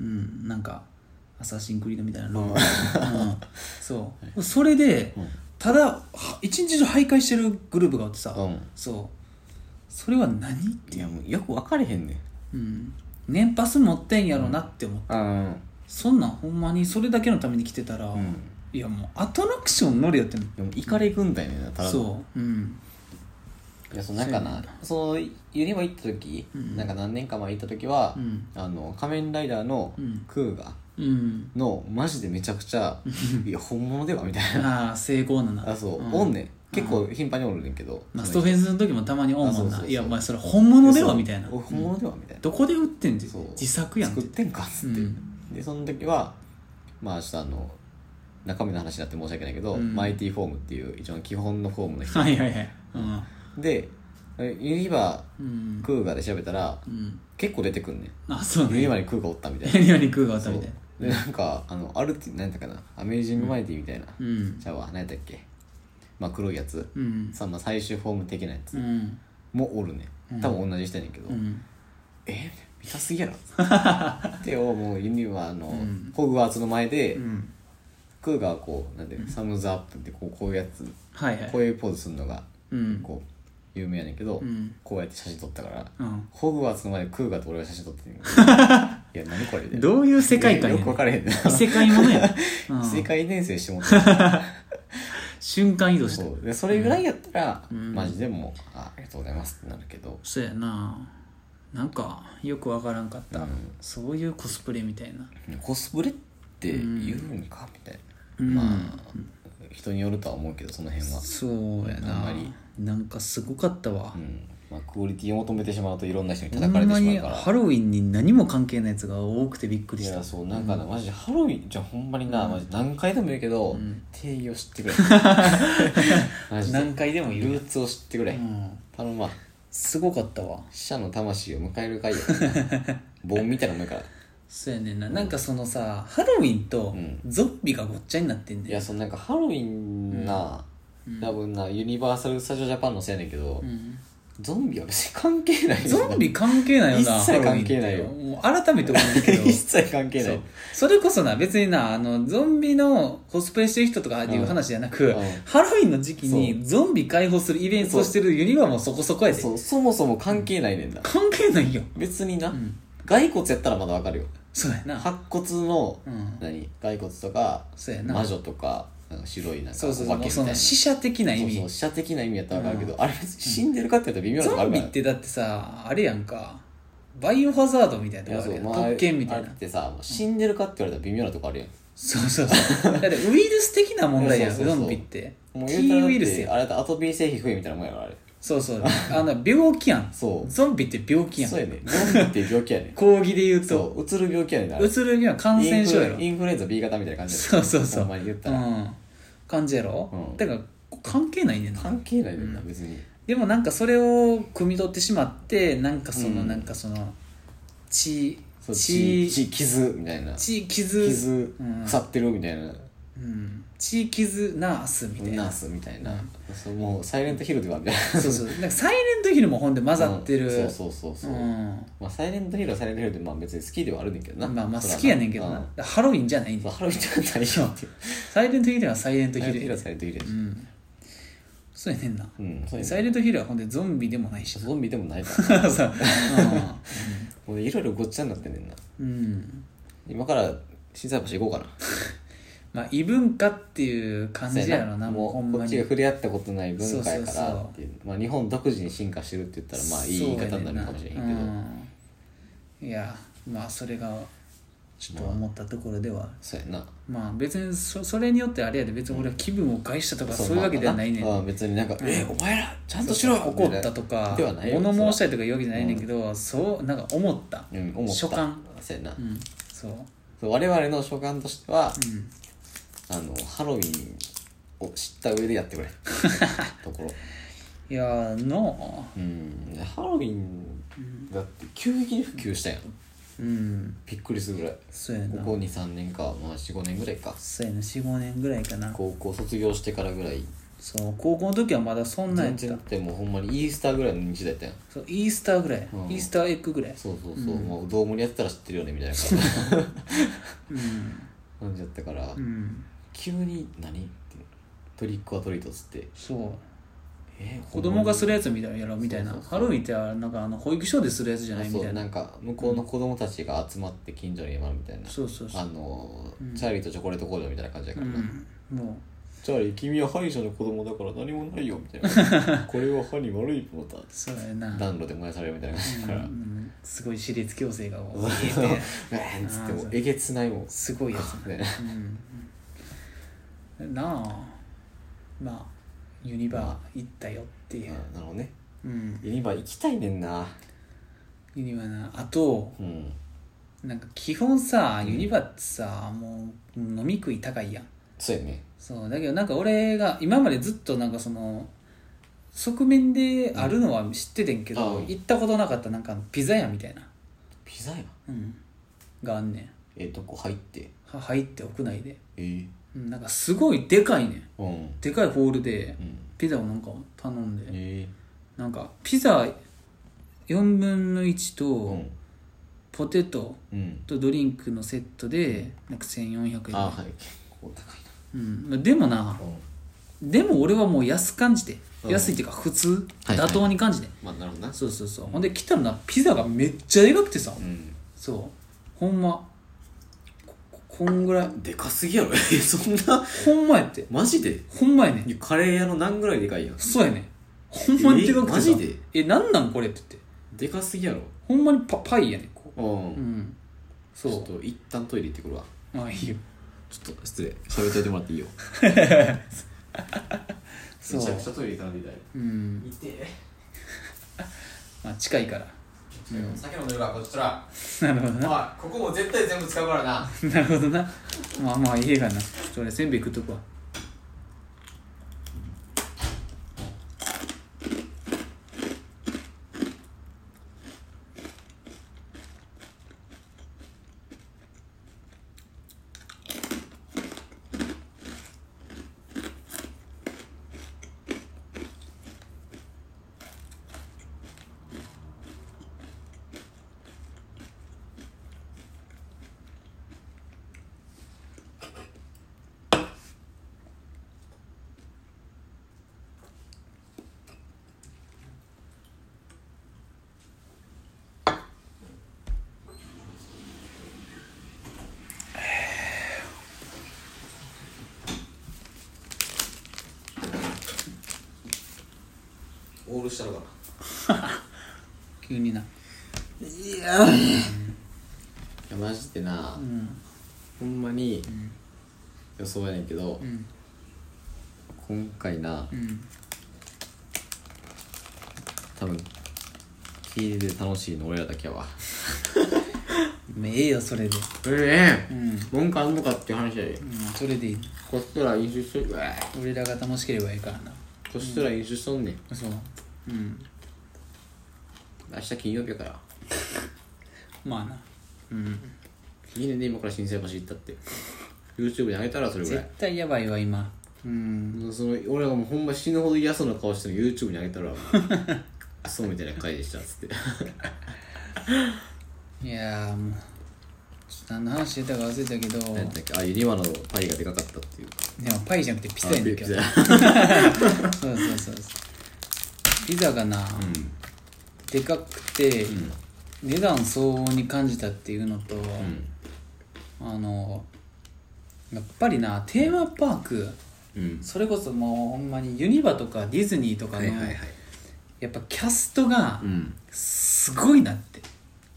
B: うん
A: うん、なんか「アサシン・クリード」みたいなロゴ、うん、そうそれで、
B: うん
A: ただは一日中徘徊してるグループがあってさ、
B: うん
A: そうそれは何、
B: いやもうよく分かれへんねん
A: うん、年パス持ってんやろなって思う
B: うん
A: そんなんほんまにそれだけのために来てたら、
B: うん
A: いやもうアトラクション乗れよってんの
B: でもイカレ軍隊ねんなただの
A: そううん
B: いやそのなんかなそのユニバ行った時、なんか何年か前行った時は、
A: うん
B: あの仮面ライダーの
A: うん
B: クーガ
A: うん
B: のマジでめちゃくちゃいや本物ではみたいな
A: あ あ成功なな
B: あそう、
A: ん
B: おんねん結構頻繁におるねんけど、
A: まあ、スト
B: その
A: フェンスの時もたまにおんもんな
B: あそうそうそう
A: いやお前それ本物では
B: そう
A: みたいな
B: お本物ではみたいな、
A: どこで売ってんじゃ
B: そうん
A: 自作やんっ
B: 作
A: て
B: ってんかっつって、
A: うん
B: でその時はまあちょっとあの中身の話になって申し訳ないけど、
A: うん
B: マイティフォームっていう一番基本のフォーム の人
A: はいはいはいうん
B: でユニバ
A: うん
B: クーガで調べたら
A: うん
B: 結構出てくんねん
A: あそう
B: ユニ
A: ね
B: バにクーガおったみたいな
A: ヘリアに食うが渡
B: そう
A: みたいな
B: でなんかあのあるって何だかなアメージングマイティみたいな、
A: うん
B: じゃあ何やったっけまあ黒いやつ、
A: うん
B: さまあ最終フォーム的なや
A: う
B: つ
A: ん
B: もおるね、
A: うん
B: 多分同じ人やねんけど、
A: うん
B: え見たすぎやろ 手をもうユニはあの、
A: うん
B: ホグワーツの前で、
A: うん
B: クーガーはこうなんていうのサムズアップってこうこういうやつ
A: はいはい
B: こういうポーズするのが
A: うん
B: こう有名やねんけど、
A: うん
B: こうやって写真撮ったから、
A: うん
B: ホグワーツの前でクーガーと俺が写真撮ってん ねんいや何これ
A: どういう世界観
B: い
A: や
B: やよ
A: ね
B: く
A: ん
B: 分からへんねん
A: 異世界ものや ねんうん
B: 世界転生してもら
A: 瞬間移動し
B: そ
A: た
B: うでそれぐらいやったら、
A: うん
B: マジでもうあありがとうございますってなるけど
A: そうやななんかよくわからんかった
B: うん
A: そういうコスプレみたいな
B: コスプレって言うんかみたいな、
A: うん
B: まあ人によるとは思うけどその辺は、
A: そうや
B: あんま
A: な
B: り
A: なんかすごかったわ
B: うんまあ、クオリティを求めてしまうといろんな人に
A: ほ
B: 叩かれ
A: ん
B: て
A: ま
B: しま
A: に
B: うから
A: ハロウィンに何も関係ないやつが多くてびっくり
B: い
A: した
B: やそうなんかな、マジでハロウィンじゃあほんまにな、マジ何回でも言うけど、定義を知って くれマジで
A: 何回でも言う
B: ルーツを知ってくれ、
A: うん
B: 頼むわ
A: すごかったわ
B: 死者の魂を迎え る会や盆みたいなもんやから
A: そうやねんななんかそのさハロウィンと
B: ん
A: ゾンビがごっちゃになってん
B: い
A: ね
B: や
A: ん、
B: そのなんかハロウィンな、多分なユニバーサル・スタジオ・ジャパンのせいやねんけど、
A: うん
B: ゾンビは別に関係ないよな
A: ゾンビ関係ないよな
B: 一切関係ないよ
A: ハロウィンってもう改めて思うんだけど
B: 一切関係な
A: そう
B: い
A: それこそな別になあのゾンビのコスプレしてる人とかっていう話じゃなく、
B: うんうん
A: ハロウィンの時期にゾンビ解放するイベントをしてるユニバもそこそこやで
B: そうそもそも関係ないねんな
A: 関係ないよ、
B: 別にな、
A: うん、
B: 骸骨やったらまだわかるよ
A: そうやな
B: 白骨の
A: うん
B: 何骸骨とか
A: そうやな
B: 魔女とかなんか白いなんか
A: そうそうそ
B: お
A: う
B: 化
A: も
B: け
A: う
B: み
A: そ
B: たい
A: の
B: な
A: 死者的な意
B: そう
A: 味
B: そう死者的な意味やったらわかるけど、あれ別に死んでるかって言ったら微妙なとこあ
A: ゾン
B: るか
A: ビってだ
B: ら
A: ってさあれやんかバイオハザードみたい
B: い
A: な
B: や
A: とこあ
B: そう
A: るやん
B: まあ
A: 特権みたい
B: あ
A: な
B: れってさもう死んでるかって言われたら微妙なとこあるやん
A: そうそうそうだってウイルス的な問題やん
B: そうそうそう
A: ゾンビって
B: もう
A: T
B: 言うたらだっ
A: ウ
B: て
A: イルスやん
B: あれだってアトピー性皮膚炎みたいなもんやろあれ
A: そうそう あの病気やん
B: そう
A: ゾンビって病気やん
B: そうやねゾンビって病気やね ん
A: 講義で言うと
B: そううつる病気やねんなあ
A: う
B: れ
A: つるには感染症やろ
B: インフルインフルエンザ B 型みたいな感じや
A: そうそうそう
B: ほんまに言った
A: う
B: ら、
A: ん感じやろ、
B: うん
A: だから関係ないねんな
B: 関係ないねんな別に
A: でもなんかそれを汲み取ってしまってなんかその、
B: うん
A: なんかその血
B: そう
A: 血
B: 血血傷みたいな
A: 血傷
B: 傷
A: うん
B: 腐ってるみたいな、
A: うん、血傷ナースみたい
B: ナ
A: な
B: ースみたいな、
A: うん
B: そうもうサイレントヒルではみたいな
A: そうそうなんかサイレントヒルもほんで混ざってる、
B: う
A: うんん、
B: そうそうそうそう、まあ、サイレントヒルはサイレントヒルで、まあ、別に好きではあるねんけどな
A: まあまあ
B: そら
A: 好きやねんけどな、ハロウィンじゃない
B: うんんま
A: だ
B: あハロウィンじゃないよっていう
A: サイレントヒルはサイレント
B: サイ
A: ヒ
B: レントヒル
A: ル
B: はサイレントヒルやし
A: うんそうやねんな、
B: うんそういう
A: サイレントヒルはほんでゾンビでもないし
B: ゾンビでもないからな
A: そう
B: もういろいろごっちゃになってんねんな
A: うん、うん
B: 今から心斎橋行こうかな
A: まあ異文化っていう感じやろなもうほ
B: も
A: ん
B: うこ
A: ま
B: っちが
A: に
B: 触れ合ったことない文化やか
A: そうそうそ
B: ら
A: う
B: っていうまあ日本独自に進化してるって言ったらまあいい言い方になるかもしれへんけど、
A: そうやねなうんいやまあそれがちょっと思ったところでは、
B: そうやな
A: まあ別にそそれによってあれやで別に俺は気分を害したとかそういうわけではないねん、
B: まあうん別になんか「えお前らちゃんとしろ!」
A: 怒ったとか
B: ではないよ
A: 物申したりとかいうわけじゃないねんけど、そうなんか思った
B: うん、思った
A: 所感
B: そうやな、
A: うんそう
B: そう我々の所感としては、
A: うん
B: あのハロウィンを知った上でやってく れところ
A: いやーの
B: うんハロウィンだって急激に普及したやん
A: うん
B: びっくりするぐらい
A: そうや
B: こ
A: な
B: こ23年か、まあ、45年ぐらいか
A: そうやな45年ぐらいかな
B: 高校卒業してからぐらい
A: そう高校の時はまだそんなんや
B: 全
A: った
B: 然ってもうほんまにイースターぐらいの日だったやん
A: そうイースターぐらい、
B: うん
A: イースターエッグぐらい
B: そうそうそう、もうどうもやってたら知ってるよねみたいな
A: うん、
B: 感じだったから、
A: うん、
B: 急に何ってトリックはトリートっつって
A: そう
B: え
A: 子供がするやつみたいなやろみたいな
B: そうそうそう
A: ハロウィンってあれなんかあの保育所でするやつじゃない
B: あ
A: み
B: そ
A: た
B: う
A: いな
B: なんか向こうの子供たちが集まって近所に山みたいな、
A: そうそうそう
B: あのー、チャーリーとチョコレート工場みたいな感じだからな、
A: うんもう
B: チャーリー君は歯医者の子供だから何もないよみた いなこれは歯に悪いものだ
A: そうやな
B: 暖炉で燃やされるみたいな感じだから、
A: うんすごい私立矯正が
B: う
A: 多
B: ん
A: い て
B: っつってもうえげつないもん
A: すごいやつ、
B: ね
A: うん、なあまあユニバ行ったよっていう、
B: うんなるほどね
A: うん、
B: ユニバ行きたいねんな
A: ユニバなあと
B: うん
A: なんか基本さユニバってさ、もう飲み食い高いやん
B: そうやね
A: そうだけどなんか俺が今までずっとなんかその側面であるのは知っててんけど、
B: うん
A: 行ったことなかったなんかピザ屋みたいな、
B: ピザや
A: うん、があんねん
B: えどこ入って
A: は入って屋内で、
B: えー、
A: うん、なんかすごいでかいねん
B: うん
A: でかいホールで
B: うん
A: ピザをなんか頼んで、
B: え
A: なんかピザ4分の1
B: ー、う
A: と
B: ん
A: ポテト
B: うん
A: とドリンクのセットでなんか1400円、
B: あはい結構高い
A: うんまあ、でもな
B: なうん
A: でも俺はもう安感じて
B: うん
A: 安いっていうか普通、
B: はいはい
A: 妥当に感じて、
B: まあなるほどな
A: そうそうそうほんで来たらなピザがめっちゃでかくてさ、
B: うん
A: そうほんまここんぐらい
B: でかすぎやろ えそんな
A: ほんまやって
B: マジで
A: ほんまやねん
B: いやカレー屋の何ぐらいでかいやん
A: そうやねんほんまにでかくてさ
B: えマジで
A: えなんなんこれって言って
B: でかすぎやろ
A: ほんまにパパイやねんこ
B: うん、
A: ううん
B: ちょっ
A: そ
B: と一旦トイレ行ってくるわ
A: うあいいよ
B: ちょっと失礼喋っといてもらって いいよ
A: そう
B: ゃトイレ行かないみたい
A: うん、
B: 痛え
A: まあ、近いから
B: 酒飲んでるからこっちら
A: なるほどな
B: おいここも絶対全部使うからな
A: なるほどなまあまあいいがなちょっと俺せんべい食っとくわ
B: ルしたのかな
A: 急にない
B: やいやマジでな、
A: うん
B: ほんまに予想やねんけど、
A: うん
B: 今回な
A: うん
B: 多分聞いてて楽しいの俺らだけやわ
A: まあええよそれで
B: え
A: う
B: え
A: ん、うん、
B: 文句あんのかっていう話やで
A: それでいい
B: こっちとら飲酒しとる
A: 俺らが楽しければいいからな
B: こっちとら飲酒しとんねん
A: そううん
B: 明日金曜日やから
A: まあなうん
B: いいねんで今から新生橋行ったって YouTube に上げたらそれぐら
A: 絶
B: い
A: 対やばいわ今うん
B: もうその俺がもうほんま死ぬほど嫌そうな顔してるの YouTube に上げたらもう クソみたいな回でしたっつって
A: いやーもうちょっと何の話してたか忘れたけど
B: なんだっけあユニバのパイがでかかったっていう
A: でもパイじゃなくてピ
B: あ
A: ザやねんけ
B: ピ
A: ど
B: ザ
A: そうそうそうそうピザがな、
B: うん
A: でかくて、
B: ん
A: 値段相応に感じたっていうのと、
B: うん
A: あのやっぱりなテーマパーク
B: うん
A: それこそもうほんまにユニバとかディズニーとかの、やっぱキャストが
B: うん
A: すごいなってい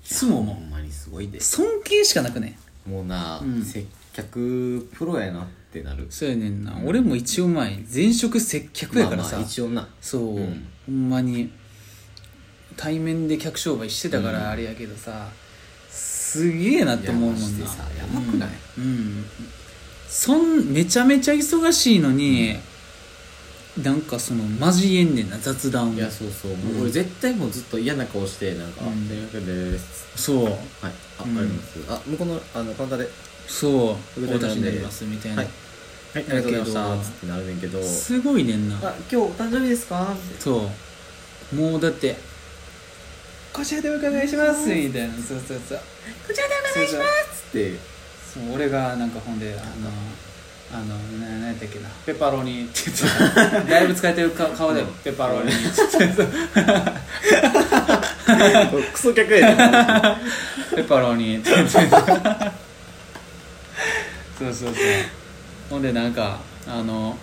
A: つも
B: ほ
A: も
B: んまにすごいで
A: う尊敬しかなくね
B: もうな、
A: うん
B: 接客プロやなってなる
A: そうやねんな俺も一応前前職接客やからさ、
B: まあまあ一応な
A: そう、
B: うん
A: ほんまに対面で客商売してたからあれやけどさ、すげえなって思うもん
B: いやマジ
A: な
B: でさやばくない
A: うん、うんそんめちゃめちゃ忙しいのに、なんかその交えんねんな雑談を
B: いやそうそうもう俺絶対もうずっと嫌な顔してなんか
A: うん
B: 「あ電話でーす
A: そう」
B: はいあ、
A: うん
B: ありますあ向こうのあのカウンターで
A: そう
B: 受
A: お
B: け取
A: 渡
B: り
A: し
B: なん
A: に
B: で
A: なりますみたいな、
B: はいはい、ありがとうございました。つってなるねんけど。あ、
A: すごいねんな
B: 今日お誕生日ですかって。
A: そうもうだってこちらでお伺いしますみたいなそうそうそう
B: こちらで
A: お願いします
B: って。
A: そう俺がなんかほんであのあのな何やったっけなペパロニって言って ただいぶ使えてるか顔だよペパロニって言って
B: クソ客 やな。
A: た ペパロニって言ってたそうそうそうほんでなんかあの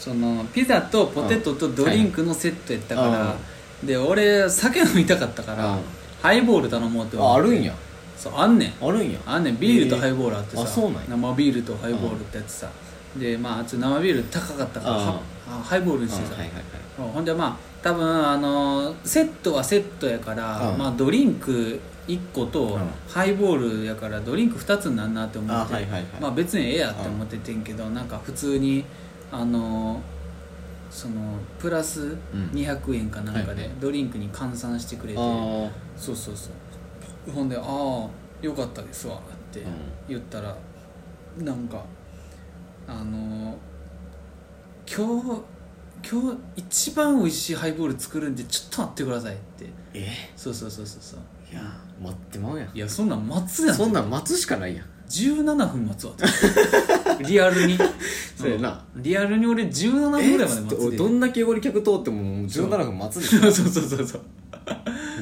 A: そのピザとポテトとドリンクのセットやったから、
B: はいあ
A: で俺酒飲みたかったから、
B: うん
A: ハイボール頼もうって思って
B: あ、あるんや。
A: そうあんねん
B: あるんや。
A: あんねんビールとハイボールあってさ、
B: えーあそうなんや
A: 生ビールとハイボールってやつさ、でまあちょっと生ビール高かったから
B: あー
A: はあハイボールにしてさ、
B: はいはいはい。
A: ほんでまあ多分あのーセットはセットやから、
B: うん
A: まあ、ドリンク1個と、
B: うん
A: ハイボールやからドリンク2つになんなって思
B: あ、
A: っ
B: はい
A: て
B: はいはい。
A: まあ別にええやって思っててんけど、なんか普通にあのーそのプラス200円かなんか
B: はい
A: で
B: はい
A: ドリンクに換算してくれて、
B: あ
A: そうそうそうほんで「ああよかったですわ」って
B: うん
A: 言ったら、なんかあのー今日今日一番美味しいハイボール作るんでちょっと待ってくださいって
B: ー。え
A: そうそうそうそうそう
B: いや、待ってまうやん
A: い。やそんなん待つやん
B: そんなん待つしかないやん。
A: 17分待つ わってリアルに
B: そうやな
A: うんリアルに俺17分ぐらいまで
B: つって
A: 待つ
B: 俺
A: で
B: どんだけ俺客通ってももう17分待つでし ょ
A: そうそうそうそうそう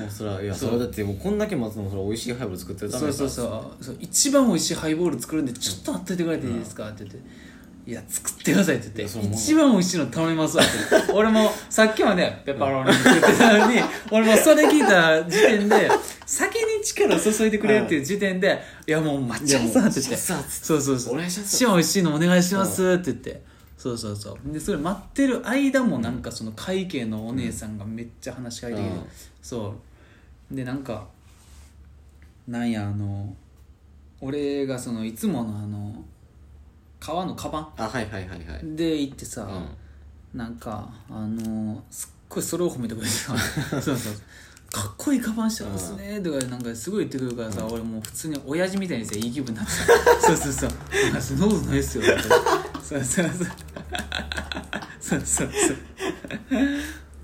B: もうそらいや
A: そう
B: それだってもうこんだけ待つのもそれ美味しいハイボール作ってるため
A: そう
B: やか
A: そう
B: ら
A: そうそう一番美味しいハイボール作るんでちょっと待っといてくれていいですかって言って「いや作ってください」って言っ
B: いやそ
A: て
B: れもう
A: 一番美味しいの頼みますわって言って俺もさっきまでペパロニって言ってた のに俺もそれ聞いた時点で先に力を注いでくれるっていう時点で「いやもう抹茶さ」って言っ
B: いやもう抹茶
A: て
B: さ
A: そうそうそう
B: お願いします
A: 一番美味しいのお願いします」って言ってそうそうそうでそれ待ってる間もなんかその会計のお姉さんがめっちゃ話しかけてきて
B: うん
A: そうでなんかなんやあの俺がそのいつものあの革のカバ
B: あはいはいはいはい
A: ンで行ってさ、
B: うん
A: なんかあのすっごいそれを褒めてくれてさ そうそうそうかっこいいカバンしてますねとかなんかすごい言ってくるからさ、俺もう普通に親父みたいにさいい気分になってさ そうそうそう「あそんなことないっすよ」とかそうそうそうそうそうそう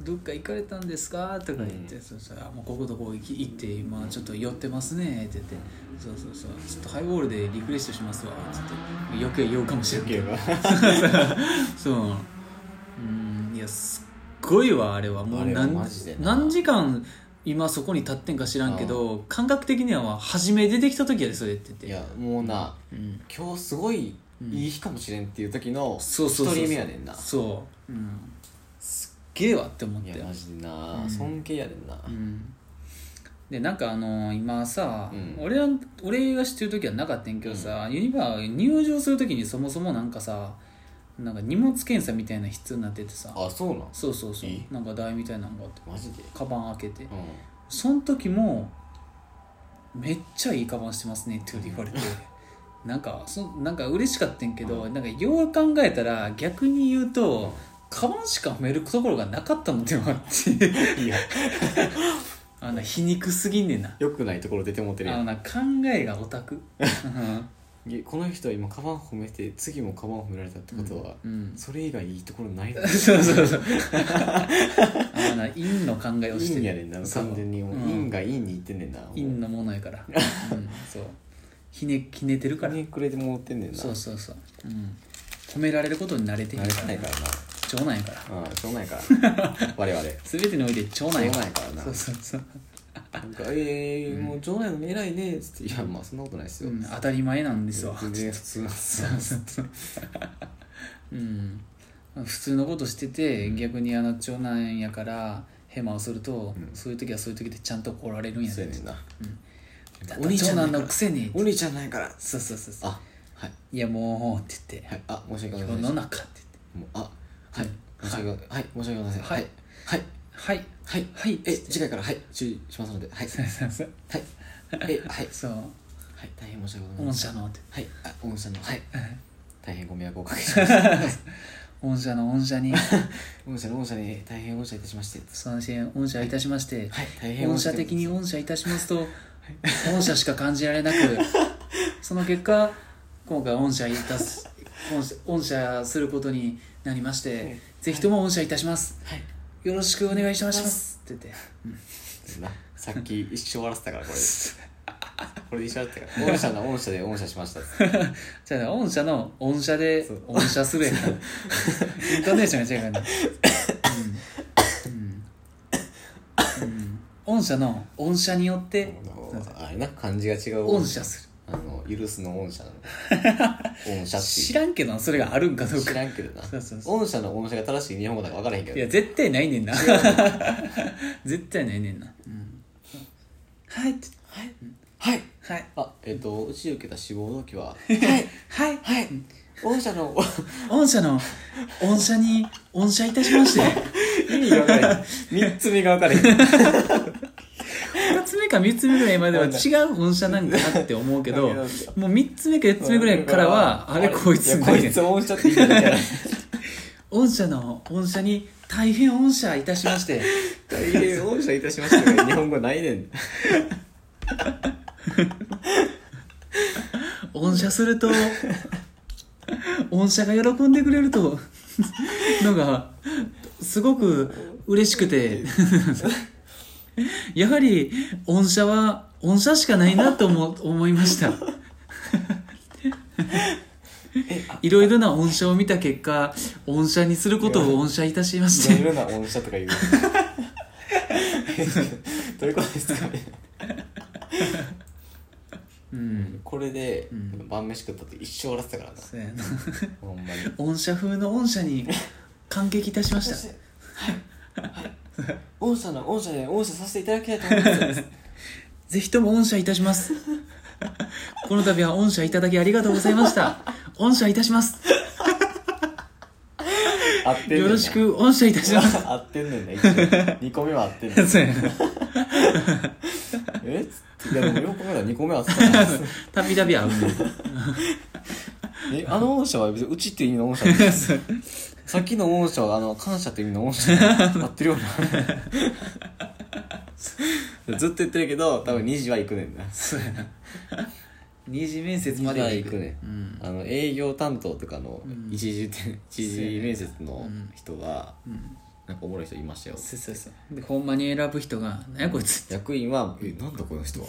A: どっか行かれたんですか?」とか言って「そうそうあもうこことこ行き行って今ちょっと寄ってますね」って言って「そうそうそうちょっとハイボールでリフレッシュしますわ」って言って余計酔うかもしれんけどそううんいやすっごいわあれはもう
B: あれ
A: 何
B: はマジでな
A: 何時間今そこに立ってんか知らんけど感覚的には初め出てきた時やでそれって言って
B: いやもうな
A: うん、
B: 今日すごいいい日かもしれんっていう時の
A: そうそうそう
B: 一
A: そう
B: 人目やねんな
A: そう、うん、
B: す
A: げえわって思っ
B: い
A: て
B: やマジでな、
A: うん
B: 尊敬やでんな、
A: うんでなんかあの今さ、
B: うん
A: 俺は俺が知ってる時はなかったんやけどさ、ユニバー入場する時にそもそもなんかさなんか荷物検査みたいな必要になっててさ
B: あそうなん
A: そうそうそう
B: え
A: なんか台みたいなのがあって
B: マジで
A: カバン開けて
B: うん
A: その時も「めっちゃいいカバンしてますね」って言われてなんかそなんか嬉しかったんやけど、なんかよう考えたら逆に言うと、カバンしか埋めるところがなかったのではって
B: いや
A: あの皮肉すぎんねんな
B: よくないところ出てもってる
A: あ
B: や
A: の
B: ん
A: な考えがオタ ク
B: いやこの人は今カバン褒めて次もカバン褒められたってことは、
A: うんうん
B: それ以外いいところ ないだろ
A: そうそうそうあのな陰の考えをして
B: 陰やねんな
A: そう
B: 完全にもう
A: うん
B: 陰が陰にいってんねんなもう
A: 陰のものやから、うん、そうひねひねてるから、
B: 金くれてもらってんねんな
A: そうそうそう、うん、褒められることに慣れてへ
B: 慣
A: ん
B: れ
A: から
B: てないからな
A: 長男やから
B: ああしょうがないからな 我々
A: 全てにおいて長男やから
B: 長男やからな
A: そうそうそう、
B: なんか「ええもう場内の偉いね」っつって「いやまあそんなことないですよ」
A: うん、当たり前なんですわ
B: 全然普通なんです
A: そうそうそう うん普通のことしてて逆にあの長男やからヘマをすると、
B: ん
A: そういう時はそういう時でちゃんと怒られるんや
B: そう
A: ね
B: やねんな
A: だ
B: お兄ちゃ
A: 長男
B: んだ
A: の
B: から
A: くせに
B: お兄ちゃんないから
A: そうそうそうそう
B: あはい
A: いやもうって言って、
B: はいあ申し訳ござ
A: 世
B: いませ
A: の
B: ん
A: 中って
B: もうあはい
A: うん
B: 申し訳ごはい申し訳ございません
A: は
B: はいいはい
A: 言って
B: はい
A: はいはい
B: え次回からはい注意しますのではい
A: そうそうそう
B: はいえはい
A: そう
B: はい大変申し訳ござ
A: 御
B: いませ
A: 社
B: ん
A: のって
B: はいあ御社のはい
A: うん
B: 大変ご迷惑をおかけしま した
A: 御社の御社に
B: 御社の御社に大変御社いたしまして
A: その支援御社いたしまして、
B: はい大変
A: 御社的に御社いたしますと御社しか感じられなくその結果今回御社いたす御社御社することになりまして、
B: はい
A: ぜひとも御社いたします
B: はい
A: よろしくお願いしますって言って
B: なさっき一生終わらせたからこれ これで一生終わらせたから御社の御社で御社しま したっつって
A: じゃあね、御社の御社で
B: そう
A: 御社するやから。イントネーションが違うからね。うん。うん。うん御社の御社によって、
B: あれな漢字が違う
A: 御社す
B: あの許すの御社の 御社
A: る。
B: っていう
A: 知らんけどな、それがあるんかどう
B: 知
A: か。
B: らんけどな
A: そうそうそ
B: 御社の御社が正しい日本語だか分からへんけ
A: い
B: ど
A: や、絶対ないねんな。 絶対ないねんな。うん。はいって。はい。
B: はい
A: はい。
B: あえっ、とうち受けた志望動機は
A: はい。
B: はい御社の
A: 御社の御社に御社いたしまして、
B: 意味が分 からへん3つ目が分からへん
A: 2つ目か3つ目ぐらいまでは違う御社なんかなって思うけ ど、もう3つ目か4つ目ぐらいからは、あれこいつ
B: や
A: な
B: こ
A: い
B: いつ御社って言いたいから
A: 御社の御社に大変御社いたしまして、
B: 大変御社いたしましたが日本語ないねん
A: 御社すると、御社が喜んでくれると、のが、すごく嬉しく て、やはり御社は御社しかないなと思思いました。いろいろな御社を見た結果、御社にすることを御社いたしまして
B: い。ろいろな御社 とか言うどういうことですかね
A: うん。
B: これで、
A: うん
B: 晩飯食ったって一生笑ってたからな
A: そうやな。
B: ほんまに
A: 御社風の御社に感激いたしました。
B: 御社の御社で御社させていただきたいと思い ます
A: ぜひとも御社いたします。 この度は御社いただきありがとうございました。御社いたします。
B: 合ってんねんな
A: よろしく御社いたします。
B: 合ってんねんな一応2個目は合ってんねん
A: そうやな
B: えっつってでもよく考えたら2個目は合ってたな
A: たびたび会うね。
B: えあの御社は別にうちっていう意味の御社なんです
A: そう
B: さっきの御社はあの感謝っていう意味の御社合ってるよなずっと言ってるけど多分2時は行くねんな
A: そうやな。二次面接まで
B: 二次は行くね
A: うん。
B: あの営業担当とかの
A: うん
B: 一時点一時面接の人が
A: うん。
B: なんかおもろい人いましたよ
A: そうそうそう。で、ほんまに選ぶ人が、なんやこいつ。
B: 役員は「えなんだこの人 は」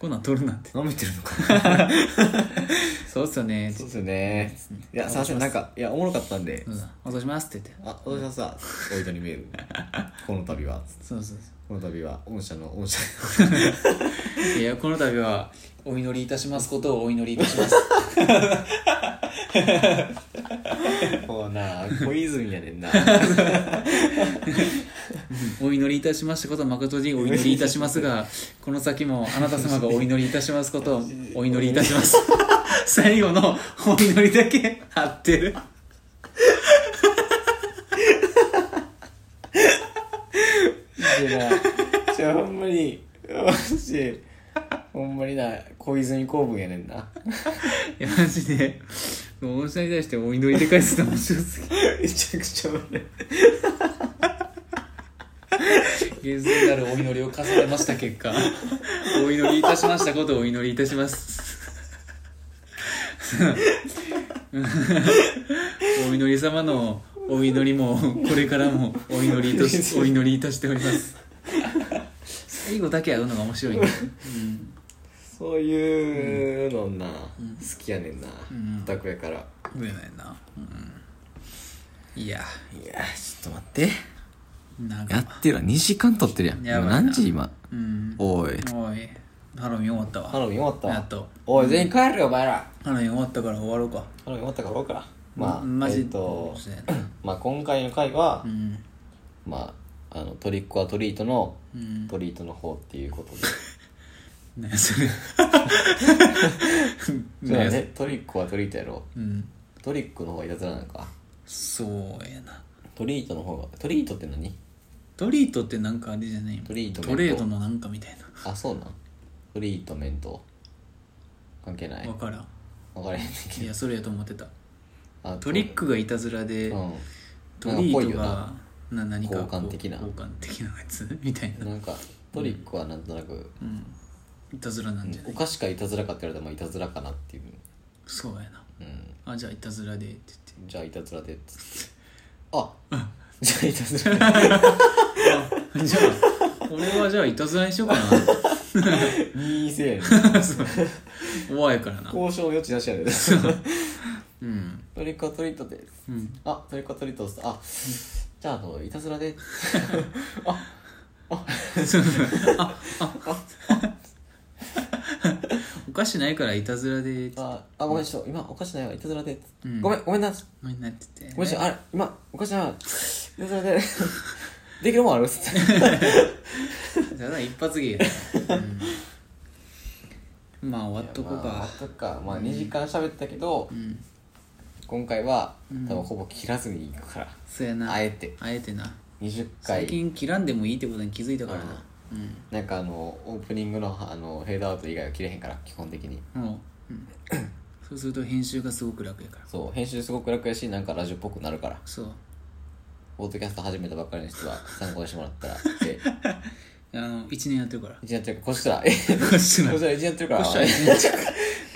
A: こんなん取るなんて。
B: なめてるのか
A: そうっすよね。
B: そうですよねいやすいませんなんかいやおもろかったんで
A: そうだ。落としますって言って
B: 「あ私はさおいとにメー ルこの度は」。
A: そうそうそ
B: この度は御社の御社
A: う。いや、この度は、お祈りいたしますことをお祈りいたします。
B: もうな小泉やねんな
A: お祈りいたしましたこと誠にお祈りいたしますがこの先もあなた様がお祈りいたしますことをお祈りいたします最後のお祈りだけ合ってる
B: でなじゃあほんまにマジでほんまにな小泉公文やねんない
A: やマジでもう大下に対してお祈りで返すの面白すぎ
B: めちゃくちゃ悪い
A: 厳正なるお祈りを重ねました結果お祈りいたしましたことをお祈りいたします お祈り様のお祈りもこれからもお祈りとしお祈りいたしております最後だけ会うのが面白いね
B: そういうのな、好きやねんな
A: ん
B: オタクやから
A: うんうまいな、うん、いや
B: いやちょっと待って
A: なん
B: や
A: か
B: ってるわ2時間撮ってるやん
A: やばい
B: 今
A: な
B: 何時今
A: うん
B: おい
A: おいハロウィン終わった
B: ハ
A: わ
B: ロウィン終わった
A: やっと
B: おい全員帰るよお前らハ
A: ハロウィン終わったから終わろうか
B: ロウィン終わったから終わろうかまあ
A: マジ
B: えっと
A: そうやな
B: まあ今回の回は
A: う、ん
B: まああのトリックはトリートの
A: うん
B: トリートの方っていう ことで
A: 何や それ
B: そうだ
A: 何や
B: ねトリックはトリートやろ
A: うん
B: トリックの方がいたずらなのか
A: そうやな
B: トリートの方がトリートって何
A: トリートってなんかあれじゃない
B: トリートメント
A: トレードのなんかみたい
B: あそうなんトリートメント関係ない
A: なわからん
B: 分からへんねんけ
A: いやそれやと思ってた
B: どあ
A: トリックがいたずらで、
B: う
A: トリート
B: な
A: がな何かこう
B: 交換的な
A: 交換的なやつみたい
B: ん
A: な、
B: なんかトリックはなんとなく、
A: うん、いたずらなんじゃな
B: お
A: い、
B: 菓子かいたずらかって言われたらまあいたずらかなっていう、
A: そうやな
B: うん、
A: あじゃあいたずらでって言って
B: じゃあいたずらでっつってあじゃあいたずらで
A: あじゃあ俺はじゃあいたずらにしようかな
B: 任意制やねん
A: 怖いからな
B: 交渉の余地なしやで
A: うん
B: トリックはトリートで
A: うん
B: あトリックはトリートっすあじゃああのいたずらであ
A: お菓子ないからいたずらでって
B: ああごめんちょっと今お菓子ないわいたずらで、
A: うん
B: ごめんごめんな
A: ごめんなって言って
B: ごめんなあれ今お菓子ないわいたずらでできるもんあるっつ って
A: ただ一発芸だな、うんまあ終わっとこう
B: まあ
A: か
B: あとかまあ2時間喋ったけど、
A: うん
B: 今回は
A: うん
B: 多分ほぼ切らずにいくから、
A: そうやな
B: あえて
A: あえてな
B: 20
A: 最
B: 回
A: 近切らんでもいいってことに気づいたからなうん
B: なんかあのオープニングのあのフェードアウト以外は切れへんから基本的に
A: もう、う ん、そうすると編集がすごく楽やから
B: そう編集すごく楽やしなんかラジオっぽくなるから
A: そう
B: ポッドキャスト始めたばっかりの人は参考にしてもらったら で
A: あの1年やってるから
B: 一年やってるからこし たらえ
A: こっちの
B: こしたら一年やってるから
A: こっちは一年やって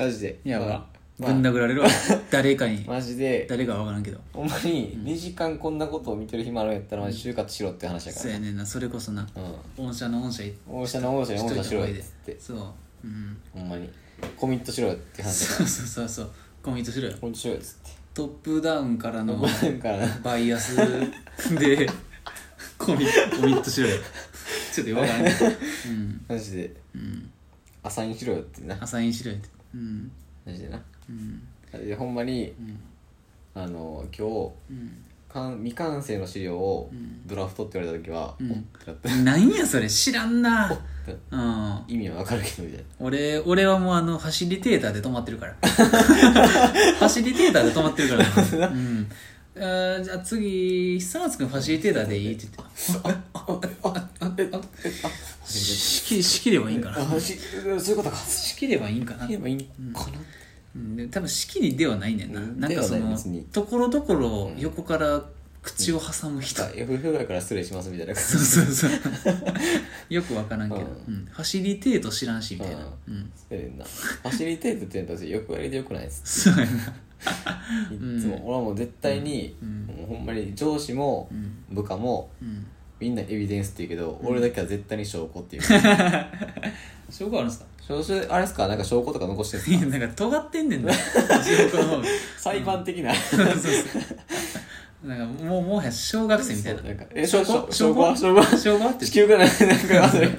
B: マジで
A: いやば、
B: ま
A: ぶん
B: あ、
A: 殴られるわ誰かに
B: マジで
A: 誰かは分からんけど
B: ほんまに2時間こんなことを見てる暇あるんやったらマジ就活しろって話やか
A: そうやねんなそれこそな
B: らうん
A: 御社の御社行っ
B: 大下の大下に大下しろよっつって
A: そう、うん、
B: ほんまにコミットしろよって話やから
A: そうそうそうそうコミットしろよ
B: コミットしろよっつって
A: トップダウンからの
B: なんかな
A: バイアスでコミコミットしろよちょっと分からんけどうん
B: マジで
A: うん
B: アサインしろよってな
A: アサインしろよってうん
B: マジでな
A: うん
B: でほんまに
A: うん
B: あの今
A: うん
B: 日かん未完成の資料を
A: うん
B: ドラフトって言われた時は、
A: うん
B: おって なった
A: 何やそれ知らんなうん
B: 意味はわかるけどみたい
A: 俺俺はもうあのファシリテーターで止まってるからファシリテーターで止まってるから、うんあーじゃあ次久松君ファシリテーターでいいって言ってああああああししきしきればいいんか
B: な
A: な
B: あし そういうことか
A: しきればいいんかな
B: 言えばいいんかな、
A: うんで多分仕切りではないねんな、
B: うん
A: なんかそ
B: ではな
A: の
B: い別に
A: ところどころ横から口を挟む人、
B: あ FF だから失礼しますみたいな 感
A: そうそうそう よく分からんけど、う
B: うん
A: ファシリテート知らんしみたいな、
B: う
A: うん、
B: じでなファシリテートって言うんだよくやりでよくないです
A: そうやな、
B: いつも、俺はもう絶対に、
A: うん
B: もうほんまに上司も
A: うん
B: 部下も
A: うん、
B: みんなエビデンスって言うけど、俺だけは絶対に証 拠っていう
A: 証拠あるんですか
B: 証書あれですかなんか証拠とか残してるん
A: いや
B: ですか
A: なんか尖ってんねんな証拠の方が
B: 裁判的な
A: そうそうそうなんかもうもはや小学生みたいな
B: なんかえ
A: 証
B: 証
A: 拠
B: 拠
A: 証拠
B: 証拠
A: 証拠あって
B: 地
A: 証
B: 球がなんかなんかそれ
A: 拠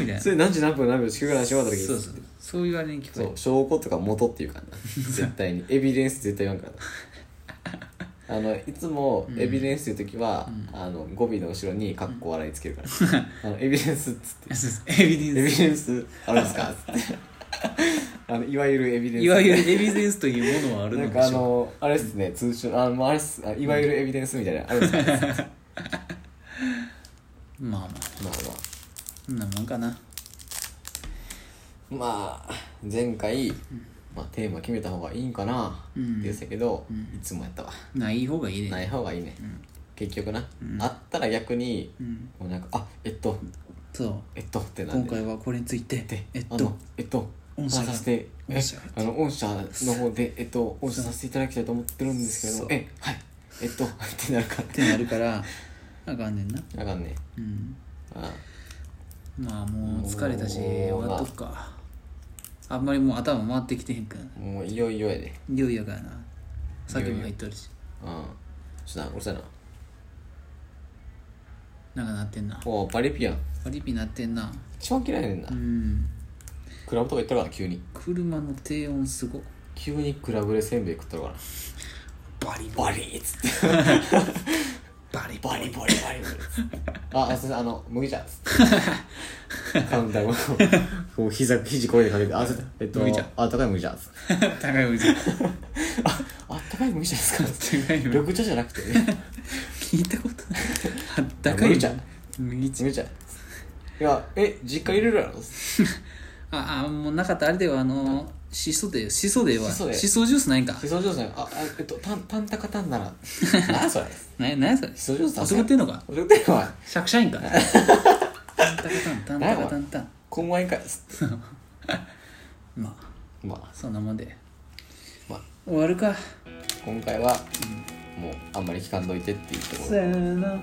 A: みたいな
B: それ何時何分何秒地球が何し終わった時
A: そうそうそういうあれに聞
B: そ
A: こ
B: う証拠とか元っていうかな絶対にエビデンス絶対言わんからなあのいつも
A: うん
B: エビデンスという時は、あの語尾の後ろにカッコ笑いつけるから、あのエビデンスっつ って
A: エビ
B: エ
A: デン
B: ビ
A: ス
B: デンスあるんですかっつってあのいわゆるエビデンス
A: いわゆるエビデンスというものはある
B: なん
A: ので
B: かあ
A: しょ
B: のあれっすね通称あのあれっすあいわゆるエビデンスみたいなのあるんですか、 まあ
A: うまあまあそんなもんかな
B: まあまあ前回、まあ、テーマ決めた方がいいんかなって
A: うん
B: 言ってたけど、いつもやったわ
A: ない方がいい
B: な
A: ね
B: い方がいいね、結局な、あったら逆に、
A: うん
B: もうなんかあえっと
A: そう
B: えっとってなん
A: 今
B: で
A: 回はこれについて
B: で
A: えっ
B: あ
A: と
B: のえっと
A: 御
B: 御
A: 社
B: 社
A: が
B: させて
A: 御
B: え
A: 社が
B: あの御社の方でえっと御社させていただきたいと思ってるんですけ
A: そう
B: どえはいえっと ってなるか
A: ってなるからあかんねんな
B: らあかんね
A: うん
B: あ
A: まあもう疲れたし
B: もう
A: 終わっとくかあんまりもう頭回ってきてへんから
B: あもういよいよやで
A: いよいよやからな酒も入っとるし
B: うんちょっとなうるさいな
A: なんかなってんな
B: おバリピやん
A: パリピなってんな
B: 一番嫌いやねんな
A: うん
B: クラブとか行ったから急に
A: 車の低音すご
B: 急にクラブでせんべい食ったから
A: バリ
B: バリーっつって
A: バ リ
B: バリバリバリバリっつってああすいませんあの麦茶っつ ってカウンターをこう膝肘声でかけてあすいませんえっと
A: 麦茶
B: あったかい麦茶っつって
A: 高いおじ
B: あ、あったかい麦茶ですか
A: 高い麦
B: 緑茶じゃなく てね。
A: 聞いたこと ないあったかい
B: 麦茶
A: 麦茶
B: 麦茶。いや、え、実家入れるやろ
A: ああもうなかったあれではあのシソでシソでは
B: シソで
A: シソジュースないんか
B: シソジュースね。あ、あえっと、たん、たんたかたんな ら。なあ、それ。
A: ななんやそれ
B: シソジュースだ
A: お作ってんのか
B: おちょってんのは、
A: シャクシャインかタンタカタンタンタカタンタン
B: こんまいかいっす。
A: まあ
B: まあ、
A: そんなもんで
B: まあ、
A: 終わるか
B: 今回は、もう、あんまり聞かんといてっていうとこ
A: せーのもう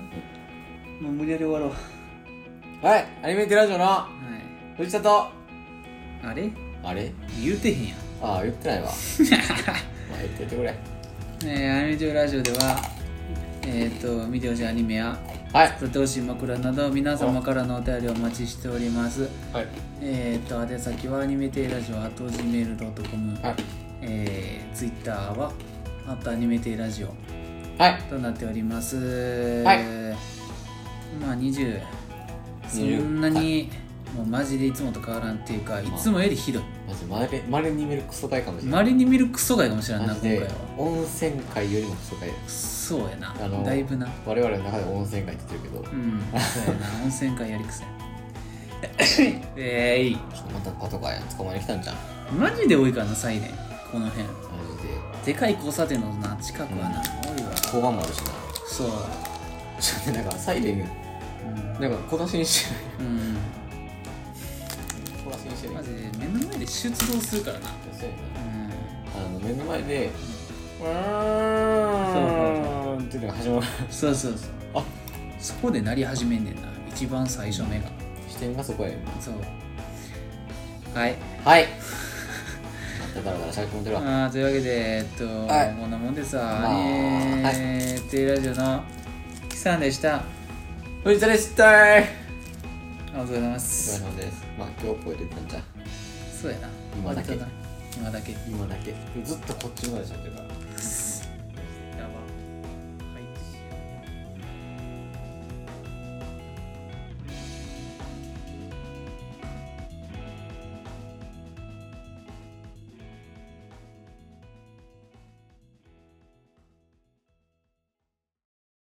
A: 無理やり終わろうは
B: ろ。はい、アニメテラジオの藤田と、
A: いあれ
B: あれ
A: 言うてへんやん
B: あ、言ってない わ。まあ、言ってやってくれ。
A: えー、アニメジョラジオでは、えー、と見てほしいアニメや
B: はい。
A: 作ってほしい枕など皆様からのお便りをお待ちしております
B: はい。
A: えー、と宛先はアニメテイラジオ at gmail.com
B: はい。
A: えー、ツイッターはあとアニメテイラジオ
B: はい。
A: となっております
B: はい
A: まあ20そ
B: 20
A: んなにもうマジでいつもと変わらんっていうかいつもよりひどい
B: まず、まれ、まれに見るクソかいかもしれない。
A: まれに見るクソがいかもしれんな
B: マ
A: 今
B: ジ
A: 回
B: で
A: は
B: 温泉会よりもクソ会だよ
A: そうやな
B: あの
A: だいぶな
B: 我々の中で温泉会って言ってるけど、
A: う
B: ち
A: ん、そうやな、温泉会やりくせ え。えい、
B: ょっとまたパトカーやん捕まえに来たんじゃん
A: マジで多いからな、サイレン、この辺。
B: マジで
A: でかい交差点のな、近くはな、多いわ。
B: 交番もあるしな
A: そう、
B: ちょっとねなんかサイレン
A: うん、
B: なんか小出しにして
A: うん、
B: 小出しにしてる
A: マジで目の前で出動するからな。
B: そうや
A: うん、
B: なあの目の前で「う
A: ー
B: ーん」っていうのが始まる
A: そうそうそう。あ、そこで鳴り始めんねんな、一番最初目が。
B: 視点がそこやねんな
A: そう。はい、
B: はいまただらだらしゃべってもてるわ
A: あーというわけで、えっと、
B: はい
A: こんなもんです
B: ま
A: わ。
B: あ
A: えー、テイラジオのキさんでした。
B: 藤田でしたー
A: お疲れ様で
B: お疲
A: す。
B: れ様ですまあ今日声出てたんじゃん
A: そうやな。
B: 今だけ
A: 今だけ。
B: 今だけずっとこっちまでしゃべってるから
A: くっそ